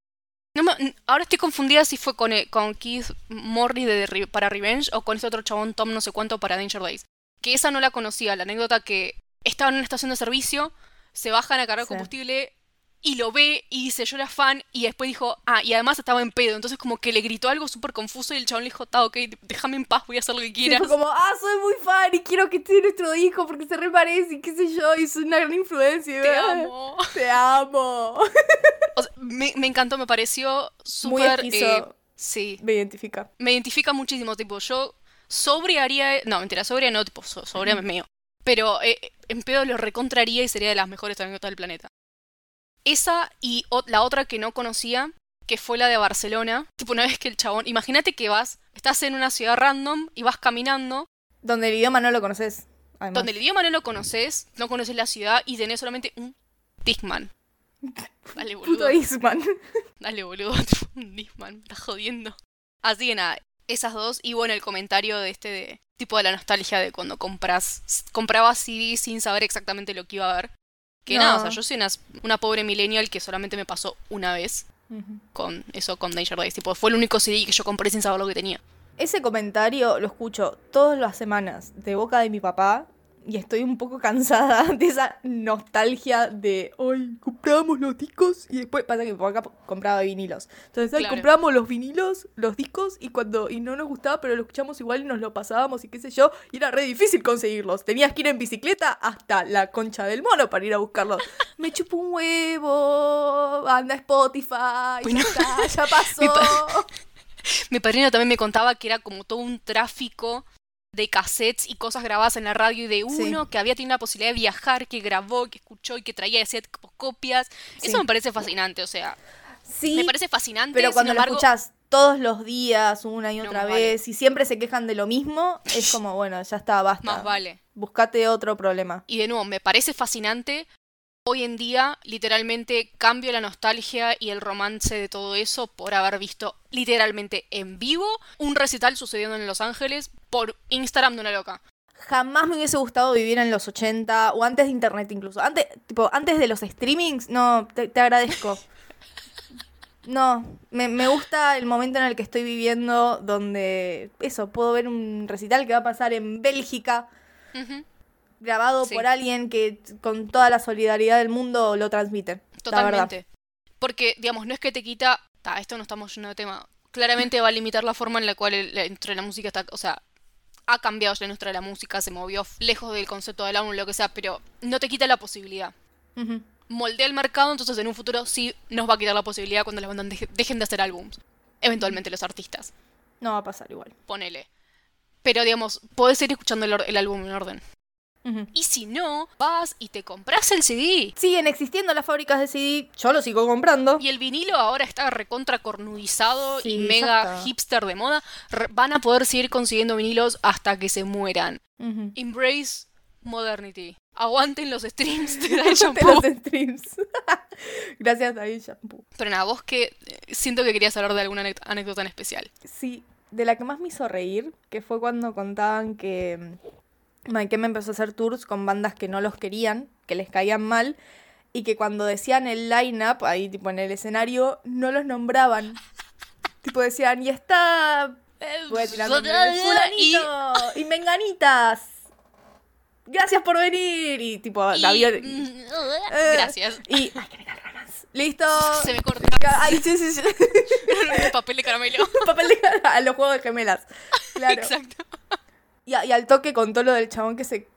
S1: No me- n- ahora estoy confundida si fue con, eh, con Keith Morris de, Re- para Revenge o con este otro chabón Tom no sé cuánto para Danger Days. Que esa no la conocía, la anécdota que estaba en una estación de servicio, se bajan a cargar
S2: Sí.
S1: combustible y lo ve y dice yo era fan y después dijo, ah, y además estaba en pedo, entonces como que le gritó algo súper confuso y el chabón le dijo, ta, ok, déjame en paz, voy a hacer lo que
S2: Sí,
S1: quieras.
S2: fue como, ah, soy muy fan y quiero que esté nuestro hijo porque se reparece y qué sé yo, y es una gran influencia.
S1: Te amo.
S2: Te amo.
S1: O sea, me, me encantó, me pareció
S2: Muy
S1: súper...
S2: esquizo,
S1: eh, sí.
S2: me identifica.
S1: me identifica muchísimo, tipo, yo sobrearía, no, mentira, sobria no, tipo, so- sobria me meo, pero eh, en pedo lo recontraría y sería de las mejores anécdotas del planeta. Esa y o- la otra que no conocía, que fue la de Barcelona, tipo, una vez que el chabón, imagínate que vas, estás en una ciudad random y vas caminando,
S2: Donde el idioma no lo conoces. además.
S1: donde el idioma no lo conoces, no conoces la ciudad y tenés solamente un Discman. Dale, boludo.
S2: Puto Isman.
S1: Dale, boludo, tipo, un Disman, me estás jodiendo. Así que nada, esas dos. Y bueno, el comentario de este de, tipo de la nostalgia de cuando compras, comprabas CD sin saber exactamente lo que iba a ver. Que nada, o sea,
S2: No.
S1: yo soy una, una pobre millennial que solamente me pasó una vez con eso, con Danger Days. Tipo, fue el único CD que yo compré sin saber lo que tenía.
S2: Ese comentario lo escucho todas las semanas de boca de mi papá y estoy un poco cansada de esa nostalgia de, hoy comprábamos los discos y después pasa que mi papá compraba vinilos. Entonces, "Ay,
S1: Claro.
S2: comprábamos los vinilos, los discos y cuando y no nos gustaba, pero lo escuchamos igual y nos lo pasábamos y qué sé yo, y era re difícil conseguirlos. Tenías que ir en bicicleta hasta la concha del mono para ir a buscarlos. Me chupo un huevo, anda a Spotify,
S1: Bueno.
S2: ya está, ya pasó.
S1: Mi pa- Mi padrino también me contaba que era como todo un tráfico de cassettes y cosas grabadas en la radio y de
S2: Sí.
S1: uno que había tenido la posibilidad de viajar, que grabó, que escuchó y que traía de set co- copias.
S2: Sí.
S1: Eso me parece fascinante, o sea,
S2: Sí,
S1: me parece fascinante.
S2: Pero
S1: sin
S2: cuando
S1: embargo,
S2: lo escuchás todos los días, una y
S1: No,
S2: otra
S1: más
S2: vez, y siempre se quejan de lo mismo, es como, bueno, ya está, basta.
S1: más vale.
S2: Buscate otro problema.
S1: Y de nuevo, me parece fascinante. Hoy en día, literalmente, cambio la nostalgia y el romance de todo eso por haber visto literalmente en vivo un recital sucediendo en Los Ángeles por Instagram de una loca.
S2: Jamás me hubiese gustado vivir en los 80 o antes de internet incluso. Antes, tipo, antes de los streamings, no, te, te agradezco. No, me, me gusta el momento en el que estoy viviendo donde, eso, puedo ver un recital que va a pasar en Bélgica,
S1: Ujú,
S2: grabado
S1: Sí.
S2: por alguien que con toda la solidaridad del mundo lo transmite. La verdad.
S1: Totalmente. Porque, digamos, no es que te quita. Ta, esto no estamos lleno de tema. Claramente va a limitar la forma en la cual el- la- entre la música está. O sea, ha cambiado ya la industria de la música, se movió lejos del concepto del álbum, lo que sea, pero no te quita la posibilidad.
S2: Ujú.
S1: Moldea el mercado, entonces en un futuro sí nos va a quitar la posibilidad cuando las bandas deje- dejen de hacer álbums. Eventualmente los artistas,
S2: No va a pasar igual.
S1: ponele. Pero digamos, podés ir escuchando el, or- el álbum en orden.
S2: Ujú.
S1: Y si no, vas y te compras el CD.
S2: Siguen existiendo las fábricas de CD. Yo lo sigo comprando.
S1: Y el vinilo ahora está recontra cornudizado
S2: Sí,
S1: y
S2: ya
S1: mega
S2: está.
S1: hipster de moda. Re- van a poder seguir consiguiendo vinilos hasta que se mueran.
S2: Ujú.
S1: Embrace modernity. Aguanten los streams de Dan
S2: De
S1: Shampoo.
S2: los streams. Gracias, David Shampoo.
S1: Pero nada, vos que eh, siento que querías hablar de alguna anec- anécdota en especial.
S2: Sí, de la que más me hizo reír, que fue cuando contaban que Mike me empezó a hacer tours con bandas que no los querían, que les caían mal, y que cuando decían el line-up, ahí tipo en el escenario, no los nombraban. tipo decían, y está... Voy a tirar nombres,
S1: Em, Y-
S2: fulanito y menganitas. Gracias por venir. Y tipo,
S1: y- mm, ah,
S2: la vio- Eh,
S1: Gracias.
S2: Y... Ay, que me cargan más. Listo.
S1: Se me corta
S2: Ay, sí, sí, sí.
S1: el papel de caramelo.
S2: papel de a los juegos de gemelas. Claro.
S1: Exacto.
S2: Y, a- y al toque contó lo del chabón que se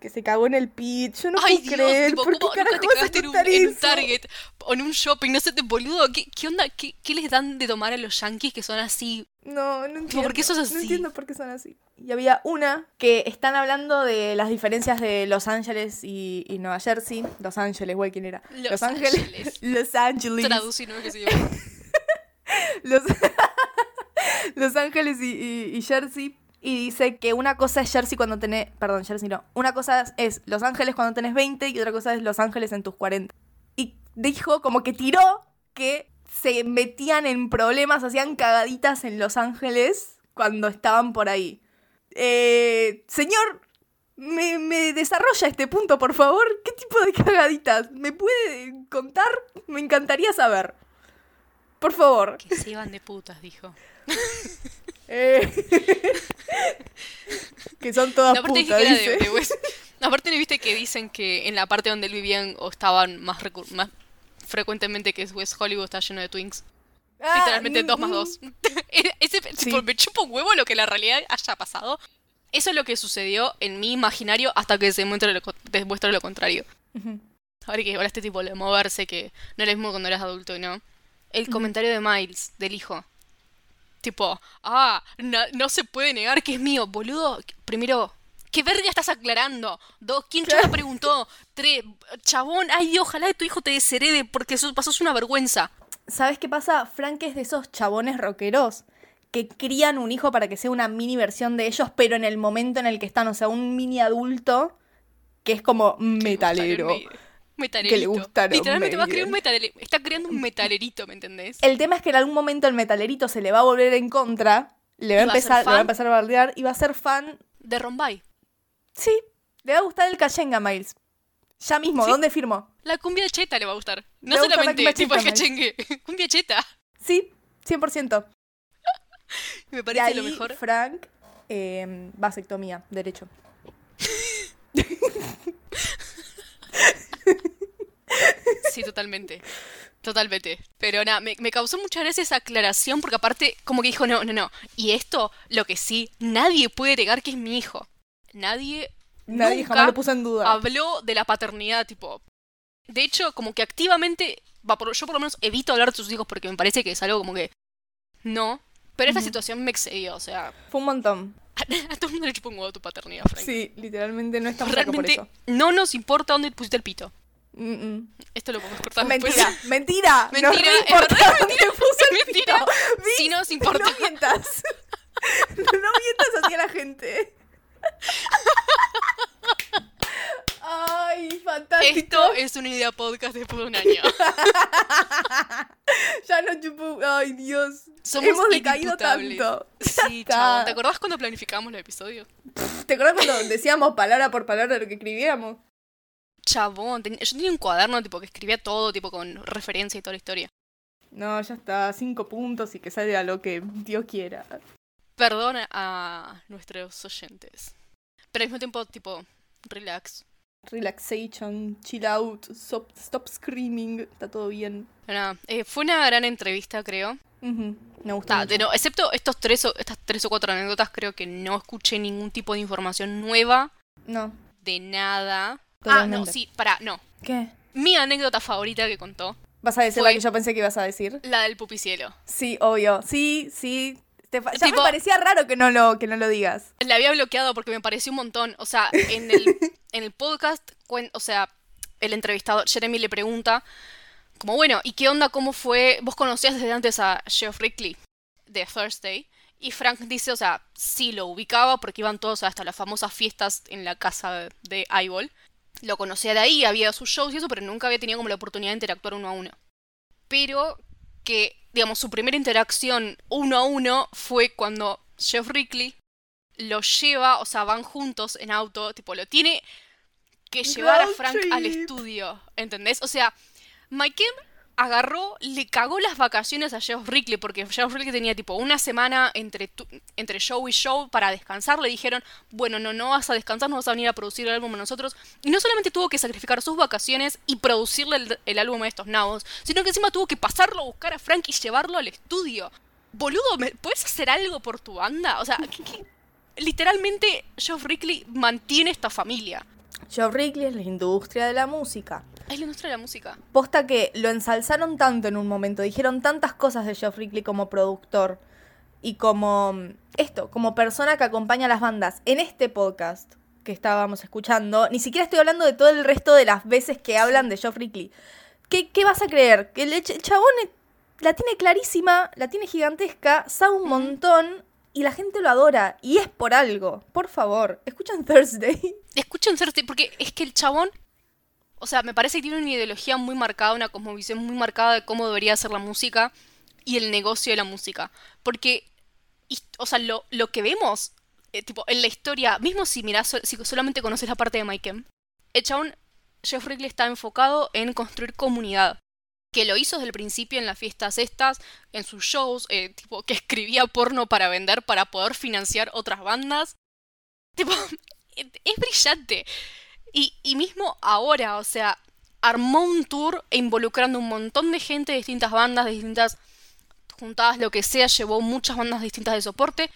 S2: que se cagó en el pit. Yo no
S1: Ay,
S2: puedo
S1: Dios,
S2: creer.
S1: tipo,
S2: ¿Por qué
S1: ¿cómo nunca
S2: carajo
S1: te
S2: vas a
S1: cagaste en un,
S2: contar
S1: en un
S2: eso?
S1: Target o en un shopping? No sé, te- boludo, ¿qué, qué onda? ¿Qué, qué les dan de tomar a los yankees que son así?
S2: No, no entiendo.
S1: Tipo, ¿por qué sos
S2: No
S1: así?
S2: entiendo por qué son así. Y había una que están hablando de las diferencias de Los Ángeles y, y Nueva Jersey. Los Ángeles, güey, ¿quién era?
S1: Los Ángeles.
S2: Los Ángeles.
S1: Traducir, no es que se
S2: Los, Los Ángeles y, y- y Jersey. Y dice que una cosa es Jersey cuando tenés. Perdón, Jersey no. Una cosa es Los Ángeles cuando tenés 20 y otra cosa es Los Ángeles en tus 40. Y dijo como que tiró que se metían en problemas, hacían cagaditas en Los Ángeles cuando estaban por ahí. Eh, señor, me, me desarrolla este punto, por favor. ¿Qué tipo de cagaditas? ¿Me puede contar? Me encantaría saber. Por favor.
S1: Que se iban de putas, dijo.
S2: Eh. que son todas
S1: No, aparte dije
S2: putas,
S1: que era de-
S2: dice.
S1: de West- Aparte, ¿no viste que dicen que en la parte donde él vivían o estaban más, recu- más frecuentemente que es West Hollywood está lleno de twinks?
S2: Ah,
S1: Literalmente
S2: mm,
S1: 2 más
S2: mm.
S1: 2. Ese, tipo, me chupa un huevo lo que la realidad haya pasado. Eso es lo que sucedió en mi imaginario hasta que se muestre lo, co- demuestre lo contrario.
S2: Ujú.
S1: Ahora que ahora este tipo de moverse, que no es lo mismo cuando eras adulto y no. El comentario de Miles, del hijo. Tipo, ah, no, no se puede negar que es mío, boludo. Primero, ¿qué verga estás aclarando? Dos, ¿quién te preguntó? Tres, chabón, ay Dios, ojalá tu hijo te desherede porque eso pasó es una vergüenza.
S2: ¿Sabes qué pasa? Frank es de esos chabones rockeros que crían un hijo para que sea una mini versión de ellos, pero en el momento en el que están, o sea, un mini adulto que es como metalero.
S1: Metalerito.
S2: Que le gusta los
S1: Literalmente va a crear un
S2: Maiden.
S1: metalero. Está creando un metalerito, ¿me entendés?
S2: El tema es que en algún momento el metalerito se le va a volver en contra, le va, a
S1: Y va
S2: empezar,
S1: a ser
S2: lo va a
S1: fan.
S2: empezar a bardear y va a ser fan.
S1: De Rombay.
S2: Sí, le va a gustar el Kayenga Miles. Ya mismo,
S1: Sí.
S2: ¿dónde firmo?
S1: La cumbia cheta le va a gustar. No
S2: Le va a gustar la
S1: solamente
S2: cumbia
S1: tipo el
S2: cheta,
S1: cachengue. Cumbia cheta.
S2: Sí, 100%.
S1: Me
S2: Y
S1: parece
S2: ahí
S1: lo mejor.
S2: Frank, eh, vasectomía, derecho.
S1: Sí, totalmente. Totalmente. Pero nada, me, me causó mucha gracia esa aclaración porque aparte como que dijo, no, no, no. Y esto, lo que sí, nadie puede negar que es mi hijo. Nadie...
S2: Nadie
S1: nunca
S2: jamás lo puso en duda.
S1: habló de la paternidad, tipo. De hecho, como que activamente. Va, por, yo por lo menos evito hablar de sus hijos porque me parece que es algo como que. No. Pero esta situación me excedió, o sea.
S2: Fue un montón.
S1: A todo el mundo le chupa un huevo tu paternidad, Frank.
S2: Sí, literalmente no estamos acá por
S1: Realmente
S2: eso.
S1: no nos importa dónde pusiste el pito.
S2: Mm, mm.
S1: Esto lo podemos cortar después.
S2: Mentira, mentira.
S1: Mentira,
S2: no
S1: es
S2: importa
S1: verdad,
S2: dónde puso el
S1: mentira.
S2: pito. ¿Viste?
S1: Sí nos importa.
S2: No mientas. no mientas hacia la gente. Ay, fantástico.
S1: Esto es una idea podcast después de un año.
S2: Ya no chupó. Ay, Dios.
S1: Somos
S2: Hemos decaído
S1: inimputables.
S2: tanto.
S1: Sí,
S2: está.
S1: chabón. ¿Te acordás cuando planificamos los episodios?
S2: ¿Te acuerdas cuando decíamos palabra por palabra lo que escribíamos?
S1: Chabón, ten- yo tenía un cuaderno tipo que escribía todo, tipo con referencia y toda la historia.
S2: No, ya está, cinco puntos y que salga lo que Dios quiera.
S1: Perdón a nuestros oyentes. Pero al mismo tiempo, tipo, relax.
S2: Relaxation, chill out, stop, stop screaming, está todo bien.
S1: Pero nada, eh, fue una gran entrevista, creo.
S2: Ujú, Me gusta.
S1: Ta,
S2: mucho.
S1: pero excepto estos tres o, estas tres o cuatro anécdotas, creo que no escuché ningún tipo de información nueva
S2: No.
S1: de nada. Ah, no,
S2: Totalmente.
S1: sí, pará, no.
S2: ¿Qué?
S1: Mi anécdota favorita que contó,
S2: ¿Vas a decir
S1: Fue-
S2: la que yo pensé que ibas a decir?
S1: la del pupicielo.
S2: Sí, obvio. Sí, sí. Te fa- ya
S1: Tipo-
S2: me parecía raro que no lo, que no lo digas.
S1: La había bloqueado porque me pareció un montón. O sea, en el, en el podcast, cuen- o sea, el entrevistador, Jeremy, le pregunta, como bueno, ¿y qué onda? ¿Cómo fue? ¿Vos conocías desde antes a Geoff Rickley de Thursday? Y Frank dice, o sea, sí lo ubicaba porque iban todos hasta las famosas fiestas en la casa de Eyeball. Lo conocía de ahí, había sus shows y eso, pero nunca había tenido como la oportunidad de interactuar uno a uno. Pero que, digamos, su primera interacción uno a uno fue cuando Geoff Rickley lo lleva, o sea, van juntos en auto, tipo, lo tiene que llevar a
S2: Road
S1: Frank al
S2: trip.
S1: estudio, ¿entendés? O sea, Mike agarró, le cagó las vacaciones a Geoff Rickley, porque Geoff Rickley tenía tipo una semana entre, tu- entre show y show para descansar, le dijeron, bueno, no, no vas a descansar, no vas a venir a producir el álbum a nosotros. Y no solamente tuvo que sacrificar sus vacaciones y producirle el, el álbum a estos nabos, sino que encima tuvo que pasarlo a buscar a Frank y llevarlo al estudio. Boludo, ¿me- ¿puedes hacer algo por tu banda? O sea, ¿qué- qué- literalmente Geoff Rickley mantiene esta familia.
S2: Joe Rickley es la industria de la música.
S1: Es la industria de la música.
S2: Posta que lo ensalzaron tanto en un momento, dijeron tantas cosas de Geoff Rickley como productor y como mm, esto, como persona que acompaña a las bandas. En este podcast que estábamos escuchando, ni siquiera estoy hablando de todo el resto de las veces que hablan de Geoff Rickley. ¿Qué, qué vas a creer? Que el, ch- el chabón es- la tiene clarísima, la tiene gigantesca, sabe un montón y la gente lo adora y es por algo. Por favor, escuchan Thursday.
S1: Escuchen ser porque es que el chabón, o sea, me parece que tiene una ideología muy marcada, una cosmovisión muy marcada de cómo debería ser la música y el negocio de la música. Porque, his- o sea, lo, lo que vemos, eh, tipo, en la historia, mismo si mirás, sol- si solamente conoces la parte de Mike el chabón, Jeff Rickley está enfocado en construir comunidad. Que lo hizo desde el principio en las fiestas estas, en sus shows, eh, tipo, que escribía porno para vender, para poder financiar otras bandas. Tipo, es brillante. Y, y mismo ahora, o sea, armó un tour involucrando un montón de gente de distintas bandas, de distintas juntadas, lo que sea, llevó muchas bandas distintas de soporte.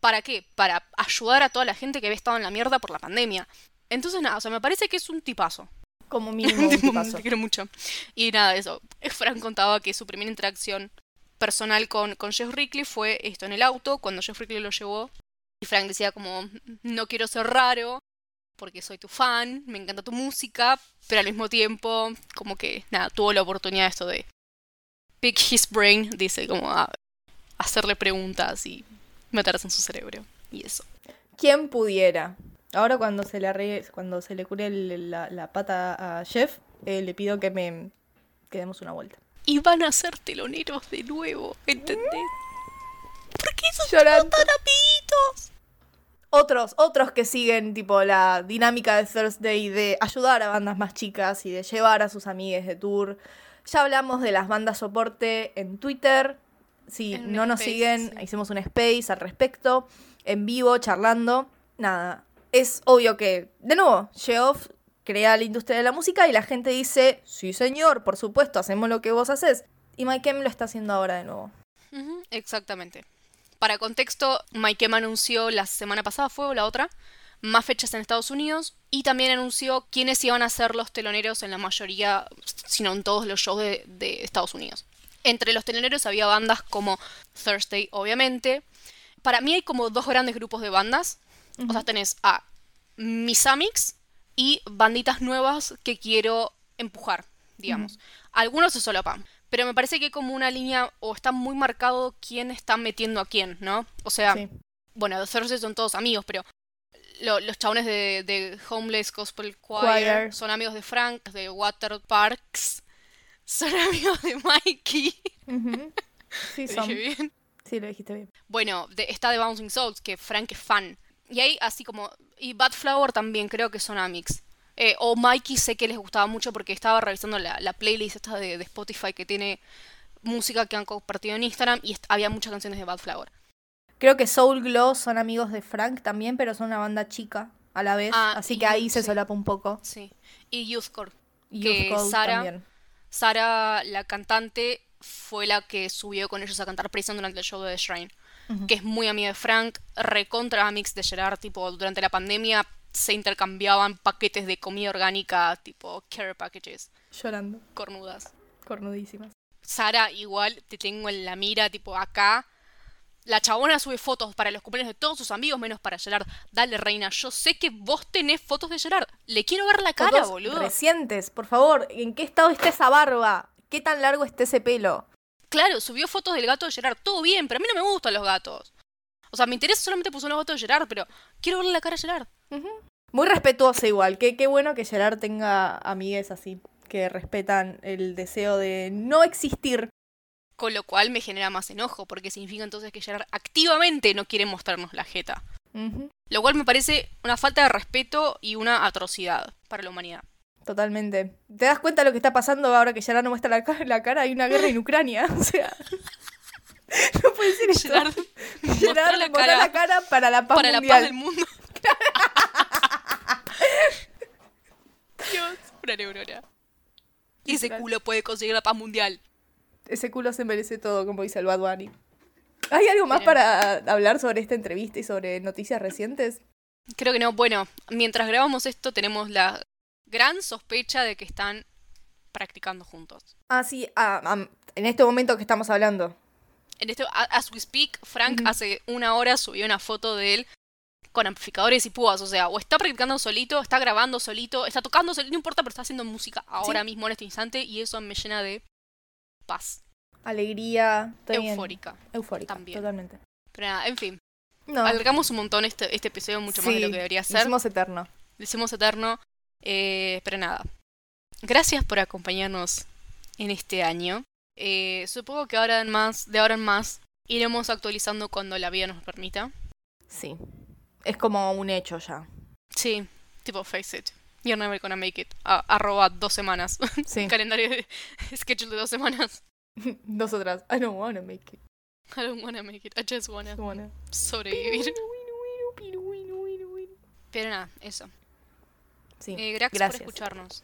S1: ¿Para qué? Para ayudar a toda la gente que había estado en la mierda por la pandemia. Entonces, nada, o sea, me parece que es un tipazo.
S2: Como mínimo, un
S1: Tipo,
S2: tipazo.
S1: Te quiero mucho. Y nada, eso. Frank contaba que su primera interacción personal con, con Jeff Rickley fue esto en el auto, cuando Jeff Rickley lo llevó. Y Frank decía como, no quiero ser raro, porque soy tu fan, me encanta tu música, pero al mismo tiempo, como que, nada, tuvo la oportunidad esto de pick his brain, dice, como a hacerle preguntas y meterse en su cerebro. Y eso.
S2: ¿Quién pudiera? Ahora cuando se le arregle- cuando se le cure el- la, la pata a Jeff, eh, le pido que me que demos una vuelta.
S1: Y van a ser teloneros de nuevo, ¿entendés? Porque esos
S2: Llorando.
S1: tan amiguitos.
S2: Otros, otros que siguen tipo la dinámica de Thursday de ayudar a bandas más chicas y de llevar a sus amigues de tour. Ya hablamos de las bandas soporte en Twitter. Si
S1: En un
S2: no nos
S1: space,
S2: siguen,
S1: sí.
S2: hicimos un space al respecto, en vivo, charlando. Nada, es obvio que, de nuevo, Geoff crea la industria de la música y la gente dice, sí señor, por supuesto, hacemos lo que vos haces. Y Mike M lo está haciendo ahora de nuevo.
S1: Ujú, Exactamente. Para contexto, Maikem anunció la semana pasada, fue o la otra, más fechas en Estados Unidos y también anunció quiénes iban a ser los teloneros en la mayoría, si no en todos los shows de, de Estados Unidos. Entre los teloneros había bandas como Thursday, obviamente. Para mí hay como dos grandes grupos de bandas. O sea, tenés a Misamix y banditas nuevas que quiero empujar, digamos. Algunos se solapan, pero me parece que hay como una línea o está muy marcado quién está metiendo a quién, ¿no? O sea,
S2: Sí.
S1: bueno, los Thursday son todos amigos, pero lo- los chabones de, de Homeless Gospel Choir,
S2: Choir.
S1: son amigos de Frank, de Water Parks, son amigos de Mikey.
S2: Ujú. Sí,
S1: Dije
S2: son.
S1: bien.
S2: Sí, lo dijiste bien.
S1: Bueno, de- está de Bouncing Souls, que Frank es fan. Y ahí, así como. Y Bad Flower también creo que son Amix. Eh, o Mikey sé que les gustaba mucho porque estaba revisando la, la playlist esta de, de Spotify que tiene música que han compartido en Instagram y est- había muchas canciones de Bad Flower.
S2: Creo que Soul Glow son amigos de Frank también, pero son una banda chica a la vez,
S1: Ah,
S2: así
S1: y-
S2: que ahí se
S1: sí.
S2: solapa un poco.
S1: Sí. Y Youthcore.
S2: Y
S1: Que
S2: Youth Code
S1: Sara-
S2: también.
S1: Sara, la cantante, fue la que subió con ellos a cantar Prison durante el show de The Shrine, que es muy amiga de Frank, recontra mix de Gerard, tipo, durante la pandemia se intercambiaban paquetes de comida orgánica, tipo care packages,
S5: Llorando.
S1: cornudas.
S5: Cornudísimas.
S1: Sara, igual te tengo en la mira, tipo acá. La chabona sube fotos para los cumpleaños de todos sus amigos, menos para Gerard. Dale, reina, yo sé que vos tenés fotos de Gerard. Le quiero ver la cara,
S2: Fotos
S1: boludo.
S2: Recientes, por favor, ¿en qué estado está esa barba? ¿Qué tan largo está ese pelo?
S1: Claro, subió fotos del gato de Gerard. Todo bien, pero a mí no me gustan los gatos. O sea, me interesa solamente puso los gatos de Gerard, pero quiero verle la cara a Gerard.
S2: Muy respetuosa igual, qué, qué bueno que Gerard tenga amigues así, que respetan el deseo de no existir.
S1: Con lo cual me genera más enojo, porque significa entonces que Gerard activamente no quiere mostrarnos la jeta.
S2: Ujú,
S1: Lo cual me parece una falta de respeto y una atrocidad para la humanidad.
S2: Totalmente. ¿Te das cuenta de lo que está pasando ahora que Gerard no muestra la, ca- la cara? Hay una guerra en Ucrania, o sea... No puede ser esto.
S1: Gerard, mostrar
S2: Gerard
S1: la
S2: mostró
S1: cara
S2: la cara para la paz
S1: para la
S2: mundial.
S1: paz del mundo. Dios, una neurona. Y ese
S2: Literal.
S1: culo puede conseguir la paz mundial.
S2: Ese culo se merece todo, como dice el Bad Bunny. ¿Hay algo más para hablar sobre esta entrevista y sobre noticias recientes?
S1: Creo que no. Bueno, mientras grabamos esto tenemos la gran sospecha de que están practicando juntos.
S2: Ah, sí, ah, am- en este momento que estamos hablando.
S1: En este, a- as we speak, Frank
S2: Ujú.
S1: hace una hora subió una foto de él con amplificadores y púas. O sea, o está practicando solito, está grabando solito, está tocando solito, no importa, pero está haciendo música ahora mismo en este instante y eso me llena de paz
S2: Alegría, estoy bien.
S1: eufórica.
S2: Eufórica,
S1: También.
S2: totalmente.
S1: Pero nada, en fin.
S2: No,
S1: Alargamos un montón este, este episodio, mucho más de lo
S2: Sí,
S1: que debería
S2: lo
S1: ser.
S2: hicimos eterno.
S1: Lo hicimos eterno. eh, pero nada. Gracias por acompañarnos en este año. Eh, supongo que ahora en más, de ahora en más iremos actualizando cuando la vida nos permita.
S2: Sí, es como un hecho ya.
S1: Sí, tipo face it. You're never gonna make it. A- arroba dos semanas.
S2: Sí,
S1: Calendario de schedule de dos semanas.
S2: nosotras. I don't wanna make it.
S1: I don't wanna make it. I just wanna
S2: I wanna-
S1: sobrevivir. Pero nada, eso.
S2: Sí.
S1: Eh, gracias,
S2: Gracias.
S1: por escucharnos.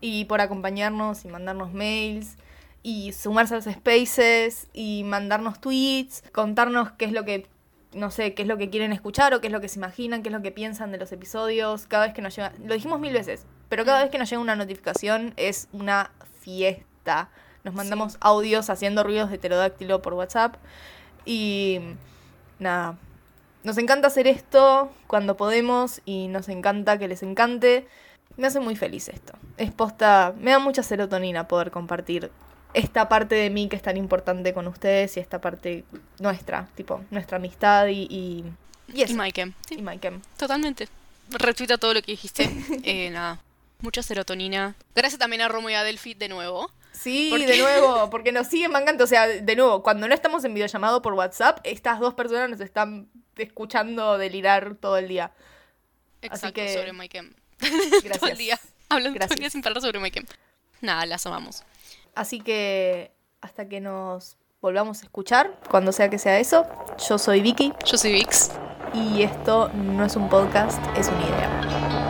S2: y por acompañarnos y mandarnos mails y sumarse a los spaces y mandarnos tweets, contarnos qué es lo que no sé, qué es lo que quieren escuchar o qué es lo que se imaginan, qué es lo que piensan de los episodios, cada vez que nos llega, lo dijimos mil veces, pero cada vez que nos llega una notificación es una fiesta. Nos mandamos audios haciendo ruidos de pterodáctilo por WhatsApp y nada, nos encanta hacer esto cuando podemos y nos encanta que les encante. Me hace muy feliz esto. Es posta, me da mucha serotonina poder compartir esta parte de mí que es tan importante con ustedes y esta parte nuestra, tipo, nuestra amistad y... Y, y eso.
S1: Y Mike. Sí.
S2: Y Maikem.
S1: Totalmente. Retuita todo lo que dijiste. Eh, nada. Mucha serotonina. Gracias también a Romo y a Delphi de nuevo.
S2: Sí,
S1: ¿Por
S2: de
S1: qué?
S2: nuevo, porque nos siguen mangando. O sea, de nuevo, cuando no estamos en videollamado por WhatsApp, estas dos personas nos están escuchando delirar todo el día.
S1: Exacto,
S2: que-
S1: sobre Mike.
S2: Gracias.
S1: Todo el día. Hablando todo
S2: Gracias.
S1: el día sin parar sobre Mike. Nada, las amamos.
S2: Así que hasta que nos volvamos a escuchar, cuando sea que sea eso, yo soy Vicky
S1: Yo soy Vix.
S2: y esto no es un podcast, es una idea.